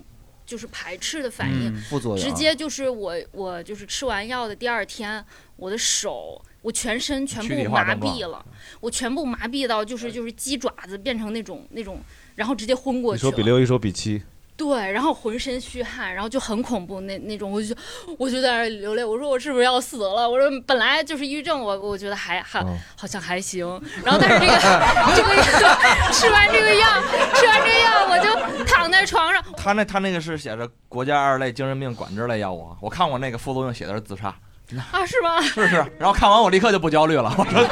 V: 就是排斥的反
Q: 嗯
V: 应，
Q: 副作用
V: 直接就是我我就是吃完药的第二天，我的手我全身全
Q: 躯体
V: 部
Q: 化
V: 麻
Q: 症状
V: 痹了，我全部麻痹到
A: 哎
V: 就是就是鸡爪子变成那种那种，然后直接昏过
A: 一
V: 去
A: 手
V: 了。
A: 比六，一手比七，
V: 对，然后浑身虚汗，然后就很恐怖那那种，我就我就在那儿流泪，我说我是不是要死了？我说本来就是抑郁症，我我觉得还还、
A: 嗯
V: 好像还行，然后但是这个这个 *laughs* 药吃完这个药，吃完这个药我就躺在床上，
C: 他那他那个是写着国家二类精神病管制类药物啊，我看我那个副作用写的是自杀，
V: 啊是吗？
C: 是不是？然后看完我立刻就不焦虑了，我说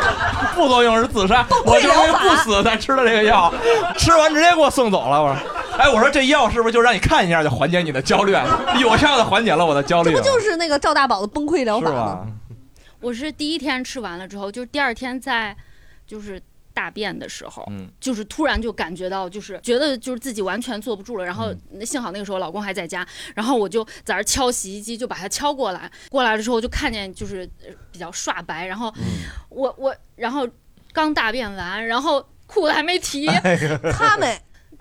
C: 副作用是自杀，我就是因为不死才吃的这个药，吃完直接给我送走了。我说，哎，我说这药是不是就让你看一下就缓解你的焦虑？啊有效的缓解了我的焦虑
B: 这
C: 了，
B: 不就是那个赵大宝的崩溃疗
C: 是
B: 法吗？
C: 吧？
V: 我是第一天吃完了之后，就是第二天在就是大便的时候，
C: 嗯
V: 就是突然就感觉到，就是觉得就是自己完全坐不住了。然
A: 嗯
V: 后那幸好那个时候老公还在家，然后我就在那儿敲洗衣机，就把它敲过来。过来了之后就看见就是呃比较刷白，然后
A: 嗯
V: 我我然后刚大便完，然后裤子还没提，
A: *laughs* 哎呀
V: 擦
A: *laughs*
V: 没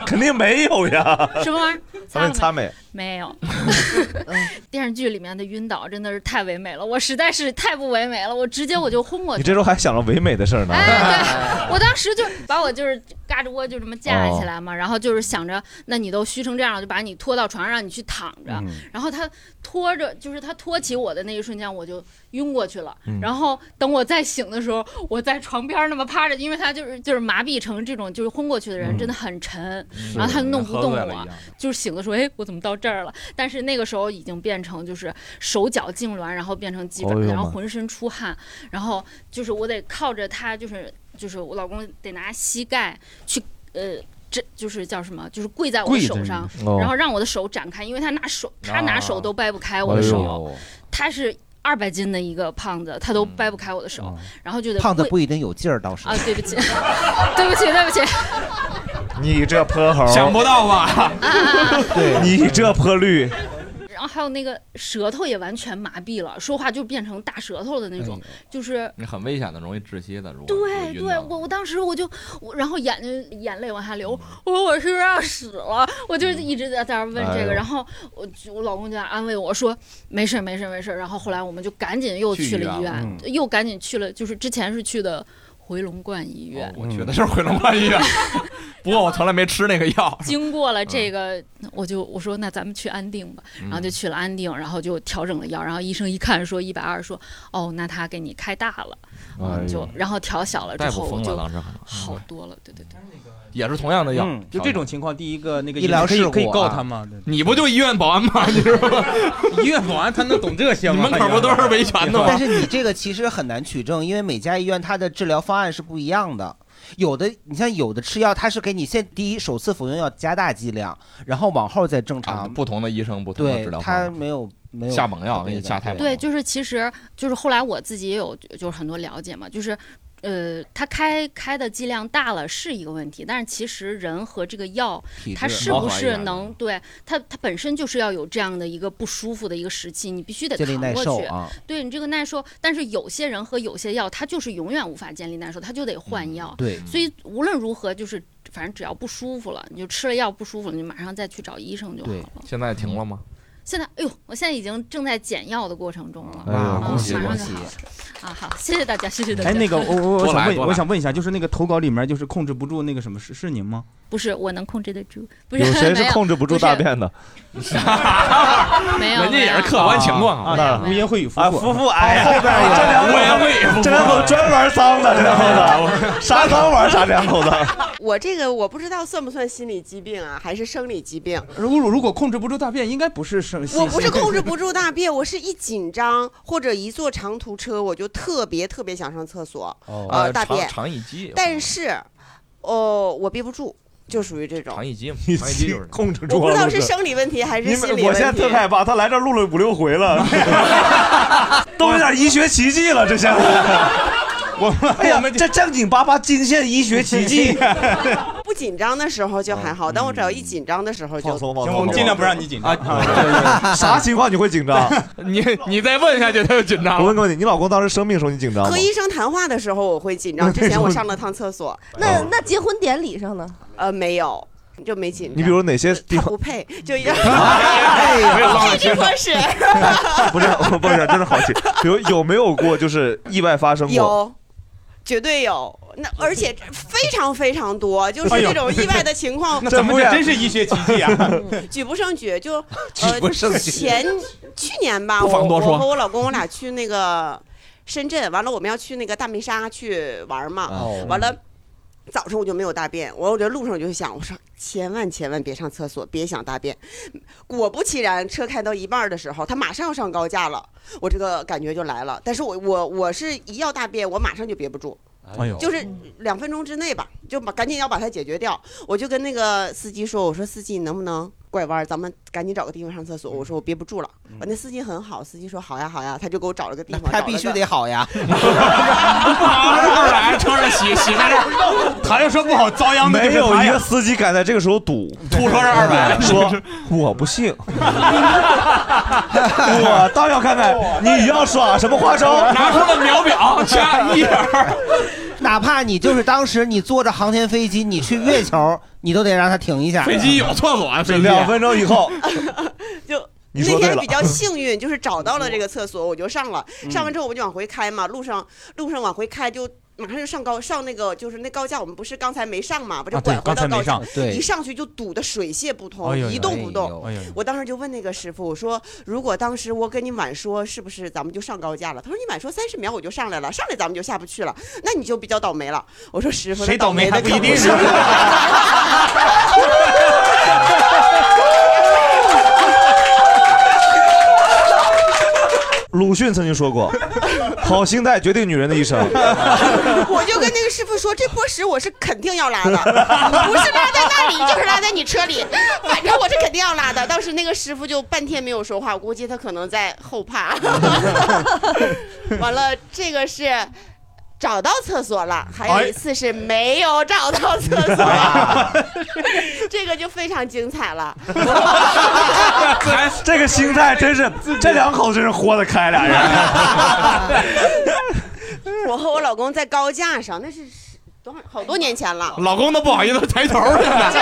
A: 肯定没
V: *laughs*
A: 有呀。
V: 什么玩意儿？
A: 咱们
V: 擦
A: 擦
V: 没
A: 美，
V: 没有，
A: 嗯
V: *laughs* 电视剧里面的晕倒真的是太唯美了，我实在是太不唯美了，我直接我就昏过去了。哎
A: 你这时候还想着唯美的事儿呢？
V: *laughs* 我当时就把我就是嘎着窝就这么架
X: 哦
V: 起来嘛，然后就是想着，那你都虚成这样了，就把你拖到床上让你去躺着。
X: 嗯
V: 然后他拖着，就是他拖起我的那一瞬间，我就晕过去了。
X: 嗯
V: 然后等我再醒的时候，我在床边那么趴着，因为他就是就是麻痹成这种就是昏过去的人，真的很沉，
X: 嗯是
V: 啊然后他就弄不动
X: 喝醉了
V: 我
X: 一样，
V: 就是醒的时候，哎，我怎么到这儿了？但是那个时候已经变成就是手脚痉挛，然后变成鸡爪
X: 哎呦
V: 子，
X: 妈
V: 然后浑身出汗，然后就是我得靠着他，就是就是我老公得拿膝盖去呃。这就是叫什么？就是跪在我的
X: 跪着
V: 手
X: 你
V: 上，
X: 哦啊
V: 然后让我的手展开，因为他拿手，他拿手都掰不开
X: 哎
V: 我的手。
X: 呦嗯
V: 他是二百斤的一个胖子，他都掰不开我的手，然后就得
D: 胖子
V: 跪
D: 不一定有劲儿，倒是
V: 啊，对不起， *laughs* 对不起，对不起， *laughs*
A: *laughs* 你这泼猴，
C: 想不到吧？
V: *laughs*
A: 对你这泼绿，
V: 然后还有那个舌头也完全麻痹了，说话就变成大舌头的那
X: 哎
V: 种，就是
C: 你很危险的，容易窒息的。如果
V: 对对，我我当时我就我，然后眼睛眼泪往下
X: 嗯
V: 流，我说我是不是要死了？我就一直在在那儿问这
X: 哎
V: 个，
X: 呦
V: 然后我就我老公就在那儿安慰我说没事儿没事儿没事儿。然后后来我们就赶紧又
X: 去
V: 去了
X: 医
V: 医院
X: 院了，嗯
V: 又赶紧去了，就是之前是去的回龙观医院。
C: 我去的是回龙观医院，不过我从来没吃那个药。
V: 经过了这个，我就我说那咱们去安定吧，
C: 嗯
V: 然后就去了安定，然后就调整了药，然后医生一看说一百二，说哦，那他给你开大了，
C: 哎呦
V: 嗯，就然后调小了之
C: 大夫
V: 后我
C: 疯了
V: 就
C: 当时
V: 好多了，对对对。
C: 也是同样的药
E: 嗯，就这种情况，第一个那个
C: 医疗
E: 可以
C: 事故
E: 可以告
C: 啊
E: 他吗？对
C: 你不就医院保安吗？你知道吗？
E: 医院保安他能懂这些吗？哎
C: 你门口不都是维权的吗
D: 但是你这个其实很难取证，因为每家医院它的治疗方案是不一样的。有的，你像有的吃药，它是给你先第一首次服用药加大剂量，然后往后再正常。
C: 啊不同的医生不同的
D: 对
C: 治疗，方
D: 它
C: 法
D: 没有没有
C: 下猛药
D: 特别
C: 给你
D: 的
C: 下太猛
V: 对，就是其实就是后来我自己也有就是很多了解嘛，就是。呃，它开开的剂量大了是一个问题，但是其实人和这个药
X: 体，
V: 它
X: 质
V: 是
X: 包
V: 不
X: 含一
V: 是
X: 样的
V: 能对它它本身就是要有这样的一个不舒服的一个时期，你必须得
D: 建立
V: 扛
D: 耐
V: 过
D: 受
V: 去。
D: 啊
V: 对你这个耐受，但是有些人和有些药，它就是永远无法建立耐受，它就得换药。
D: 对
V: 所以无论如何，就是反正只要不舒服了，你就吃了药不舒服了，你就马上再去找医生就好了。
C: *laughs* 现在停了吗？
V: 现在，哎呦，我现在已经正在减药的过程中了。
E: 哎呀
V: 嗯
E: 恭喜
V: 马上
E: 恭喜
V: 就好了啊，好，谢谢大家，谢谢大家。
E: *laughs* 哎，那个我我我
C: 多来
E: 想问，
C: 多来
E: 我想问一下，就是那个投稿里面就是控制不住那个什么，是是您吗？
V: 不是我能控制得住，不是
E: 有
V: *laughs*
E: 谁是
V: 没有
E: 控制不住
V: 不是
E: 大便
A: 的？
V: *laughs* 没有，
C: 人家也是客观情况啊
A: 那
E: 无言会语夫
A: 啊，
E: 妇，
A: 夫妇，哎呀，这两
C: 我也会
A: 口，这两口专玩脏的，这两 *laughs* 口子，啥脏玩啥，两口子。
F: *laughs* 我这个我不知道算不算心理疾病啊，还是生理疾病？
E: 如果如果控制不住大便，应该不是生。
F: 我不是控制不住大便，我是一紧张或者一坐长途车，我就特别特别想上厕所，
C: 哦
F: 呃，
C: 啊
F: 大
C: 肠
F: 便
C: 肠易激
F: 但是，哦，我憋不住，就属于这种。
C: 肠易激嘛，
A: 你
C: 肠易激就是
A: 控制 *laughs*
F: 我
A: 住
F: 不
A: 了。
F: 知道
A: 是
F: 是生理问题还是
A: 你
F: 心
A: 们
F: 理问题。
A: 我现在特害怕，他来这儿录了五六回了，都有点医学奇迹了，这下。我们哎呀，这正经八八金线医学奇迹。
F: 不紧张的时候就还好，但我只要一紧张的时候就
A: 嗯放松放
E: 行，我
A: 松
E: 们尽量不让你紧张。
A: 啥情况你会紧张？
E: 你你再问下去，他就紧张。
A: 我问个问题，你老公当时生病时候你紧张吗
F: 和？医生谈话的时候我会紧张，之前我上了趟厕
A: 哦
F: 所。
B: 那那结婚典礼上呢？
F: 呃，没有，就没紧张。
A: 你比如哪哎些地
F: 不
A: 方？
F: 配，
A: *laughs*
F: 就一样。 *laughs*
A: 没有浪漫
F: 这
A: 情
F: 不
A: 怀
F: 合适。
A: *laughs* 不是不是，真的好奇，比如有没有过就是意外发生过？
F: 有，绝对有。那而且非常非常多，就是
A: 哎呦
F: 这种意外的情况
A: *laughs* ，那咱们这真是
E: 医学奇迹啊！ *laughs*
F: *laughs* 举不胜举，就呃
E: 举不胜举
F: 前去年吧，
E: 不
F: 我
E: 妨多说
F: 我和我老公我俩去那个深圳，完了我们要去那个大梅沙去玩嘛，
X: 哦
F: 完了。早上我就没有大便，我我这路上我就想，我说千万千万别上厕所，别想大便。果不其然，车开到一半儿的时候，他马上要上高架了，我这个感觉就来了。但是我我我是一要大便，我马上就憋不住，
E: 哎呦
F: 就是两分钟之内吧，就把赶紧要把它解决掉。我就跟那个司机说，我说司机你能不能拐弯儿，咱们赶紧找个地方上厕所。我说我憋不住了，我那司机很好，司机说好呀好呀，他就给我找了个地方，
D: 他
F: 找了
D: 必须
F: 个
D: 得好呀。
E: 二来车上洗洗在这儿，啊他就说不好遭殃的就是
A: 没有
E: 他呀
A: 一个司机敢在这个时候堵，
E: *laughs* 吐车上200
A: 说我不
E: *laughs*
A: 信，我倒要看看你要耍什么花招。
E: *laughs* 拿出了秒
A: *laughs*
E: 表加一二，
D: 哪怕你就是当时你坐着航天飞机，你去月球，你都得让它停一下。
E: 飞机有厕所啊，飞机
A: 两分钟以
C: *laughs*
A: 后，
F: 就
D: 你说
F: 那
D: 对
F: 天
D: 了
F: 比较幸
E: *laughs*
F: 运，就是找到了这个厕所，我就上了。
E: 嗯
F: 上完之后我就往回开嘛，路上路上往回开就。马上就上高上那个就是那高架，我们不是刚才没上嘛，不是
E: 啊对
F: 拐回到高
E: 刚才没
F: 架
E: 上，对 *laughs*
F: 一上去就堵得水泄不通，
E: 哎呦
F: 一动不动。
E: 哎呦哎呦
F: 我当时就问那个师傅，我说如果当时我跟你晚说，是不是咱们就上高架了？他说你晚说三十秒我就上来了，上来咱们就下不去了，那你就比较倒霉了。我说师傅，
E: 谁
F: 那
E: 倒霉
F: 的
E: 还不
F: 可
E: 一定
F: 是
E: 是
F: 我。 *laughs*
A: 鲁迅曾经说过，好心态决定女人的一
E: *laughs*
A: 生。
F: 我就跟那个师傅说，这坨屎我是肯定要拉的，不是拉在那里，就是拉在你车里，反正我是肯定要拉的。当时那个师傅就半天没有说话，我估计他可能在后怕。完了，这个是。找到厕所了，还有一次是没有找到厕所，这个就非常精彩了。
A: 这个心态真是，这两口真是豁得开，俩人。啊
F: 我和我老公在高架上，那是十多少好多年前了。
E: 老公都不好意思抬头了， *laughs* 啊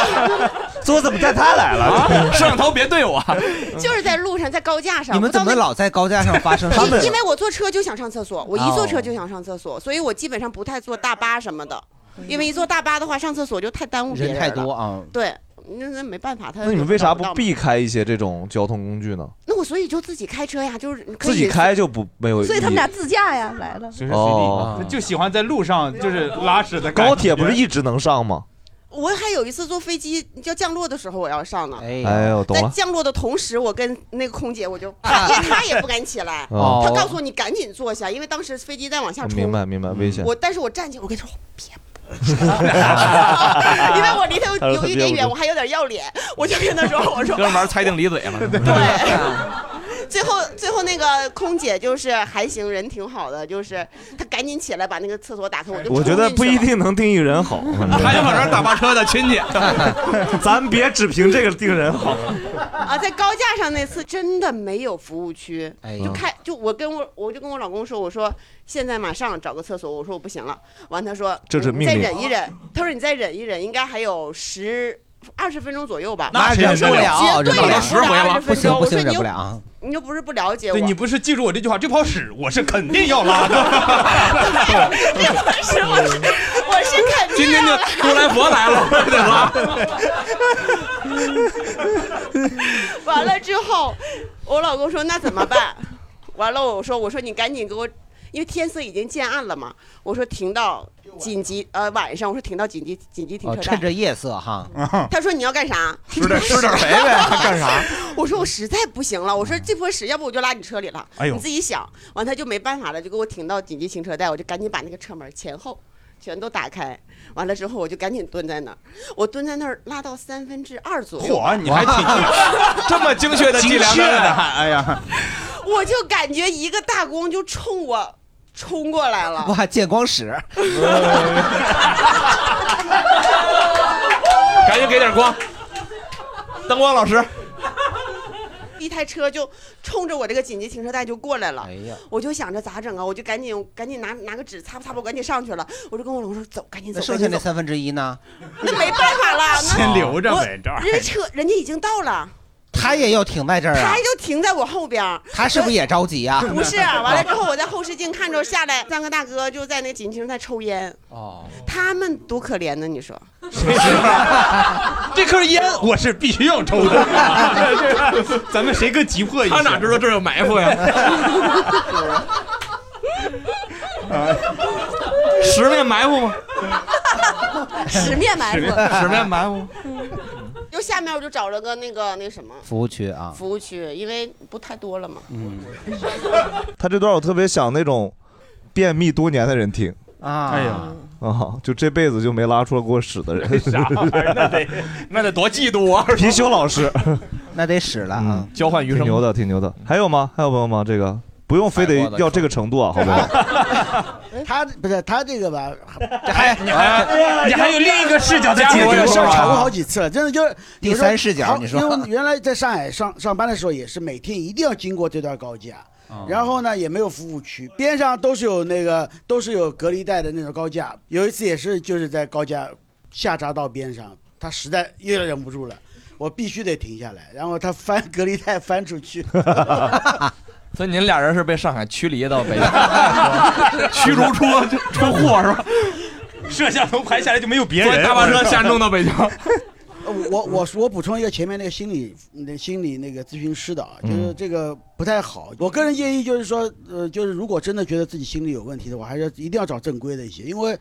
A: 桌子不带他来
E: 了，摄像头别对
C: 啊
E: 我。
D: 嗯
F: 就是在路上，在高架上。
D: 你们
F: 不知道
D: 怎么
F: 为
D: 老在高架上发生事？
F: 因因为我坐车就想上厕所，我一坐车就想上厕所，所以我基本上不太坐大巴什么的，因为一坐大巴的话上厕所就太耽误别
D: 人
F: 了。
D: 太多啊。
F: 对，那那没办法，他
A: 那你们为啥
F: 找
A: 不
F: 到
A: 避
F: 嘛？
A: 开一些这种交通工具呢？
F: 那我所以就自己开车呀，就是可以
A: 自己开就不没有意义。
F: 自驾呀来了。
E: 随时随
A: 哦
E: 地，就喜欢在路上就是拉屎的感觉
A: 高铁不是一直能上吗？
F: 我还有一次坐飞机要降落的时候，我要上呢。
A: 哎呦懂
F: 在
A: 了啊
F: 降落的同时，我跟那个空姐我就，她因为她也不敢起来，
A: 哦
F: 她告诉我你赶紧坐下，因为当时飞机在往下冲。
A: 明白明白，危险。
F: 我但是我站起来，我跟你说，
C: *laughs*
F: 因为我离他有有一点远，我还有点要脸，我就跟他说，我说
C: 哥们儿猜定离嘴了。
F: *laughs* 最后最后那个空姐就是还行，人挺好的，就是她赶紧起来把那个厕所打开，我就
A: 我觉得不一定能定义人好，
E: 还有往这打巴车
A: *laughs*
E: 的亲戚，
A: 咱别只凭这个定人
D: *laughs*
A: 好。
F: 啊，在高架上那次真的没有服务区，
A: 哎呀
F: 就开就我跟我我就跟我老公说，我说现在马上找个厕所，我说我不行了，完他说
A: 这是
F: 你
A: 命
F: 再
A: 令
F: 忍一忍，他说你再忍一忍，应该还有十。二十分钟左右吧，
E: 那谁忍得了啊
F: 绝对
E: 忍
F: 忍
E: 到
F: 不
E: 10回
F: 了
E: 吗
F: 二十分
E: 不行
F: 钟。
E: 不
F: 我
E: 行
F: 说你
E: 忍不
F: 又
E: 了啊
F: 你又不是不啊了解我，
E: 对你不是记住我这句话，这泡屎我是肯定要拉
F: *laughs*
E: 的。
F: 不是我是 *laughs* 我是肯定
E: 今
F: *laughs*
E: 天的如来佛来了，我得拉。
F: *laughs* 完了之后，我老公说那怎么办？完了，我说我说你赶紧给我，因为天色已经渐暗了嘛。我说停到紧急呃晚上，我说停到紧急紧急停
D: 哦，
F: 车
D: 趁
F: 站。
D: 着夜色哈。
F: 他说你要干啥？
D: 吃
F: *laughs*
D: 点吃点肥呗 *laughs* 还干啥？
F: 我说我实在不行了，我说这坨屎，要不我就拉你车里了。
D: 哎呦
F: 你自己想。完他就没办法了，就给我停到紧急停车带，我就赶紧把那个车门前后。全都打开，完了之后我就赶紧蹲在那儿，我蹲在那儿拉到三分之二左右吧，
C: 嚯，你
A: *laughs*
C: 还
F: *laughs*
C: 挺这么精确的计量
E: 精确
C: 的，
E: 的
A: 啊
C: 还哎呀，
F: 我就感觉一个大光就冲我冲过来了，
D: 哇，见光 *laughs* 使，
C: 赶紧给点光，灯光老师，
F: 一台车就冲着我这个紧急停车带就过来了。
D: 呀
F: 我就想着咋整啊，我就赶紧赶紧拿拿个纸擦吧擦吧，我赶紧上去了。我就跟我老公说走，赶紧走
D: 那，剩
F: 赶
D: 下
F: 紧
D: 那
F: 走。
D: 三分之一呢？
F: 那没办法了，
D: *laughs*
F: 那
D: 先留着呗
F: 我
D: 这儿
F: 人家车人家已经到了，
D: *laughs* 他也要停在这儿啊
F: 他？就停在我后边儿。
D: 他是不是也着急啊呀、
F: *laughs* 不是，啊完了之后我在后视镜看着下来，三个大哥就在那紧急停车带抽烟，
D: 哦，
F: 他们多可怜呢，你说？
P: 这颗烟我是必须要抽的，
C: *laughs*
P: 咱们谁更急迫一些？他哪知道这儿有埋伏呀？
C: 十面埋伏吗？
F: 十面埋伏，
C: 十面埋 *laughs* 伏。
F: 就下面我就找了个那个那什么
D: 服务区啊，
F: 服务区，因为不太多了嘛。 *laughs*
D: 嗯，
A: 他这段我特别想那种便秘多年的人听
D: 啊
C: 哎呀，
A: 啊，就这辈子就没拉出来过屎的
E: *laughs*
A: 人，
C: 啥玩意 *laughs* 儿？那得那得多嫉妒啊！
A: 貔貅 *laughs* 老师，
D: 那得使
C: 嗯
D: 了啊！
A: 交换余生，挺牛的，挺牛的。还有吗？还有朋友吗？这个不用非得
C: 海沃的
A: 要这个程度啊，好不好？
K: 他不是他这个吧？哎
C: 还你还你还有另一个视角在解
K: 我
C: 决
K: 有事儿
C: 是吧
K: 吵过好几次了，真的就是
D: 第
K: 有时候
D: 三视角
K: 好
D: 你说
K: 因为原来在上海上上班的时候，也是每天一定要经过这段高架。
I: 啊
A: 嗯
K: 然后呢，也没有服务区，边上都是有那个都是有隔离带的那种高架。有一次也是就是在高架下匝道边上，他实在有点忍不住了，我必须得停下来。然后他翻隔离带翻出去，
C: 所以您俩人是被上海驱离到 *laughs* 北京，驱逐出出
E: 货是吧？摄像头拍下来就没有别
C: 坐
E: 人，
C: 大巴车下弄到北京。
K: 呃我我我补充一个前面那个心理那心理那个咨询师的啊，就是这个不太好。我个人建议就是说，呃，就是如果真的觉得自己心理有问题的话，还是一定要找正规的一些，因为。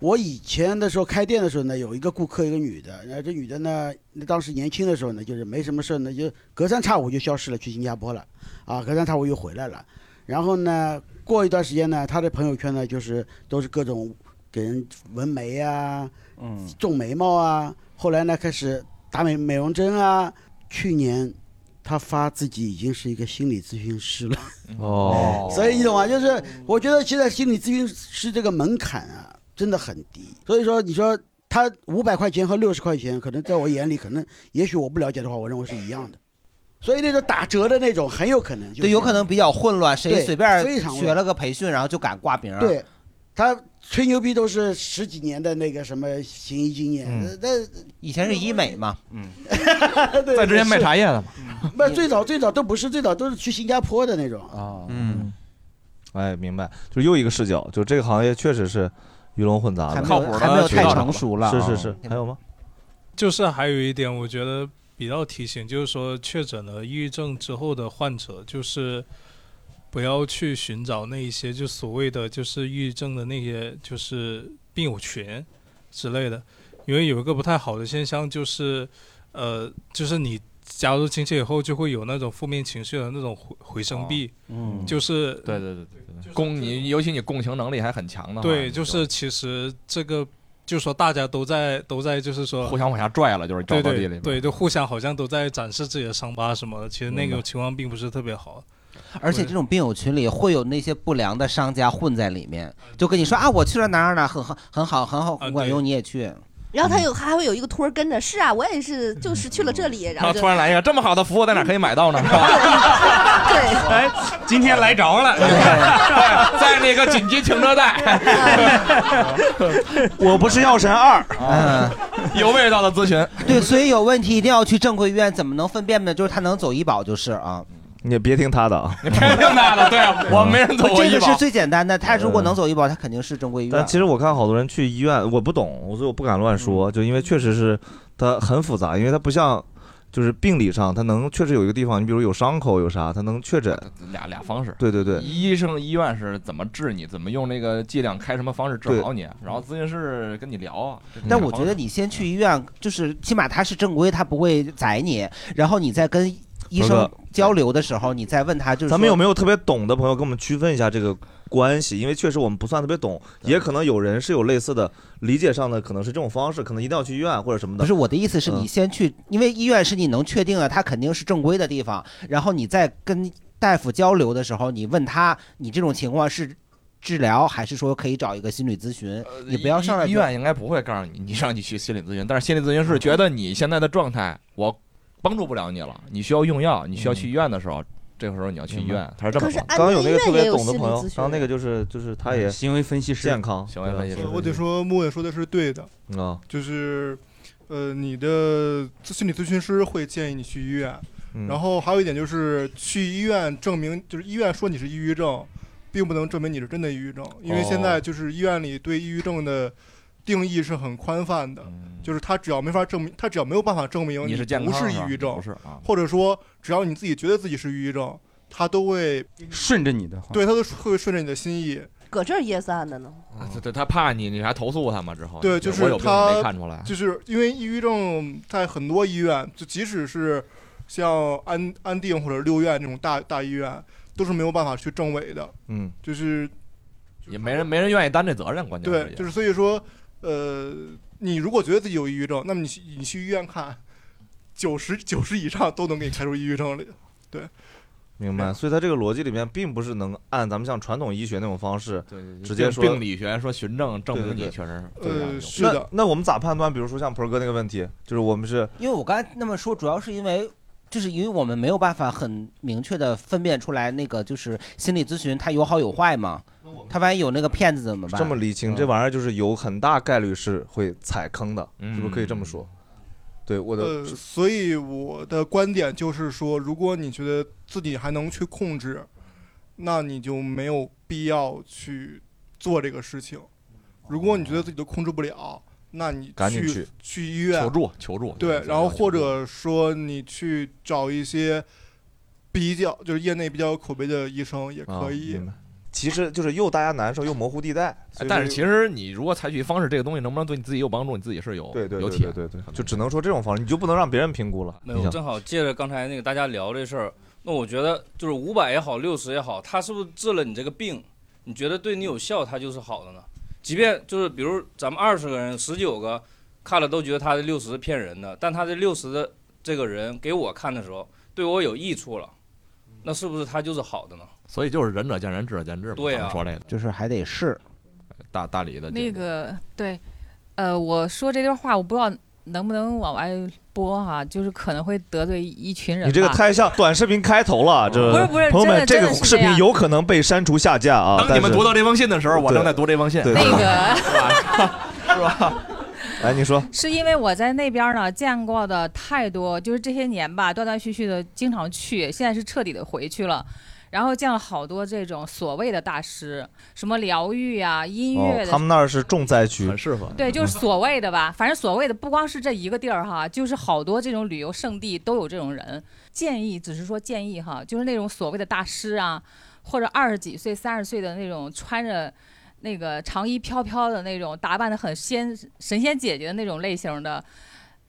K: 我以前的时候开店的时候呢，有一个顾客，一个女的，然后这女的呢，那当时年轻的时候呢，就是没什么事儿呢，就隔三差五就消失了，去新加坡了，啊，隔三差五又回来了。然后呢，过一段时间呢，她的朋友圈呢，就是都是各种给人纹眉啊，
E: 嗯，
K: 种眉毛啊，后来呢开始打美美容针啊。去年她发自己已经是一个心理咨询师了，
A: 哦
K: 所以你懂吗？就是我觉得现在心理咨询师这个门槛啊，真的很低。所以说，你说他五百块钱和六十块钱，可能在我眼里，可能也许我不了解的话，我认为是一样的。所以那种打折的那种， *laughs* 很有可能就是
D: 对，有可能比较混乱，谁
K: 对
D: 随便
K: 非常混
D: 学了个培训，然后就敢挂名儿。
K: 对，他吹牛逼都是十几年的那个什么行医经验，
D: 嗯
K: 那、
D: 以前是医美嘛，嗯，
K: *laughs* 对
D: 在之前卖茶叶的
K: 嘛。那最早最早 *laughs* 都不是最早都是去新加坡的那种，
A: 啊，嗯，哎，明白，就又一个视角，就这个行业确实是鱼龙混杂
D: 还
A: 的，
D: 没有靠谱的还没有渠太道成熟了
A: 是是
D: 啊
A: 是，还有吗？
R: 就是还有一点，我觉得比较提醒，就是说确诊了抑郁症之后的患者，就是不要去寻找那一些就所谓的就是抑郁症的那些就是病友群之类的，因为有一个不太好的现象就是，呃，就是你加入亲戚以后就会有那种负面情绪的那种回回
A: 哦
R: 声壁，
C: 嗯
R: 就是
C: 对对对对，共你尤其你共情能力还很强的话，
R: 对，就是其实这个，就说大家都在都在，就是说
C: 互相往下拽了就是找
R: 对
C: 到地里
R: 对
C: 面
R: 对，就互相好像都在展示自己的伤疤什么的，其实那
D: 明白
R: 个情况并不是特别好。
D: 而且这种病友群里会有那些不良的商家混在里面，就跟你说啊，我去了哪儿哪儿很好很好很好很管用，你也去。
B: 然
C: 嗯
B: 后他有还会有一个托儿跟着，是啊，我也是，就是去了这里，然
C: 然
B: 后
C: 后
B: 就
C: 突然来一个这么好的服务，在哪可以买到呢？是吧？
B: 哦
E: 哎，今天来着
A: *laughs*
E: 了，
C: 在那个紧急停车带， *laughs*
A: 我不是药神二，
D: 嗯，
C: 有味道的咨询。
D: *laughs* 对，所以有问题一定要去正规医院，怎么能分辨呢？就是他能走医保就是啊。
A: 你 *laughs* 也别嗯听他的
D: *laughs*
A: 啊，
C: 挺大
A: *laughs*
C: 的，对啊我没人走过
D: 这
C: 医
D: 个
C: 保
D: 是。最简单的，他如果能走医保，他肯定是正规医
A: 嗯但
D: 院。
A: 其实我看好多人去医院，我不懂，我所以我不敢乱
D: 嗯
A: 说，就因为确实是它很复杂，因为它不像就是病理上，它能确实有一个地方，你比如有伤口有啥，它能确诊。
C: 俩俩方式，
A: 对对对，
C: 医生、医院是怎么治你，怎么用那个剂量开什么方式治好你，啊然后咨询师跟你聊啊。这
D: 但
C: 这
D: 我
C: 方
D: 觉得
C: 式
D: 你先去医院，就是起码他是正规，他不会宰你，然后你再跟医
A: 鹏
D: 生
A: 哥
D: 交流的时候，你再问他，就是
A: 咱们
D: 说
A: 有没有特别懂的朋友跟我们区分一下这个关系？因为确实我们不算特别懂，也可能有人是有类似的理解上的，可能是这种方式，可能一定要去医院或者什么的。
D: 不是我的意思是
A: 嗯
D: 你先去，因为医院是你能确定的，它肯定是正规的地方，然后你再跟大夫交流的时候，你问他你这种情况是治疗还是说可以找一个心理咨询？
A: 呃
D: 你不要上来
C: 医医
D: 就
C: 院应该不会告诉你，你让你去心理咨询，但是心理咨询是觉得你现在的状态我帮助不了你了，你需要用药，你需要去医院的时候，这个时候你要去医院，他是这么说
A: 嗯
C: 的。嗯
A: 刚刚有那个特别懂的朋友，刚刚那个就是就是他也
E: 行为分析师
A: 健康
C: 行为分析师
A: 对吧
C: 我
N: 我得说木也说的是对的，
C: 嗯
A: 啊，
N: 就是，呃，你的咨心理咨询师会建议你去医院，
A: 嗯
N: 然后还有一点就是去医院证明，就是医院说你是抑郁症，并不能证明你是真的抑郁症，因为现
C: 哦
N: 在就是医院里对抑郁症的定义是很宽泛的，就是他只要没法证明，他只要没有办法证明
C: 嗯你是健
N: 不
C: 康
N: 是
C: 的
N: 抑郁症，
C: 不是啊
N: 或者说只要你自己觉得自己是抑郁症，他都会
E: 顺着你的话，
N: 对他都会顺着你的心意。
B: 搁这儿噎散的呢。
C: 对对，他怕你，你还投诉他嘛？之后
N: 对，就是
C: 哦我有病
N: 他
C: 没看出来，
N: 就是因为抑郁症在很多医院，就即使是像安安定或者六院这种大大医院，都是没有办法去证伪的，
A: 嗯，
N: 就是
C: 也没人没人愿意担这责任，关键
N: 对，就是所以说，呃，你如果觉得自己有抑郁症，那么你去你去医院看，九十九十以上都能给你开出抑郁症来的，对。
A: 明白。所以他这个逻辑里面并不是能按咱们像传统医学那种方式，
C: 对对
A: 直接说
C: 病理学说循证证明你确实
N: 呃
A: 对对对
C: 对
A: 对
C: 啊
D: 是的
A: 那那我们咋判断？比如说像鹏哥那个问题，就是我们是
D: 因为我刚才那么说，主要是因为。就是因为我们没有办法很明确的分辨出来，那个就是心理咨询它有好有坏嘛，它万一有那个骗子怎么办？嗯
A: 这么理清，这玩意儿就是有很大概率是会踩坑的，
C: 嗯
A: 是不是可以这么说？对，我的、
N: 呃，所以我的观点就是说，如果你觉得自己还能去控制，那你就没有必要去做这个事情。如果你觉得自己都控制不了，那你
C: 赶紧
N: 去
C: 去
G: 医
N: 医院
C: 求助求助。
N: 对，然后
C: 求
N: 或者说你去找一些比较就是业内比较有口碑的医生也
A: 啊
N: 可以
A: 明。白其实就是又大家难受又模糊地带，所以
C: 哎但是
A: 说
C: 其实你如果采取方式，这个东西能不能对你自己有帮助，你自己是有
A: 对对
C: 有
A: 对
C: 体
A: 对对对，就只能说这种方式，你就不能让别人评估了。
X: 没
A: 你
X: 有，
A: 想
X: 正好借着刚才那个大家聊这事儿，那我觉得就是五百也好，六十也好，它是不是治了你这个病？你觉得对你有效，它就是好的呢？即便就是比如咱们二十个人，十九个看了都觉得他的六十是骗人的，但他这六十的这个人给我看的时候，对我有益处了，那是不是他就是好的呢？
C: 所以就是仁者见仁，智者见智嘛。
X: 对
C: 咱们
X: 啊
C: 说这个
D: 就是还得是
C: 大大理的
O: 那个对，呃，我说这段话，我不知道能不能往外播哈、就是可能会得罪一群人吧。
A: 你这个太像短视频开头了，这
O: 不是不是
A: 朋友们，
O: 真
A: 这
O: 的
A: 个
O: 真的是
A: 视
O: 这
A: 频
O: 样
A: 有可能被删除下架啊。
C: 当你们
A: 但是
C: 读到这封信的时候，我
A: 对
C: 正在读这封信。
A: 对
C: *laughs*
O: 那个 *laughs*
A: *laughs* 来，你说，
O: 是因为我在那边呢见过的太多，就是这些年吧，断断续续的经常去，现在是彻底的回去了。然后见了好多这种所谓的大师，什么疗愈啊、音乐
A: 哦，
O: 的，
A: 他们那儿是重灾区，很
C: 适合。
O: 对，就是
A: 嗯
O: 所谓的吧，反正所谓的不光是这一个地儿哈，就是好多这种旅游胜地都有这种人。建议只是说建议哈，就是那种所谓的大师啊，或者二十几岁、三十岁的那种穿着那个长衣飘飘的那种，打扮的很仙神仙姐姐的那种类型的。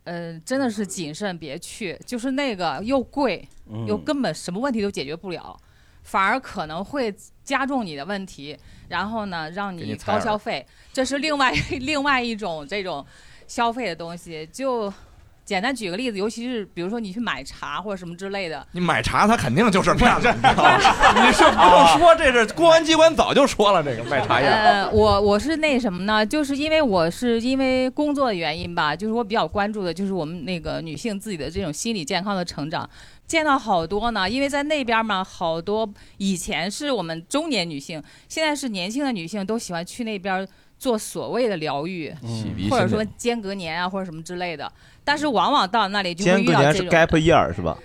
O: 呃，真的是谨慎别去，就是那个又贵，又
W: 嗯
O: 根本什么问题都解决不了，反而可能会加重你的问题，然后呢，让
W: 给你
O: 你
W: 采
O: 高
W: 耳
O: 消费，这是另外另外一 *laughs* 种这种消费的东西。就简单举个例子，尤其是比如说你去买茶或者什么之类的，
C: 你买茶，他肯定就是骗子，你知道吗？ *laughs* 你是不用说，这是公安机关早就说了，这个卖茶叶。
O: 呃，我我是那什么呢？就是因为我是因为工作的原因吧，就是我比较关注的就是我们那个女性自己的这种心理健康的成长。见到好多呢，因为在那边嘛，好多以前是我们中年女性，现在是年轻的女性都喜欢去那边做所谓的疗愈，
A: 洗涤
O: 或者
A: 心
O: 说
A: 灵
O: 间隔年啊，或者什么之类的。但是往往到那里就会
A: 间
O: 遇
A: 隔
O: 到
A: 年
O: 这
A: 是
O: 种
A: gap year
O: *laughs*
A: 是吧？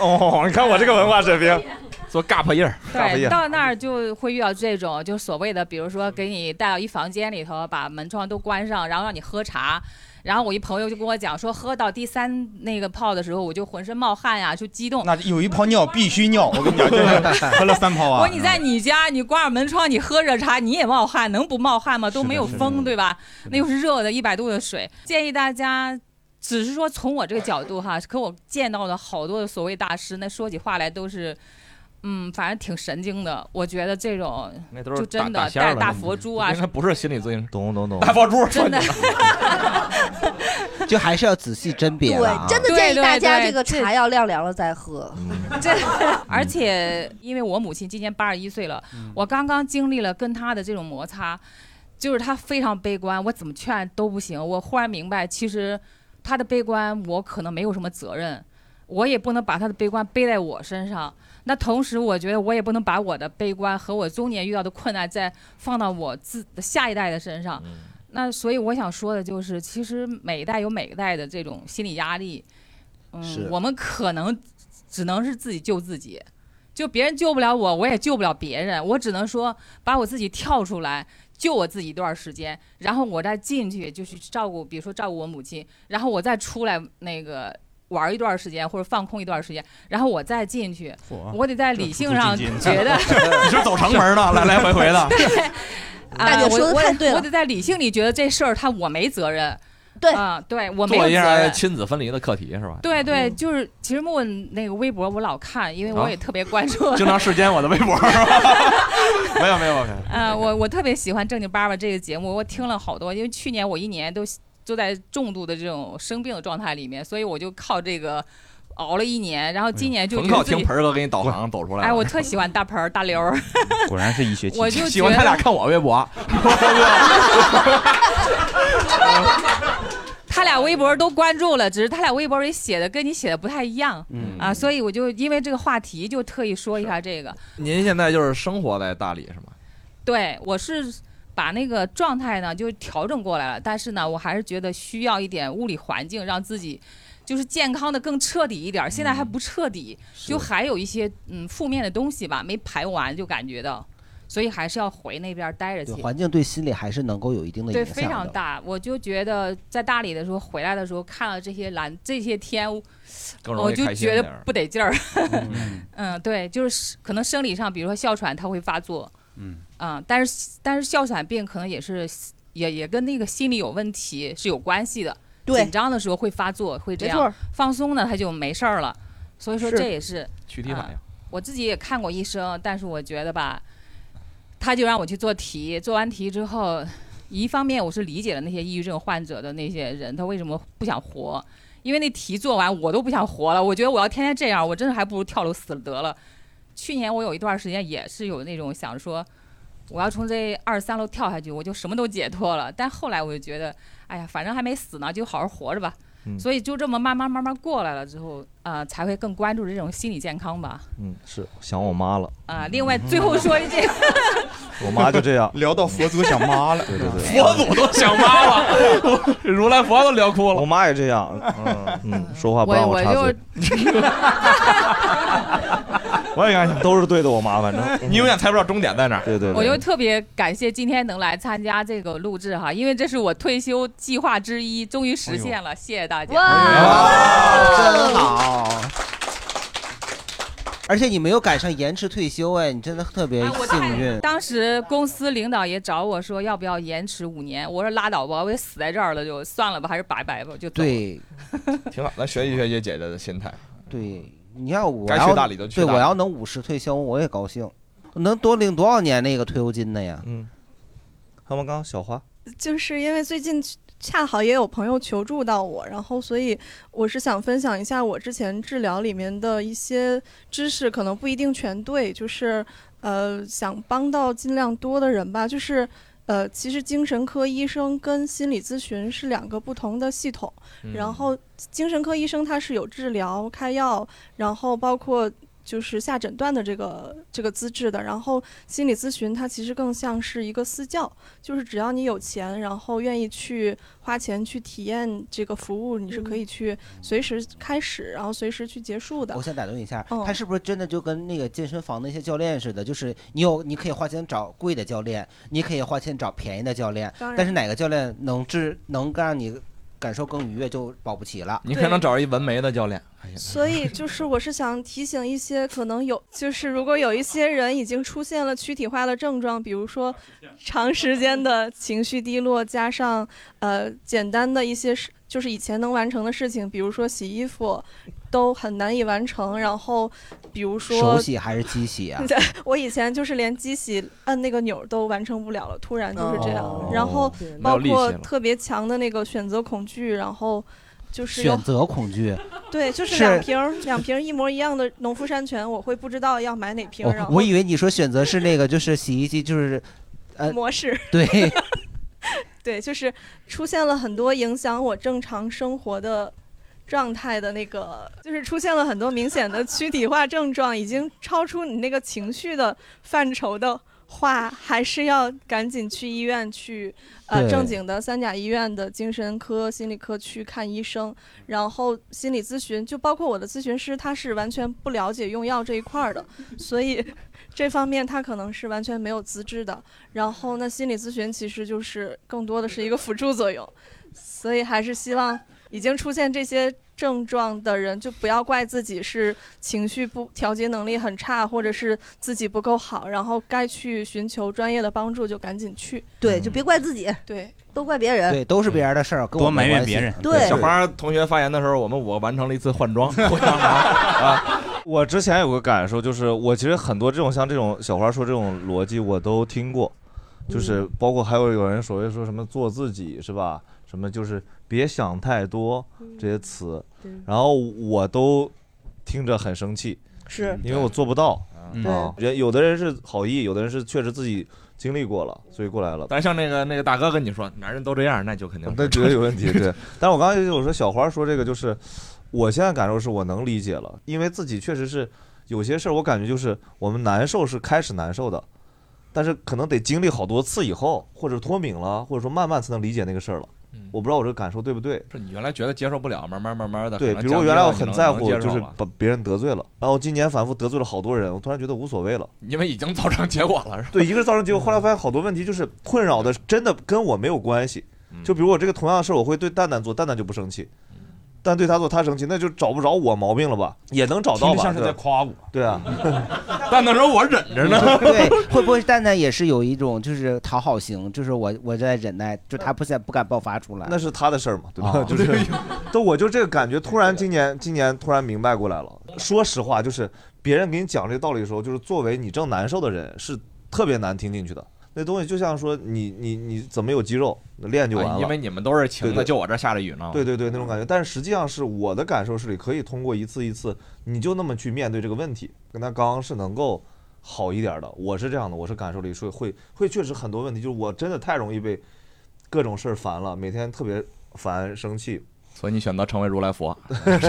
A: 哦，你看我这个文化水平，
C: 做 gap year，
A: *laughs* gap
O: 对，
A: year，
O: 到那儿就会遇到这种，就所谓的，比如说给你带到一房间里头，把门窗都关上，然后让你喝茶。然后我一朋友就跟我讲说，喝到第三那个泡的时候，我就浑身冒汗呀、就激动。
E: 那有一泡尿必须尿，我跟你讲，真的喝了三泡
O: 我
E: 啊
O: 说。你在你家，你关上门窗，你喝着茶，你也冒汗，能不冒汗吗？都没有风，对吧？那又是热的，一百度的水。建议大家只是说从我这个角度哈，可我见到的好多的所谓大师，那说起话来都是，嗯，反正挺神经的。我觉得这种
C: 那都是
O: 就真
C: 打
O: 的
C: 仙儿
O: 带
C: 了
O: 大佛珠啊
C: 应，该不是心理咨询师，
A: 懂懂懂，
C: 大佛珠
O: 真的 *laughs*
D: 就还是要仔细甄别了啊。
B: 对，真的建议大家
O: 对对
B: 这个茶要晾凉了再喝。
O: *laughs* 这而且因为我母亲今年八十一岁了，我刚刚经历了跟她的这种摩擦，就是她非常悲观，我怎么劝都不行。我忽然明白，其实她的悲观我可能没有什么责任，我也不能把她的悲观背在我身上。那同时，我觉得我也不能把我的悲观和我中年遇到的困难再放到我自下一代的身上。那所以我想说的就是，其实每一代有每一代的这种心理压力，
D: 是
O: 嗯，我们可能只能是自己救自己，就别人救不了我，我也救不了别人，我只能说把我自己跳出来。救我自己一段时间，然后我再进去就去照顾，比如说照顾我母亲，然后我再出来那个玩一段时间或者放空一段时间，然后我再进去，
C: 嚯
O: 我得在理
C: *laughs*
O: 性上
C: 这突突
A: *laughs*
C: 进
O: 觉得，
C: 你是走城门的，来来回回的
O: 对，啊
B: 大姐说得
O: 我我
B: 太对了
O: 我得在理性里觉得这事儿他我没责任，
B: 对
O: 啊，对我没
C: 做
O: 有责
C: 一下
O: 任。
C: 亲子分离的课题是吧？啊
O: 对对，就是其实莫问那个微博我老看，因为我也特别关注。
C: 啊经常
O: *laughs*
C: 视奸我的微博是吧？没有没有没有，
O: 啊，我我特别喜欢《正经爸爸》这个节目，我听了好多，因为去年我一年都都在重度的这种生病的状态里面，所以我就靠这个熬了一年，然后今年 *laughs* 就
C: 纯嗯
O: 觉
C: 靠
O: 得自
C: 听
O: 己
C: 盆儿哥给你导航走出来了。
O: 哎，我特喜欢大盆儿大刘儿，
C: 果然是医学
O: *laughs* 奇迹我就
C: 喜欢他
O: 觉得
C: 俩看我微博啊，
O: 他俩微博都关注了，只是他俩微博里写的跟你写的不太一样，
C: 嗯
O: 啊，所以我就因为这个话题就特意说一下这个。
C: 您现在就是生活在大理是吗？
O: 对，我是把那个状态呢就调整过来了，但是呢，我还是觉得需要一点物理环境让自己。就是健康的更彻底一点儿，现在还不彻底，就还有一些嗯负面的东西吧，没排完就感觉到，所以还是要回那边儿待着
D: 对
O: 去。
D: 环境对心理还是能够有一定的
O: 对，
D: 影响的。
O: 非常大。我就觉得在大理的时候，回来的时候看了这些蓝这些天，
C: 更容易
O: 我就
C: 开心一
O: 觉
C: 点
O: 得
C: 儿
O: 不得劲儿。 *laughs* 嗯，对，就是可能生理上，比如说哮喘，它会发作。
C: 嗯
O: 啊、但是但是哮喘病可能也是也也跟那个心理有问题是有关系的。
B: 对
O: 紧张的时候会发作，会这
B: 没
O: 样
B: 错。
O: 放松呢，它就没事儿了。所以说
B: 是
O: 这也是
C: 躯体反应
O: 啊我自己也看过医生，但是我觉得吧，他就让我去做题，做完题之后，一方面我是理解了那些抑郁症患者的那些人，他为什么不想活，因为那题做完我都不想活了，我觉得我要天天这样，我真的还不如跳楼死了得了。去年我有一段时间也是有那种想说，我要从这二十三楼跳下去，我就什么都解脱了。但后来我就觉得，哎呀，反正还没死呢，就好好活着吧。
A: 嗯
O: 所以就这么慢慢慢慢过来了之后，啊，才会更关注这种心理健康吧。
A: 嗯，是想我妈了，
O: 啊、另外最后说一句，
A: 嗯
O: *laughs*
A: *laughs* 我妈就这样，
P: *laughs* 聊到佛祖想妈了，嗯
A: *laughs* 对对对，
C: 佛祖都想妈了， *laughs* 如来佛都聊哭了。
A: 我妈也这样，嗯嗯，说话不
O: 我
A: 让插
O: 我
A: 嘴，我也感觉都是对的，我妈反正
C: 哎你永远猜不到终点在哪儿。
A: 对对，
O: 我就特别感谢今天能来参加这个录制哈，因为这是我退休计划之一，终于实现
A: 哎
O: 了，谢谢大家。
D: 真好。嗯而且你没有赶上延迟退休哎，你真的特别幸运。
O: 当时公司领导也找我说要不要延迟五年，我说拉倒吧，我也死在这儿了，就算了吧，还是拜拜吧，就走了。
D: 对，
C: 挺好，咱学习学习姐姐的心态。
D: 对，你要我
C: 该
D: 要
C: 去大理就去
D: 对，
C: 大理
D: 我要能五十退休，我也高兴，能多领多少年那个退休金的呀？
A: 嗯，他们刚刚小花，
U: 就是因为最近恰好也有朋友求助到我，然后所以我是想分享一下我之前治疗里面的一些知识，可能不一定全对，就是呃想帮到尽量多的人吧，就是。呃，其实精神科医生跟心理咨询是两个不同的系统，
I: 嗯
U: 然后精神科医生他是有治疗、开药，然后包括就是下诊断的这个这个资质的。然后心理咨询它其实更像是一个私教，就是只要你有钱，然后愿意去花钱去体验这个服务，你是可以去随时开始，然后随时去结束的
D: 我。想打断一下，
U: 嗯
D: 他是不是真的就跟那个健身房那些教练似的？就是你有，你可以花钱找贵的教练，你可以花钱找便宜的教练
U: 当，然
D: 但是哪个教练能治能让你感受更愉悦，就保不齐了。
C: 你可能找一纹眉的教练，
U: 所以就是我是想提醒一些可能有，就是如果有一些人已经出现了躯体化的症状，比如说长时间的情绪低落，加上呃简单的一些是就是以前能完成的事情，比如说洗衣服，都很难以完成。然后，比如说
D: 手洗还是机洗
U: *laughs*
D: 啊？
U: 我以前就是连机洗按那个钮儿都完成不了了，突然就是这样。
D: 哦
U: 然后
D: 天哪
U: 包
D: 没有力
U: 括
D: 气了
U: 特别强的那个选择恐惧，然后就是有
D: 选择恐惧。
U: *laughs* 对，就是
D: 是
U: 两瓶儿两瓶儿一模一样的农夫山泉，我会不知道要买哪瓶儿，然
D: 哦，
U: 后
D: 我以为你说选择是那个，就是洗衣机，就是，呃，
U: 模式。
D: 对，
U: 对，就是出现了很多影响我正常生活的状态的那个，就是出现了很多明显的躯体化症状，已经超出你那个情绪的范畴的话，还是要赶紧去医院去呃
I: 对
U: 正经的三甲医院的精神科、心理科去看医生，然后心理咨询，就包括我的咨询师，他是完全不了解用药这一块儿的，所以。 *laughs* 这方面他可能是完全没有资质的。然后那心理咨询其实就是更多的是一个辅助作用，所以还是希望已经出现这些症状的人就不要怪自己是情绪不调节能力很差，或者是自己不够好，然后该去寻求专业的帮助就赶紧去。
B: 对，就别怪自己，
U: 对，
B: 都怪别人。
D: 对，都是别人的事儿，跟我
C: 多埋
D: 没
C: 怨
D: 关系
C: 别人
B: 对
C: 小花同学发言的时候，我们五个完成了一次换装。 *laughs*
B: *laughs*
A: 啊我之前有个感受，就是我其实很多这种像这种小花说这种逻辑我都听过，就是
B: 嗯
A: 包括还有有人所谓说什么做自己是吧？什么就是别想太多这些词
B: 嗯对，
A: 然后我都听着很生气，
B: 是
A: 因为我做不到
C: 嗯
A: 啊。人有的人是好意，有的人是确实自己经历过了，所以过来了。
C: 但像那个那个大哥跟你说，男人都这样，那就 *laughs* 肯定
A: 那绝对有问题。
C: *laughs*
A: 对，但是我刚才就我说小花说这个，就是我现在感受是我能理解了，因为自己确实是有些事儿，我感觉就是我们难受是开始难受的，但是可能得经历好多次以后，或者脱敏了，或者说慢慢才能理解那个事儿了。我不知道我这个感受对不对？
C: 是你原来觉得接受不了，慢慢慢慢的。
A: 对，比如我原来我很在乎，就是把别人得罪了，然后今年反复得罪了好多人，我突然觉得无所谓了，
C: 因为已经造成结果 *laughs* 了，是吧？
A: 对，一个是造成结果，后来发现好多问题就是困扰的，真的跟我没有关系。就比如我这个同样的事儿，我会对蛋蛋做，蛋蛋就不生气，但对他做他生气，那就找不着我毛病了吧？也能找到
C: 听着
A: 吧？
C: 像是
A: 对
C: 在夸嗯我。
A: 对啊，
C: 但那时候我忍着呢。
D: 对，会不会蛋蛋也是有一种就是讨好型，就是我我在忍耐，就他不想不敢爆发出来。
A: *laughs* 那是他的事儿嘛，对吧？
C: 啊 *laughs*
D: 哦
A: 就是， *laughs* 但我就这个感觉，突然今年今年突然明白过来了。说实话，就是别人给你讲这个道理的时候，就是作为你正难受的人，是特别难听进去的。那东西就像说你你你怎么有肌肉，练就完了。
C: 啊因为你们都是晴
A: 对
C: 的，
A: 对
C: 就我这下着雨呢。
A: 对对对，那种感觉。但是实际上是我的感受是，你可以通过一次一次，你就那么去面对这个问题，跟他刚刚是能够好一点的。我是这样的，我是感受里说会会确实很多问题，就是我真的太容易被各种事儿烦了，每天特别烦生气。
C: 所以你选择成为如来佛， *laughs*
A: *laughs*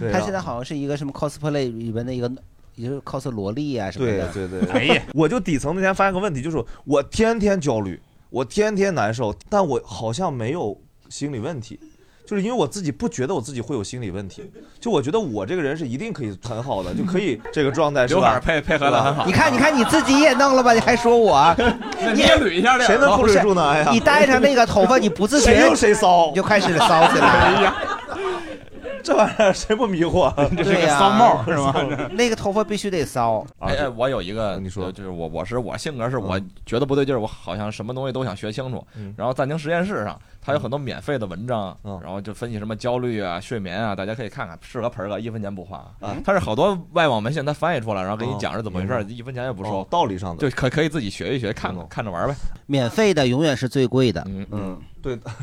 A: 对
D: 他
A: 啊
D: 现在好像是一个什么 cosplay 里面的一个，也就是 cos 萝莉啊什么
A: 对
D: 的。
A: 对对，我就底层那天发现个问题，就是我天天焦虑，我天天难受，但我好像没有心理问题，就是因为我自己不觉得我自己会有心理问题，就我觉得我这个人是一定可以很好的，就可以这个状态是
C: 刘海
A: 吧？
C: 儿配配合的很好。
D: 你看，你看你自己也弄了吧？你还说我啊？
C: 你也捋一下这
A: 谁能不
D: 是
A: 捋住呢？哎呀，
D: 你戴上那个头发，你不自觉
A: 谁用谁骚，
D: 就开始骚起来。
A: 哎呀，这玩意儿谁不迷惑？啊
D: 对
C: *laughs* 这是个
D: 呀
C: 骚帽是吗？
D: 那个头发必须得骚。
A: 啊
C: 哎哎，我有一个，你说，就是我我是我性
A: 嗯
C: 格是我觉得不对劲儿，我好像什么东西都想学清楚。然后暂停实验室上，它有很多免费的文章，
A: 嗯
C: 然后就分析什么焦虑啊、睡眠啊，大家可以看看，适合盆儿哥，啊一分钱不花。
A: 嗯
C: 它是好多外网文献，它翻译出来，然后给你讲是怎么回事儿，一分钱也不收，
A: 哦道理上哦
C: 的，就可可以自己学一学，看看看着玩儿呗。
D: 免费的永远是最贵的。嗯
A: 嗯，对的。
D: *laughs*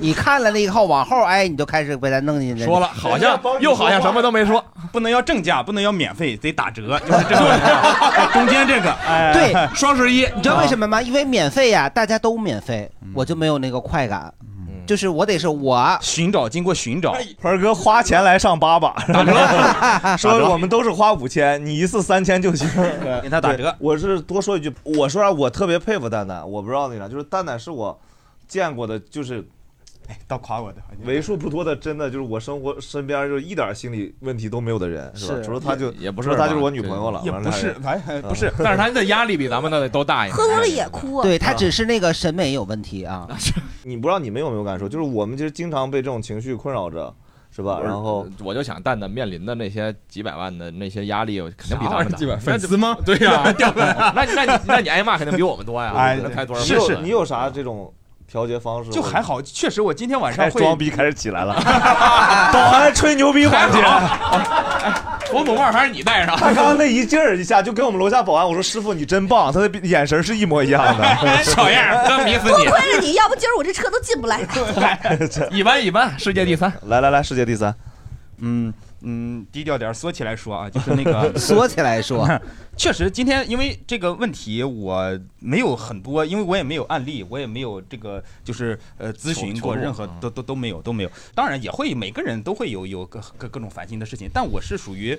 D: 你看了那以后，往后哎，你就开始被他弄进去。
A: 哎
E: 说了好
C: 哎
E: 像又好像什么
C: 都没说，
E: 不能要正价，不能要免费，得打
O: *laughs*
E: 折，就是这个中间这个，哎，
D: 对
E: *laughs* 双十一，
D: 你知道为什么吗？因为免费呀，大家都免费，
A: 嗯
D: 我就没有那个快感。就是我得是我
E: 寻找，经过寻找，
A: 盆哎儿哥花钱来上八吧， *laughs* 说我们都是花五千，你一次三千就行，
E: 给他打折
A: 对。我是多说一句，我说啥？我特别佩服蛋蛋，我不知道那啥，就是蛋蛋是我见过的，就是。哎，
E: 倒夸我的，
A: 为数不多的，真的就是我生活身边就是一点心理问题都没有的人，是吧？
C: 是
A: 除了他就
C: 也也不是
A: 除了他
C: 吧
A: 就是我嗯女朋友了，
C: 也
A: 完
C: 不
A: 了他
C: 是
E: 哎
C: 不是， *laughs* 但是他的压力比咱们的都大一点。
B: 哭啊
D: 对他
C: 啊
D: 只是那个审美有问题啊。
A: 你不知道你们有没有感受，就是我们其实经常被这种情绪困扰着，是吧？然后
C: 我就想蛋蛋面临的那些几百万的那些压力，肯定比
A: 啥
C: 咱
A: 玩意
C: 们
A: 儿
C: 大。
A: 几百
C: 那
A: 粉
C: 就
A: 丝
C: *laughs*
A: 吗 *laughs*
P: *laughs*
C: 对呀，掉粉。那那你那你挨骂肯定比我们多呀，
A: 哎， *laughs*
C: 开多少？
A: 你有你有啥这种调节方式，
P: 就还好，确
A: *laughs*
P: 实我今天晚上
A: 开始
P: 会
A: 装逼开始起来了，
P: *laughs*
O: 啊
A: 导航吹牛逼环节。
C: *laughs*
P: 我
A: *laughs*
P: 某块还是你带上。
A: 他刚刚那一劲儿一下就跟我们楼下保安我说：“师傅你真棒！”他的眼神是一模一样的。
P: *laughs* 小样
A: *laughs*
P: 儿刚迷死
B: 多
C: 啊
B: 亏了你，要不今儿我这车都进不
C: *laughs*
B: 来。
P: 一般一般，世界第三。
A: 来来来，世界第三。
E: 嗯嗯，低调点儿，缩起来说 *laughs* 啊，就是那个
D: 缩起来
E: *laughs*
D: 说。
E: 确实，今天因为这个问题，我没有很多，因为我也没有案例，我也没有这个就是呃咨询过
P: 求助
E: 任何
P: 嗯
E: 都都都没有都没有。当然也会每个人都会有有各各各种烦心的事情，但我是属于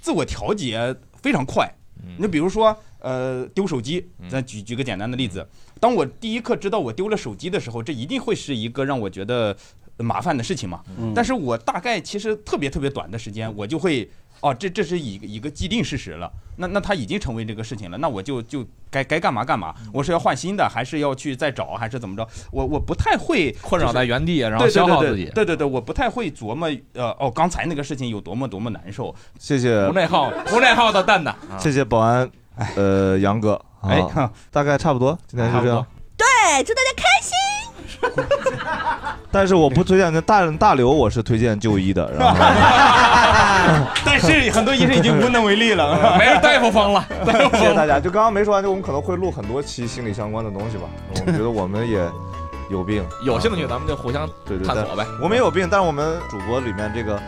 E: 自我调节非常快。
C: 嗯
E: 你比如说呃丢手机，咱举举个简单的例子，当我第一刻知道我丢了手机的时候，这一定会是一个让我觉得麻烦的事情嘛。
P: 嗯
E: 但是我大概其实特别特别短的时间，我就会哦，这这是一个一个既定事实了。那那它已经成为这个事情了，那我就就该该干嘛干嘛。
C: 嗯
E: 我是要换新的，还是要去再找，还是怎么着？我我不太会
C: 困扰在原地，然后
E: 对对
C: 消耗
E: 对
C: 自己。
E: 对对对，我不太会琢磨呃哦，刚才那个事情有多么多么难受。
A: 谢谢
E: 无内耗，无内耗的蛋蛋。
A: 谢谢保安，呃，杨哥，
E: 哎
A: 啊，大概差不多，今天就这样。
B: 对，祝大家开心。
A: 但是我不推荐，大大刘我是推荐就医的，然后
E: 但是很多医生已经无能为力了，没事，大夫疯了。
C: *laughs*
A: 谢谢大家。就刚刚没说完，就我们可能会录很多期心理相关的东西吧。我们觉得我们也有病，
C: *laughs* 有
A: 啊
C: 兴趣咱们就互相
A: 对对
C: 探索呗。
A: 我们也有病，但是我们主播里面这个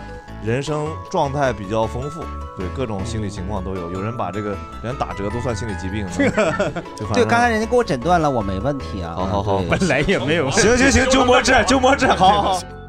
A: 人生状态比较丰富，对各种心理情况都有。有人把这个连打折都算心理疾
C: *laughs*
A: 病呢，就反
D: 对，
A: 正
D: 刚才人家给我诊断了，我没问题啊。
A: 好好好
D: 对
A: 行行行，鸠摩智，鸠摩智，好好好。